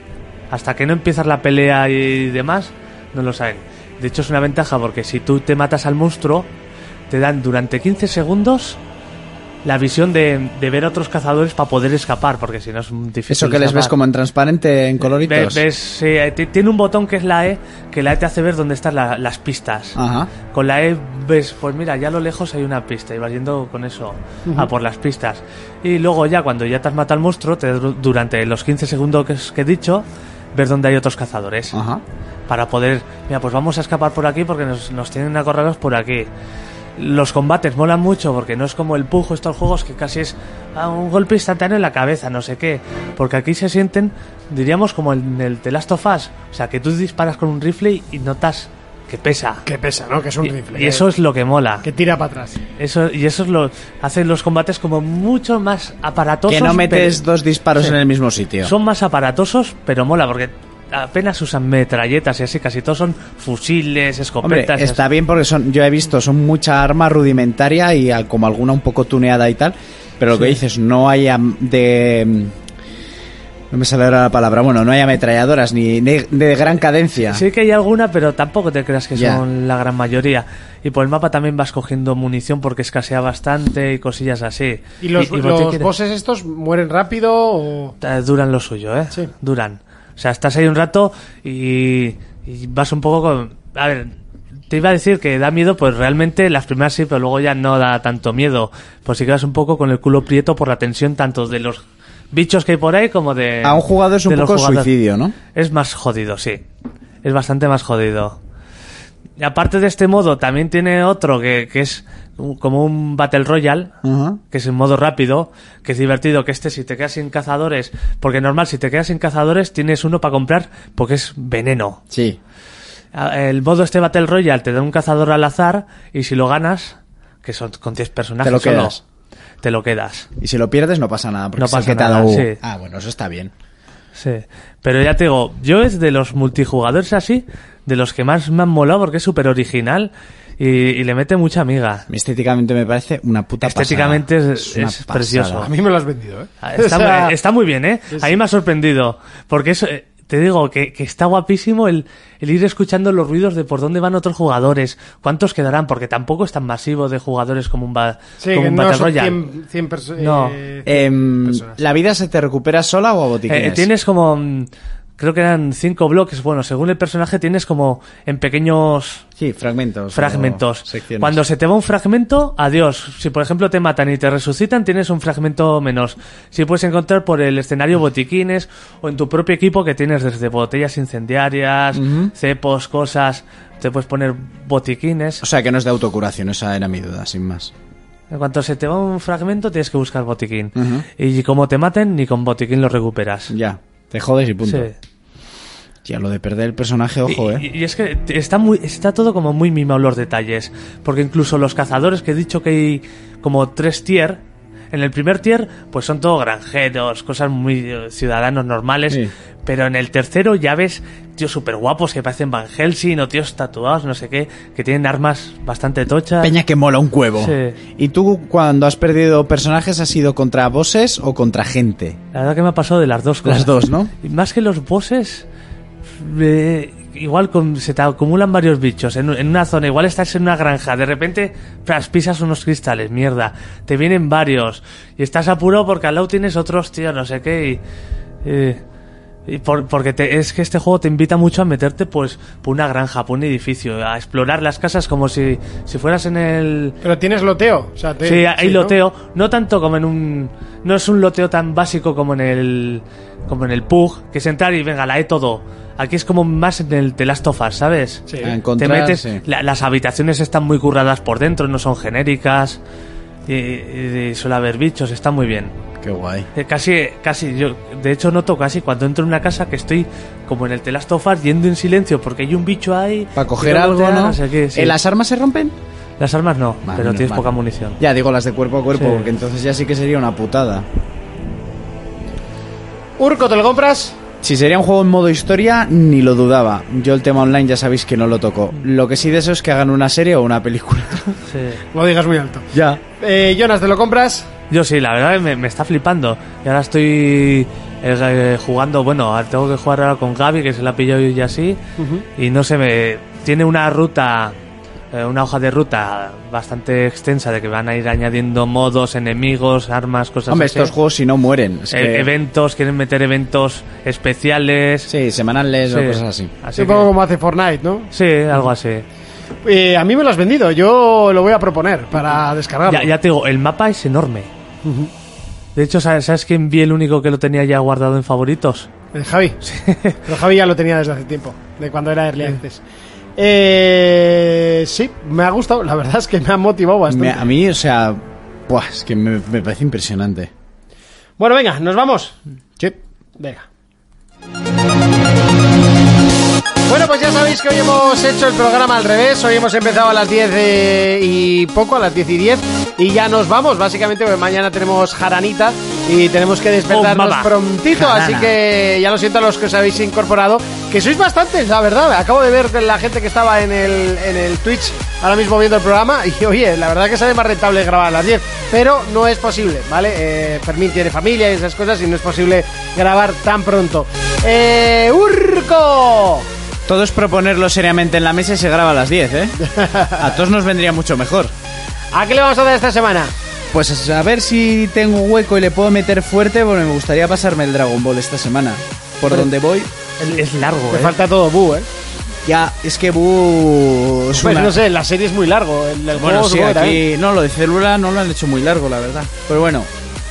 Hasta que no empiezas la pelea y demás, no lo saben. De hecho es una ventaja porque si tú te matas al monstruo, te dan durante 15 segundos la visión de, de ver a otros cazadores para poder escapar, porque si no es difícil.
Eso que les ves
escapar.
como en transparente, en coloritos.
Ve- ves, sí, eh, ti- tiene un botón que es la E, que la E te hace ver dónde están la- las pistas.
Ajá.
Con la E ves, pues mira, ya a lo lejos hay una pista y vas yendo con eso
Ujú.
a por las pistas. Y luego ya cuando ya te has matado al monstruo, te- durante los 15 segundos que, os- que he dicho, ves dónde hay otros cazadores. Para poder, mira, pues vamos a escapar por aquí porque nos, nos tienen acorralados por aquí. Los combates molan mucho porque no es como el pujo estos juegos que casi es ah, un golpe instantáneo en la cabeza, no sé qué. Porque aquí se sienten, diríamos, como en el The Last of Us. O sea, que tú disparas con un rifle y notas que pesa.
Que pesa, ¿no? Que es un rifle.
¿eh?
Y eso es lo que mola.
Que tira para atrás.
Eso, y eso es lo hace los combates como mucho más aparatosos.
Que no metes
pero-
dos disparos
Sí.
en el mismo sitio.
Son más aparatosos, pero mola porque apenas usan metralletas y así, casi todos son fusiles,
Hombre,
escopetas. y así.
está bien porque son, yo he visto, son mucha arma rudimentaria y al- como alguna un poco tuneada y tal. Pero lo que
Sí.
dices, no hay am- de. No me sale ahora la palabra. Bueno, no hay ametralladoras ni ni de gran cadencia.
Sí que hay alguna, pero tampoco te creas que
Ya.
son la gran mayoría. Y por el mapa también vas cogiendo munición porque escasea bastante y cosillas así.
¿Y los,
y
los
botín que te-
bosses estos mueren rápido o...?
Eh, duran lo suyo, ¿eh? Duran. O sea, estás ahí un rato y, y vas un poco con... A ver, te iba a decir que da miedo, pues realmente las primeras sí, pero luego ya no da tanto miedo. Pues si quedas un poco con el culo prieto por la tensión tanto de los bichos que hay por ahí como de...
A un jugador es un
de los
poco
jugadores.
suicidio, ¿no?
Es más jodido, sí. Es bastante más jodido. Y aparte de este modo, también tiene otro que, que es un- como un Battle Royale, que es en modo rápido, que es divertido, que este si te quedas sin cazadores, porque normal, si te quedas sin cazadores tienes uno para comprar porque es veneno.
Sí.
El modo este Battle Royale te da un cazador al azar y si lo ganas, que son con 10 personajes
Te lo
solo,
quedas.
te lo quedas.
Y si lo pierdes no pasa nada, porque
No
es el
pasa
que te ha
nada,
dado-
sí.
Ah, bueno, eso está bien.
Sí. Pero ya te digo, yo es de los multijugadores así, de los que más me han molado porque es súper original y, y le mete mucha miga.
Estéticamente me parece una puta pasada.
Estéticamente es-
una
es
pasada.
precioso.
A mí me lo has vendido, ¿eh?
Ah, Está,
O sea,
muy, está muy bien, ¿eh?
Sí, sí.
A mí me ha sorprendido. Porque eso, eh, te digo que, que está guapísimo el, el ir escuchando los ruidos de por dónde van otros jugadores, cuántos quedarán, porque tampoco es tan masivo de jugadores como un, ba-
Sí,
como
que
un
no
Battle
son
Royale. Eh,
100, 100 perso-
No.
eh,
Em, ¿La vida se te recupera sola o a
Eh,
botiquines?
tienes como. mm, Creo que eran cinco bloques. Bueno, según el personaje, tienes como en pequeños.
Sí, fragmentos.
Fragmentos.
o secciones.
Cuando se te va un fragmento, adiós. Si por ejemplo te matan y te resucitan, tienes un fragmento menos. Si puedes encontrar por el escenario botiquines o en tu propio equipo que tienes desde botellas incendiarias, cepos, cosas, te puedes poner botiquines.
O sea, que no es de autocuración, esa era mi duda, sin más.
En cuanto se te va un fragmento, tienes que buscar botiquín. Y como te maten, ni con botiquín lo recuperas.
Ya, te jodes y punto.
Sí.
Ya, lo de perder el personaje, ojo, eh.
Y, y es que está muy, está todo como muy mimado los detalles, porque incluso los cazadores que he dicho que hay como tres tier, en el primer tier pues son todo granjeros, cosas muy eh, ciudadanos normales, pero en el tercero ya ves tíos súper guapos que parecen Van Helsing o tíos tatuados, no sé qué, que tienen armas bastante tochas.
Peña que mola un huevo.
Sí.
¿Y tú cuando has perdido personajes has sido contra bosses o contra gente?
La verdad que me ha pasado de las dos cosas.
Las dos, ¿no?
Y más que los bosses, eh, igual con- se te acumulan varios bichos en, en una zona. Igual estás en una granja, de repente tras, pisas unos cristales, mierda. Te vienen varios y estás apurado porque al lado tienes otros, tío, no sé qué. Y, eh, y por- porque te- es que este juego te invita mucho a meterte pues por una granja, por un edificio, a explorar las casas como si, si fueras en el,
Pero tienes loteo. O sea, te-
Sí, hay
¿no?
loteo, ¿no? tanto como en un no es un loteo tan básico como en el como en el Pug, que es entrar y venga, la he todo. Aquí es como más en el The Last of Us, ¿sabes?
Sí.
A Ah, encontrar,
Te metes,
sí.
la- las habitaciones están muy curradas por dentro, no son genéricas. Y, y- y suele haber bichos, está muy bien.
Qué guay.
Eh, Casi, casi, yo de hecho noto casi cuando entro en una casa que estoy como en el The Last of Us yendo en silencio porque hay un bicho ahí.
Para coger
quiero
algo,
lootear,
¿no?
no sé qué, sí.
¿Eh, ¿Las armas se rompen?
Las armas no,
Vale,
pero
menos
tienes
mal.
poca munición.
Ya, digo las de cuerpo a cuerpo,
Sí.
porque entonces ya sí que sería una putada.
Urco, ¿te lo compras?
Si sería un juego en modo historia, ni lo dudaba. Yo el tema online ya sabéis que no lo toco. Lo que sí deseo es que hagan una serie o una película.
No digas muy alto.
ya.
Eh, Jonas, ¿te lo compras?
Yo sí, la verdad que me, me está flipando. Y ahora estoy eh, eh, jugando, bueno, ahora tengo que jugar ahora con Gaby, que se la pilló y así. Y no sé, me, tiene una ruta, eh, una hoja de ruta bastante extensa de que van a ir añadiendo modos, enemigos, armas, cosas
Hombre,
así.
estos juegos si no mueren. es
Eh,
que-
Eventos, quieren meter eventos especiales.
Sí, semanales o
Sí.
cosas así.
Así
Sí, un
que-
poco como hace Fortnite, ¿no?
sí, algo así.
Eh, a mí me lo has vendido. Yo lo voy a proponer para descargarlo.
Ya, ya te digo, el mapa es enorme. De hecho, ¿sabes, ¿sabes quién vi el único que lo tenía ya guardado en favoritos?
Eh, Javi. Pero Javi ya lo tenía desde hace tiempo, de cuando era Early Access. Eh, sí, me ha gustado. La verdad es que me ha motivado bastante.
Me- a mí, o sea, buah, es que me, me parece impresionante.
Bueno, venga, nos vamos.
Mm.
Sí.
Venga. Bueno, pues ya sabéis que hoy hemos hecho el programa al revés. Hoy hemos empezado a las 10 eh, y poco, a las 10 y 10. Y ya nos vamos, básicamente, porque mañana tenemos jaranita y tenemos que despertarnos
Oh, mamá.
prontito.
Jarana.
Así que ya lo siento a los que os habéis incorporado, que sois bastantes, la verdad. Acabo de ver de la gente que estaba en el, en el Twitch ahora mismo viendo el programa. Y oye, la verdad que sale más rentable grabar a las 10, pero no es posible, ¿vale? Eh, Fermín tiene familia y esas cosas y no es posible grabar tan pronto. Eh, ¡Urco!
Todo es proponerlo seriamente en la mesa y se graba a las 10, ¿eh? A todos nos vendría mucho mejor.
¿A qué le vamos a dar esta semana?
Pues a ver si tengo hueco y le puedo meter fuerte, porque me gustaría pasarme el Dragon Ball esta semana. Por donde voy,
Es largo,
Pues,
Te
¿eh?
falta todo Bu, ¿eh?
ya, es que buh, es
Pues
una-
no sé, la serie es muy largo. ¿eh? El, el
Bueno,
juego
sí,
supongo que también.
aquí, no, lo de célula no lo han hecho muy largo, la verdad. Pero bueno,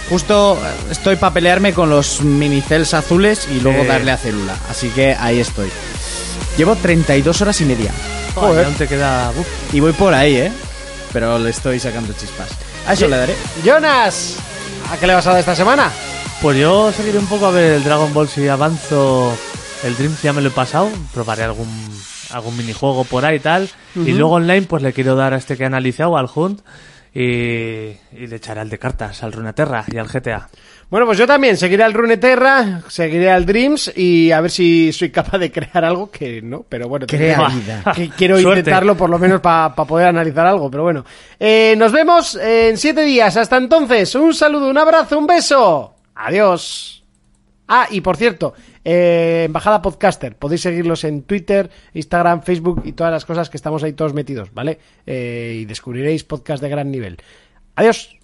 justo eh, estoy para pelearme con los minicels azules y luego
Eh.
darle a célula. Así que ahí estoy. Llevo 32 horas y media.
Joder. aún te queda... uf.
Y voy por ahí, ¿eh? Pero le estoy sacando chispas. A eso
Ye-
le daré.
Jonas, ¿a qué le vas a dar esta semana?
Pues yo seguiré un poco a ver el Dragon Ball si avanzo. El Dreams ya me lo he pasado. Probaré algún, algún minijuego por ahí y tal. Y
Ujú.
luego online, pues le quiero dar a este que he analizado, al Hunt. Y, y le echaré al de cartas, al Runeterra y al GTA.
Bueno, pues yo también seguiré al Runeterra, seguiré al Dreams y a ver si soy capaz de crear algo que no, pero bueno,
Crea
tendré-
vida.
que quiero
Suerte.
intentarlo por lo menos para poder analizar algo, pero bueno. Eh, nos vemos en siete días. Hasta entonces, un saludo, un abrazo, un beso. Adiós. Ah, y por cierto, eh, Embajada Podcaster, podéis seguirlos en Twitter, Instagram, Facebook y todas las cosas que estamos ahí todos metidos, ¿vale? Eh, y descubriréis podcast de gran nivel. Adiós.